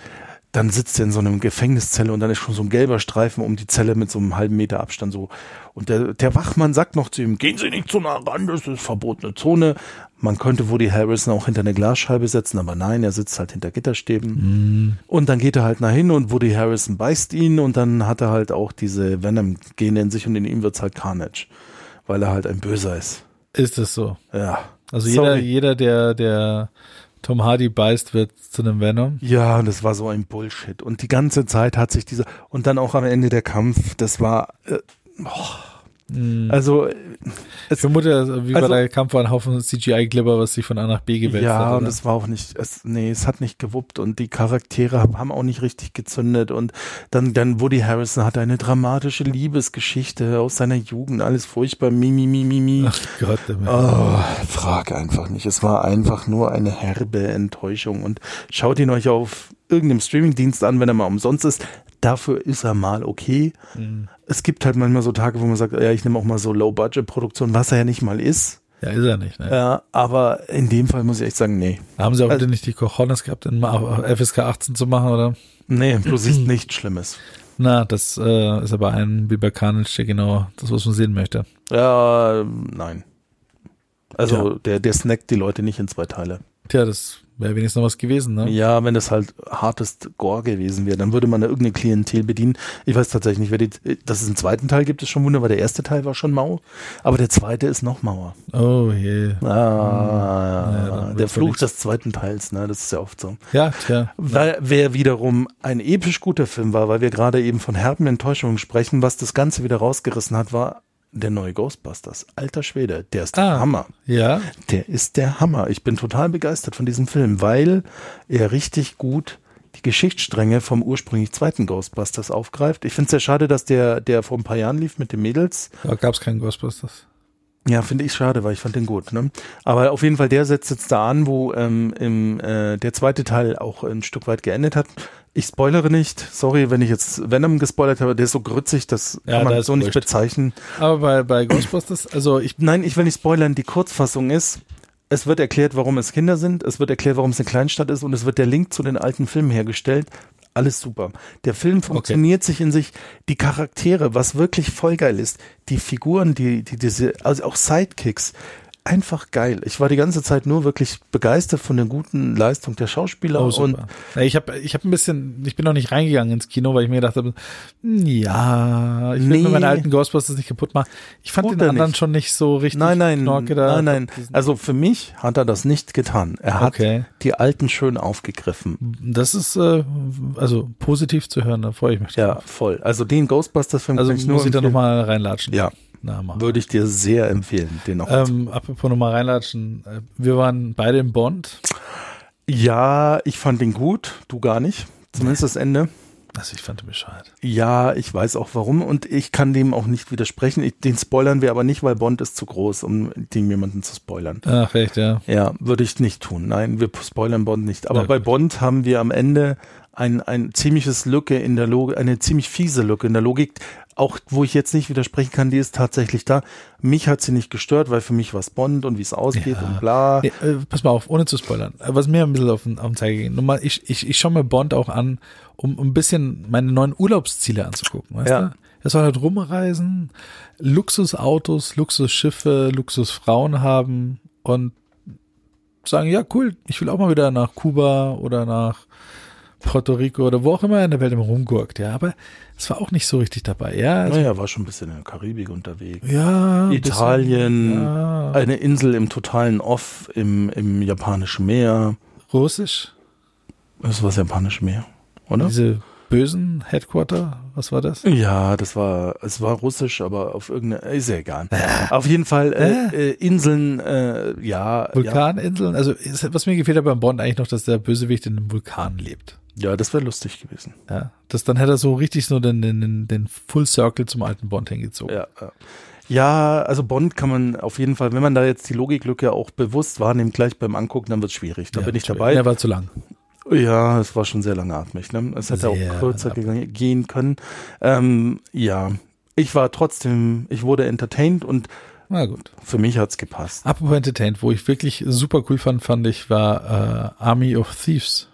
Speaker 2: dann sitzt er in so einem Gefängniszelle und dann ist schon so ein gelber Streifen um die Zelle mit so einem halben Meter Abstand so. Und der, der Wachmann sagt noch zu ihm, gehen Sie nicht zu nah ran, das ist verbotene Zone. Man könnte Woody Harrelson auch hinter eine Glasscheibe setzen, aber nein, er sitzt halt hinter Gitterstäben. Und dann geht er halt nach hin und Woody Harrelson beißt ihn und dann hat er halt auch diese Venom-Gene in sich und in ihm wird's halt Carnage weil er halt ein Böser ist.
Speaker 1: Ist das so?
Speaker 2: Ja.
Speaker 1: Also jeder,
Speaker 2: Sorry.
Speaker 1: jeder, der, der Tom Hardy beißt, wird zu einem Venom.
Speaker 2: Ja, das war so ein Bullshit. Und die ganze Zeit hat sich dieser. Und dann auch am Ende der Kampf, das war. Äh,
Speaker 1: Hm.
Speaker 2: oh. Also, äh,
Speaker 1: Ich vermute, wie
Speaker 2: Also-
Speaker 1: bei der Kampf war ein Haufen CGI-Glibber, was sich von A nach B gewälzt hat.
Speaker 2: ja, und
Speaker 1: oder?
Speaker 2: das war auch nicht. Es, nee, es hat nicht gewuppt und die Charaktere hab- haben auch nicht richtig gezündet. Und dann, dann Woody Harrison hatte eine dramatische Liebesgeschichte aus seiner Jugend. Alles furchtbar. Mi, mi, mi,
Speaker 1: [laughs]
Speaker 2: mi, mi.
Speaker 1: [laughs] Ach Gott, der Mann.
Speaker 2: Oh, frag einfach nicht. Es war einfach nur eine herbe Enttäuschung. Und schaut ihn euch auf irgendeinem Streamingdienst an, wenn er mal umsonst ist. Dafür ist er mal okay.
Speaker 1: Hm.
Speaker 2: Es gibt halt manchmal so Tage, wo man sagt, ja, ich nehme auch mal so Low-Budget-Produktion, was er ja nicht mal ist.
Speaker 1: ja, ist er nicht. Ne?
Speaker 2: Ja, aber in dem Fall muss ich echt sagen, nee.
Speaker 1: Da haben sie auch bitte nicht die Cojones gehabt, in Ma- FSK 18 zu machen, oder?
Speaker 2: Nee, du siehst nichts Schlimmes.
Speaker 1: Na, das äh, ist aber ein wie bei Carnage, der genau das, was man sehen möchte.
Speaker 2: Ja, nein. Also der, der snackt die Leute nicht in zwei Teile.
Speaker 1: Tja, das wäre wenigstens noch was gewesen, ne?
Speaker 2: Ja, wenn das halt hartes Gore gewesen wäre, dann würde man da irgendeine Klientel bedienen. Ich weiß tatsächlich nicht, wer die, dass es einen zweiten Teil gibt, ist schon wunderbar. Der erste Teil war schon mau, aber der zweite ist noch mauer.
Speaker 1: Oh je.
Speaker 2: Ah,
Speaker 1: dann
Speaker 2: der
Speaker 1: wird's ja
Speaker 2: Fluch
Speaker 1: nix.
Speaker 2: des zweiten Teils, ne, das ist ja oft so.
Speaker 1: Ja, tja.
Speaker 2: Weil, wer wiederum ein episch guter Film war, weil wir gerade eben von herben Enttäuschungen sprechen, was das Ganze wieder rausgerissen hat, war der neue Ghostbusters. Alter Schwede, der ist
Speaker 1: Ah.
Speaker 2: der Hammer.
Speaker 1: Ja,
Speaker 2: Der ist der Hammer. Ich bin total begeistert von diesem Film, weil er richtig gut die Geschichtsstränge vom ursprünglich zweiten Ghostbusters aufgreift. Ich finde es sehr schade, dass der, der vor ein paar Jahren lief mit den Mädels.
Speaker 1: da gab es keinen Ghostbusters.
Speaker 2: Ja, finde ich schade, weil ich fand den gut. Ne? Aber auf jeden Fall, der setzt jetzt da an, wo ähm, im, äh, der zweite Teil auch ein Stück weit geendet hat. Ich spoilere nicht. Sorry, wenn ich jetzt Venom gespoilert habe. Der ist so grützig, das
Speaker 1: Ja,
Speaker 2: kann
Speaker 1: da
Speaker 2: man
Speaker 1: ist
Speaker 2: so nicht
Speaker 1: wurscht.
Speaker 2: bezeichnen.
Speaker 1: Aber bei, bei Ghostbusters, also ich,
Speaker 2: Nein, ich will nicht spoilern. Die Kurzfassung ist, es wird erklärt, warum es Kinder sind. Es wird erklärt, warum es eine Kleinstadt ist. Und es wird der Link zu den alten Filmen hergestellt. Alles super. Der Film funktioniert sich in sich. Die Charaktere, was wirklich voll geil ist. Die Figuren, die, die, diese, also auch Sidekicks. Einfach geil. Ich war die ganze Zeit nur wirklich begeistert von der guten Leistung der Schauspieler
Speaker 1: oh,
Speaker 2: Genau, und
Speaker 1: super. Ja, ich habe ich hab ein bisschen, ich bin noch nicht reingegangen ins Kino, weil ich mir gedacht habe, hm, ja, ich will
Speaker 2: Nee.
Speaker 1: mir meine alten Ghostbusters nicht kaputt machen. Ich fand
Speaker 2: Tut
Speaker 1: den
Speaker 2: er
Speaker 1: anderen
Speaker 2: nicht.
Speaker 1: schon nicht so richtig
Speaker 2: Nein, nein,
Speaker 1: knorke da.
Speaker 2: nein, nein. Also für mich hat er das nicht getan. Er hat
Speaker 1: Okay.
Speaker 2: die Alten schön aufgegriffen.
Speaker 1: Das ist äh, also positiv zu hören, da freue ich mich.
Speaker 2: Ja, voll. Also den Ghostbusters-Film
Speaker 1: Also
Speaker 2: kann
Speaker 1: muss
Speaker 2: ich
Speaker 1: ich,
Speaker 2: nur
Speaker 1: da
Speaker 2: empfehlen.
Speaker 1: nochmal reinlatschen.
Speaker 2: Ja,
Speaker 1: Na, mach.
Speaker 2: würde ich dir sehr empfehlen, den auch.
Speaker 1: Ähm, apropos nochmal reinlatschen. äh, Wir waren beide im Bond.
Speaker 2: ja, ich fand den gut, du gar nicht. Zumindest das Ende.
Speaker 1: Also ich fand Bescheid.
Speaker 2: Ja, ich weiß auch warum und ich kann dem auch nicht widersprechen. Ich, den spoilern wir aber nicht, weil Bond ist zu groß, um dem jemanden zu spoilern.
Speaker 1: Ach, echt, ja.
Speaker 2: Ja, würde ich nicht tun. Nein, wir spoilern Bond nicht. Aber
Speaker 1: Na
Speaker 2: bei
Speaker 1: gut.
Speaker 2: Bond haben wir am Ende ein, ein ziemliches Lücke in der Logik, eine ziemlich fiese Lücke in der Logik. Auch wo ich jetzt nicht widersprechen kann, die ist tatsächlich da. Mich hat sie nicht gestört, weil für mich war es Bond und wie es ausgeht
Speaker 1: Ja.
Speaker 2: und bla.
Speaker 1: Nee, äh, pass mal auf, ohne zu spoilern. Äh, Was mir ein bisschen auf den, auf den Zeiger ging. Nochmal, ich, ich, ich schaue mir Bond auch an, um um ein bisschen meine neuen Urlaubsziele anzugucken. Weißt
Speaker 2: Ja.
Speaker 1: du? Er soll halt rumreisen, Luxusautos, Luxusschiffe, Luxusfrauen haben und sagen, ja cool, ich will auch mal wieder nach Kuba oder nach Puerto Rico oder wo auch immer in der Welt immer rumgurkt. Ja, aber es war auch nicht so richtig dabei. Ja, es
Speaker 2: Naja, war schon ein bisschen in der Karibik unterwegs.
Speaker 1: also Ja, ein
Speaker 2: Italien, Äh,
Speaker 1: bisschen. Ja.
Speaker 2: eine Insel im totalen Off im, im japanischen Meer.
Speaker 1: Russisch.
Speaker 2: Das war das japanische Meer, oder?
Speaker 1: Diese bösen Headquarter, was war das?
Speaker 2: Ne? Ja, das war, es war russisch, aber auf irgendeine, äh, ist ja egal. auf jeden Fall, äh, äh, Inseln, äh, ja, ja,
Speaker 1: Vulkaninseln. Also es- was mir gefehlt hat beim Bond eigentlich noch, dass der Bösewicht in einem Vulkan lebt.
Speaker 2: ja, das wäre lustig gewesen.
Speaker 1: Ja, das dann hätte er so richtig so den, den- den, den Full Circle zum alten Bond hingezogen.
Speaker 2: Ja, ja. ja, also Bond kann man auf jeden Fall, wenn man da jetzt die Logiklücke auch bewusst wahrnimmt, gleich beim Angucken, dann wird es schwierig. Da bin ich dabei.
Speaker 1: Der war zu lang.
Speaker 2: Ja, es war schon sehr langatmig. Ne? Es hätte
Speaker 1: Sehr
Speaker 2: auch kürzer
Speaker 1: langatmig.
Speaker 2: gegangen- gehen können. Ähm, ja, ich war trotzdem, ich wurde entertained und
Speaker 1: Na gut.
Speaker 2: für mich hat's gepasst.
Speaker 1: Apropos Entertained, wo ich wirklich super cool fand, fand ich, war äh, Army of Thieves.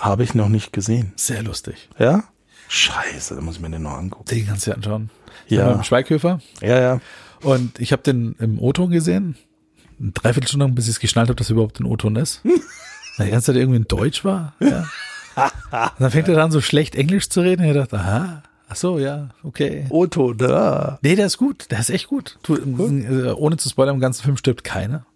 Speaker 2: Habe ich noch nicht gesehen.
Speaker 1: Sehr lustig.
Speaker 2: Ja? Scheiße, da muss ich mir den noch angucken.
Speaker 1: Den kannst du dir anschauen.
Speaker 2: Ja,
Speaker 1: Beim Schweighöfer.
Speaker 2: ja, ja.
Speaker 1: Und ich habe den im O-Ton gesehen. Eine Dreiviertelstunde lang, bis ich es geschnallt habe, dass er überhaupt ein O-Ton
Speaker 2: [laughs]
Speaker 1: ist. Na, die ganze Zeit irgendwie in Deutsch war. Ja. Und dann fängt er an, so schlecht Englisch zu reden. Und ich dachte, aha, ach so, ja, okay.
Speaker 2: Otto, da.
Speaker 1: Nee, der ist gut. Der ist echt gut. Du, äh, ohne zu spoilern, im ganzen Film stirbt keiner.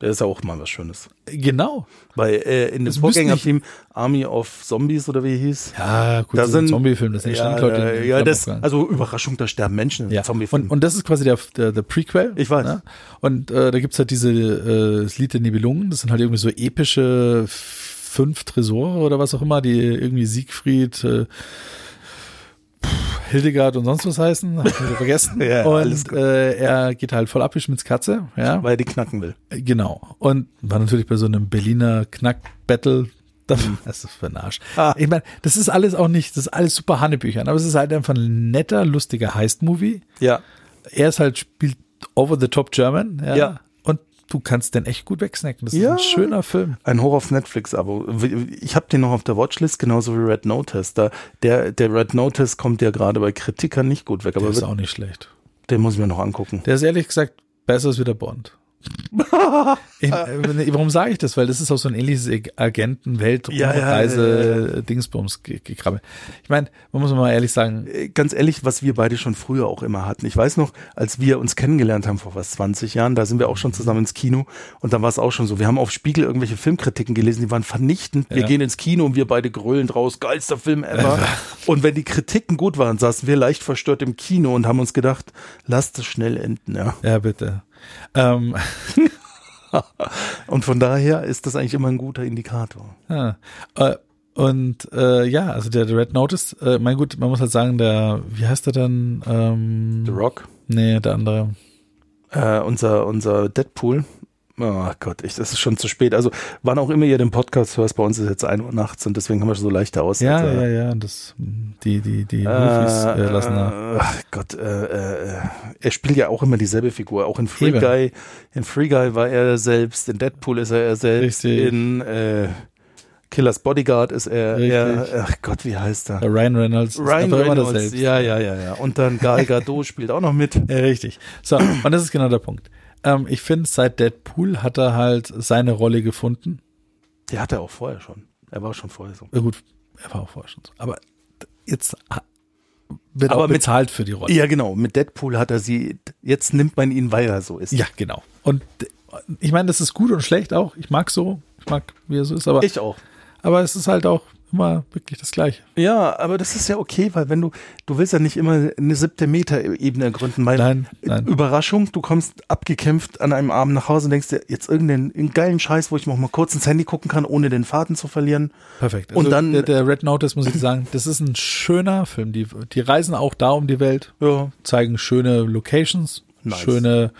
Speaker 2: Der ist ja auch mal was Schönes.
Speaker 1: Genau.
Speaker 2: Weil äh, in dem
Speaker 1: Das müssen
Speaker 2: Vorgängerfilm Army of Zombies oder wie hieß.
Speaker 1: Ja, gut,
Speaker 2: Da
Speaker 1: das ist ein
Speaker 2: sind-
Speaker 1: Zombie-Film, das ist nicht
Speaker 2: ja,
Speaker 1: stimmt, Leute.
Speaker 2: äh,
Speaker 1: in den
Speaker 2: ja, das,
Speaker 1: Klamotten.
Speaker 2: also Überraschung, da sterben Menschen in
Speaker 1: Ja.
Speaker 2: Zombiefilmen.
Speaker 1: Und, und das ist quasi der, der, der Prequel.
Speaker 2: Ich weiß.
Speaker 1: Und äh, da gibt's halt diese, äh, das Lied der Nibelungen, das sind halt irgendwie so epische fünf Tresore oder was auch immer, die irgendwie Siegfried, äh, pff, Hildegard und sonst was
Speaker 2: [laughs]
Speaker 1: heißen, hab ich wieder vergessen.
Speaker 2: Ja,
Speaker 1: und
Speaker 2: alles gut.
Speaker 1: äh, er geht halt voll ab wie Schmitz Katze. Ja,
Speaker 2: weil er die knacken will.
Speaker 1: genau. Und war natürlich bei so einem Berliner Knack-Battle. [laughs] da-
Speaker 2: Mhm.
Speaker 1: Das ist für ein Arsch.
Speaker 2: Ah.
Speaker 1: Ich meine, das ist alles auch nicht, das ist alles super Hanebüchern, aber es ist halt einfach ein netter, lustiger Heist-Movie
Speaker 2: Ja.
Speaker 1: er ist halt spielt over the top German, ja.
Speaker 2: Ja.
Speaker 1: Und du kannst den echt gut wegsnacken. Das ist
Speaker 2: Ja.
Speaker 1: ein schöner Film.
Speaker 2: Ein Horror auf Netflix-Abo. Ich habe den noch auf der Watchlist, genauso wie Red Notice. Da, der, der Red Notice kommt ja gerade bei Kritikern nicht gut weg,
Speaker 1: Der
Speaker 2: aber
Speaker 1: ist
Speaker 2: wird,
Speaker 1: auch nicht schlecht.
Speaker 2: den muss ich mir noch angucken.
Speaker 1: Der ist ehrlich gesagt besser als wieder
Speaker 2: [laughs]
Speaker 1: Bond. ich, äh, warum sage ich das? Weil das ist auch so ein ähnliches Agenten-Welt,
Speaker 2: Ja, ja,
Speaker 1: Reise, Dingsbums ge- gekrabbel. Ich meine, man muss mal ehrlich sagen,
Speaker 2: Äh, Ganz ehrlich, was wir beide schon früher auch immer hatten. Ich weiß noch, als wir uns kennengelernt haben vor fast 20 Jahren, da sind wir auch schon zusammen ins Kino und dann war es auch schon so. Wir haben auf Spiegel irgendwelche Filmkritiken gelesen, die waren vernichtend. Wir
Speaker 1: Ja.
Speaker 2: gehen ins Kino und wir beide grölen draus, geilster Film ever. und wenn die Kritiken gut waren, saßen wir leicht verstört im Kino und haben uns gedacht, lasst es schnell enden. Ja.
Speaker 1: ja bitte. Ähm, [laughs]
Speaker 2: Und von daher ist das eigentlich immer ein guter Indikator.
Speaker 1: Ja. Äh, und äh, ja, also der, der Red Notice, äh, mein gut, man muss halt sagen, der, wie heißt der dann? Ähm,
Speaker 2: Rock?
Speaker 1: nee, der andere.
Speaker 2: äh, unser, unser Deadpool. Oh Gott, ich, das ist schon zu spät. Also, wann auch immer ihr den Podcast hörst, bei uns ist jetzt 1 Uhr nachts und deswegen haben wir schon so leichte aus.
Speaker 1: Ja,
Speaker 2: also,
Speaker 1: ja, ja. Das, die, die, die
Speaker 2: Ah,
Speaker 1: Movies äh, lassen nach.
Speaker 2: äh, ach Gott, äh, äh, er spielt ja auch immer dieselbe Figur. Auch in Free
Speaker 1: Eben.
Speaker 2: Guy. In Free Guy war er selbst, in Deadpool ist er er selbst,
Speaker 1: Richtig.
Speaker 2: in äh, Killers Bodyguard ist er, er.
Speaker 1: Richtig.
Speaker 2: Ach Gott, wie heißt er?
Speaker 1: Der Äh, Ryan Reynolds ist
Speaker 2: Ryan
Speaker 1: einfach immer
Speaker 2: Reynolds.
Speaker 1: dasselbe.
Speaker 2: Ja, ja, ja, ja. Und dann
Speaker 1: [laughs]
Speaker 2: Gal Gadot spielt auch noch mit.
Speaker 1: Ja, richtig. So, und das ist genau der Punkt. Ähm, ich finde, seit Deadpool hat er halt seine Rolle gefunden.
Speaker 2: Die hatte er auch vorher schon. Er war schon vorher so.
Speaker 1: Ja, gut, er war auch vorher schon so. Aber d- jetzt ha- wird
Speaker 2: Aber
Speaker 1: auch
Speaker 2: mit-
Speaker 1: bezahlt für die Rolle.
Speaker 2: Ja, genau. Mit Deadpool hat er sie. Jetzt nimmt man ihn, weil er so ist.
Speaker 1: Ja, genau. Und d- ich meine, das ist gut und schlecht auch. Ich mag so. Ich mag, wie er so ist. Aber,
Speaker 2: Ich auch.
Speaker 1: aber es ist halt auch immer wirklich das Gleiche.
Speaker 2: Ja, aber das ist ja okay, weil wenn du, du willst ja nicht immer eine siebte Meter-Ebene ergründen, weil
Speaker 1: Nein, nein.
Speaker 2: Überraschung, du kommst abgekämpft an einem Abend nach Hause und denkst dir, jetzt irgendeinen einen geilen Scheiß, wo ich noch mal kurz ins Handy gucken kann, ohne den Faden zu verlieren.
Speaker 1: Perfekt.
Speaker 2: Und dann-
Speaker 1: Also der, der Red Notice, muss ich sagen, das ist ein schöner Film. Die, die reisen auch da um die Welt.
Speaker 2: Ja.
Speaker 1: zeigen schöne Locations,
Speaker 2: Nice.
Speaker 1: schöne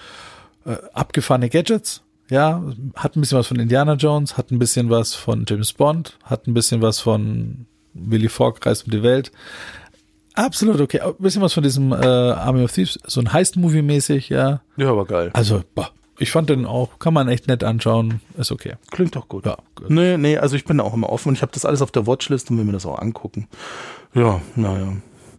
Speaker 1: äh, abgefahrene Gadgets. Ja, hat ein bisschen was von Indiana Jones, hat ein bisschen was von James Bond, hat ein bisschen was von Willy Fogg reist um die Welt. Absolut okay. Ein bisschen was von diesem äh, Army of Thieves, so ein Heist-Movie mäßig, ja.
Speaker 2: Ja, aber geil.
Speaker 1: Also, boah, ich fand den auch, kann man echt nett anschauen, ist okay.
Speaker 2: Klingt doch gut.
Speaker 1: Ja,
Speaker 2: Nee, nee, also ich bin auch immer offen und ich habe das alles auf der Watchlist und will mir das auch angucken. Ja, naja.
Speaker 1: ja,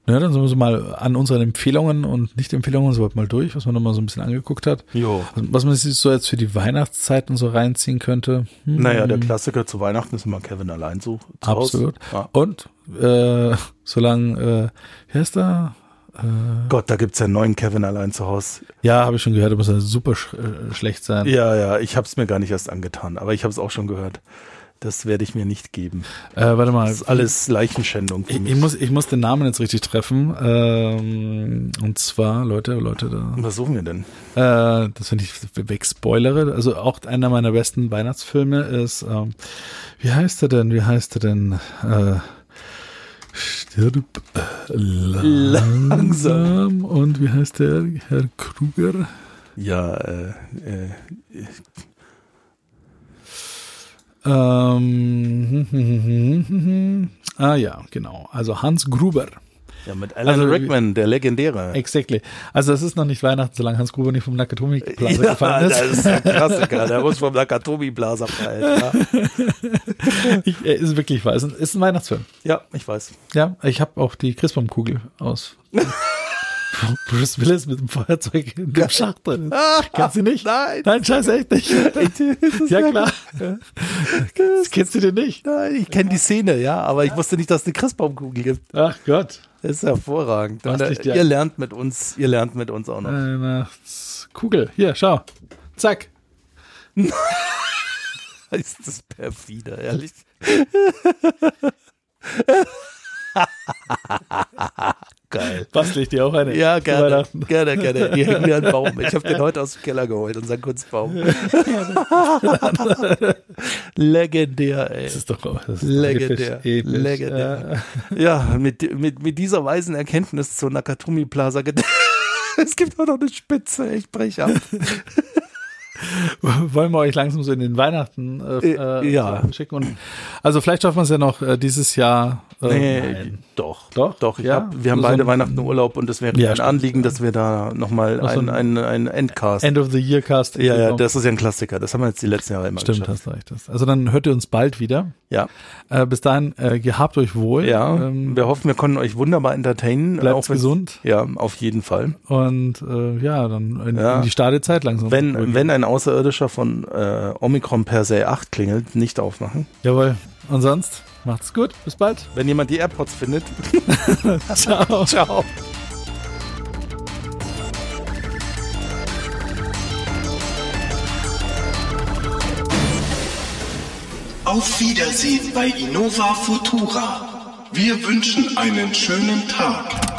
Speaker 1: Ne, dann sind wir so mal an unseren Empfehlungen und Nicht-Empfehlungen soweit mal durch, was man nochmal so ein bisschen angeguckt hat. Also,
Speaker 2: Jo.
Speaker 1: Was man sich so jetzt für die Weihnachtszeiten so reinziehen könnte. Hm,
Speaker 2: Naja, der Klassiker zu Weihnachten ist immer Kevin allein so. Zu
Speaker 1: absolut.
Speaker 2: Hause. Ja.
Speaker 1: Und äh, [laughs] solange, äh, wie heißt der?
Speaker 2: Gott, da gibt's ja einen neuen Kevin allein zu Hause.
Speaker 1: Ja, habe ich schon gehört, der muss ja super sch äh, schlecht sein.
Speaker 2: Ja, ja, ich hab's mir gar nicht erst angetan, aber ich hab's auch schon gehört. Das werde ich mir nicht geben.
Speaker 1: Äh, warte mal.
Speaker 2: Das ist alles Leichenschändung für
Speaker 1: Ich,
Speaker 2: mich.
Speaker 1: ich, muss, ich muss den Namen jetzt richtig treffen. Ähm, und zwar, Leute, Leute, da.
Speaker 2: Was suchen wir denn?
Speaker 1: Äh, das finde ich wegspoilere. Also auch einer meiner besten Weihnachtsfilme ist, ähm, wie heißt er denn? Wie heißt er denn? Äh, stirb äh, langsam.
Speaker 2: Langsam.
Speaker 1: Und wie heißt der Herr Kruger?
Speaker 2: Ja, äh, äh,
Speaker 1: Ähm, [laughs] hm, hm, hm, hm, hm. ah ja, genau. Also Hans Gruber.
Speaker 2: ja mit Alan
Speaker 1: Also,
Speaker 2: Rickman, der legendäre.
Speaker 1: Exactly. Also es ist noch nicht Weihnachten, solange Hans Gruber nicht vom nakatomi Plaza
Speaker 2: Ja,
Speaker 1: gefallen
Speaker 2: das
Speaker 1: ist. [laughs]
Speaker 2: ist ein Klassiker. Der muss vom Nakatomi Blaser fallen. Ja.
Speaker 1: [laughs] Ich, äh, ist wirklich wahr. Ist ein, ist ein Weihnachtsfilm.
Speaker 2: ja, ich weiß.
Speaker 1: Ja, ich habe auch die Christbaumkugel aus [laughs] Bruce Willis mit dem Feuerzeug in dem Schacht drin. Kennst du nicht?
Speaker 2: Nein.
Speaker 1: Nein, scheiß echt
Speaker 2: [laughs]
Speaker 1: nicht. [laughs] Ja klar. Das kennst du den nicht?
Speaker 2: Nein, ich kenne die Szene, ja, aber ich wusste nicht, dass es eine Christbaumkugel gibt.
Speaker 1: Ach Gott.
Speaker 2: Das ist hervorragend.
Speaker 1: Hast
Speaker 2: Und, äh,
Speaker 1: dich dir-
Speaker 2: ihr lernt mit uns, ihr lernt mit uns auch noch.
Speaker 1: Weihnachtskugel. Hier, schau. Zack.
Speaker 2: Ist das perfide,
Speaker 1: [laughs]
Speaker 2: ehrlich? Geil.
Speaker 1: Bastel ich dir auch eine.
Speaker 2: Ja,
Speaker 1: Zu
Speaker 2: gerne.
Speaker 1: Weihnachten.
Speaker 2: Gerne, gerne. Die hängen mir einen Baum. Ich
Speaker 1: [laughs]
Speaker 2: habe den heute aus dem Keller geholt, unseren Kunstbaum. Legendär, ey.
Speaker 1: Das ist doch das ist
Speaker 2: Legendär.
Speaker 1: episch, episch.
Speaker 2: Legendär. Ja, mit, mit, mit dieser weisen Erkenntnis zur Nakatomi Plaza [laughs] gedacht. Es gibt auch noch eine Spitze, ich breche ab.
Speaker 1: Äh, wollen wir euch langsam so in den Weihnachten äh,
Speaker 2: Äh,
Speaker 1: äh,
Speaker 2: ja.
Speaker 1: Sachen schicken. Und, also vielleicht schaffen wir es ja noch äh, dieses Jahr. Äh,
Speaker 2: Nee,
Speaker 1: nein.
Speaker 2: doch.
Speaker 1: Doch?
Speaker 2: Doch, ich
Speaker 1: Ja? Also
Speaker 2: hab, wir haben
Speaker 1: So
Speaker 2: beide
Speaker 1: ein-
Speaker 2: Weihnachten Urlaub und es wäre
Speaker 1: Ja,
Speaker 2: ein
Speaker 1: stimmt.
Speaker 2: Anliegen, dass wir da nochmal
Speaker 1: so
Speaker 2: einen
Speaker 1: ein-
Speaker 2: ein, ein Endcast.
Speaker 1: End of the Year Cast.
Speaker 2: ja, ja,
Speaker 1: Genau.
Speaker 2: das ist ja ein Klassiker. Das haben wir jetzt die letzten Jahre immer
Speaker 1: Stimmt,
Speaker 2: geschafft.
Speaker 1: hast recht. hast- Also dann hört ihr uns bald wieder.
Speaker 2: Ja,
Speaker 1: Äh, bis dahin, äh, gehabt euch wohl.
Speaker 2: ja.
Speaker 1: Ähm,
Speaker 2: wir hoffen, wir konnten euch wunderbar entertainen.
Speaker 1: bleibt
Speaker 2: wenn's-
Speaker 1: gesund
Speaker 2: Ja, auf jeden Fall.
Speaker 1: und äh, ja, dann in,
Speaker 2: Ja.
Speaker 1: in die Stadezeit langsam.
Speaker 2: Wenn,
Speaker 1: übergehen.
Speaker 2: wenn ein Außerirdischer von äh, Omikron per se 8 klingelt, nicht aufmachen.
Speaker 1: Jawohl. Und sonst, macht's gut. Bis
Speaker 2: [laughs]
Speaker 1: bald.
Speaker 2: Wenn jemand die AirPods findet,
Speaker 1: Ciao. Ciao.
Speaker 3: Auf Wiedersehen bei Innova Futura. Wir wünschen einen schönen Tag.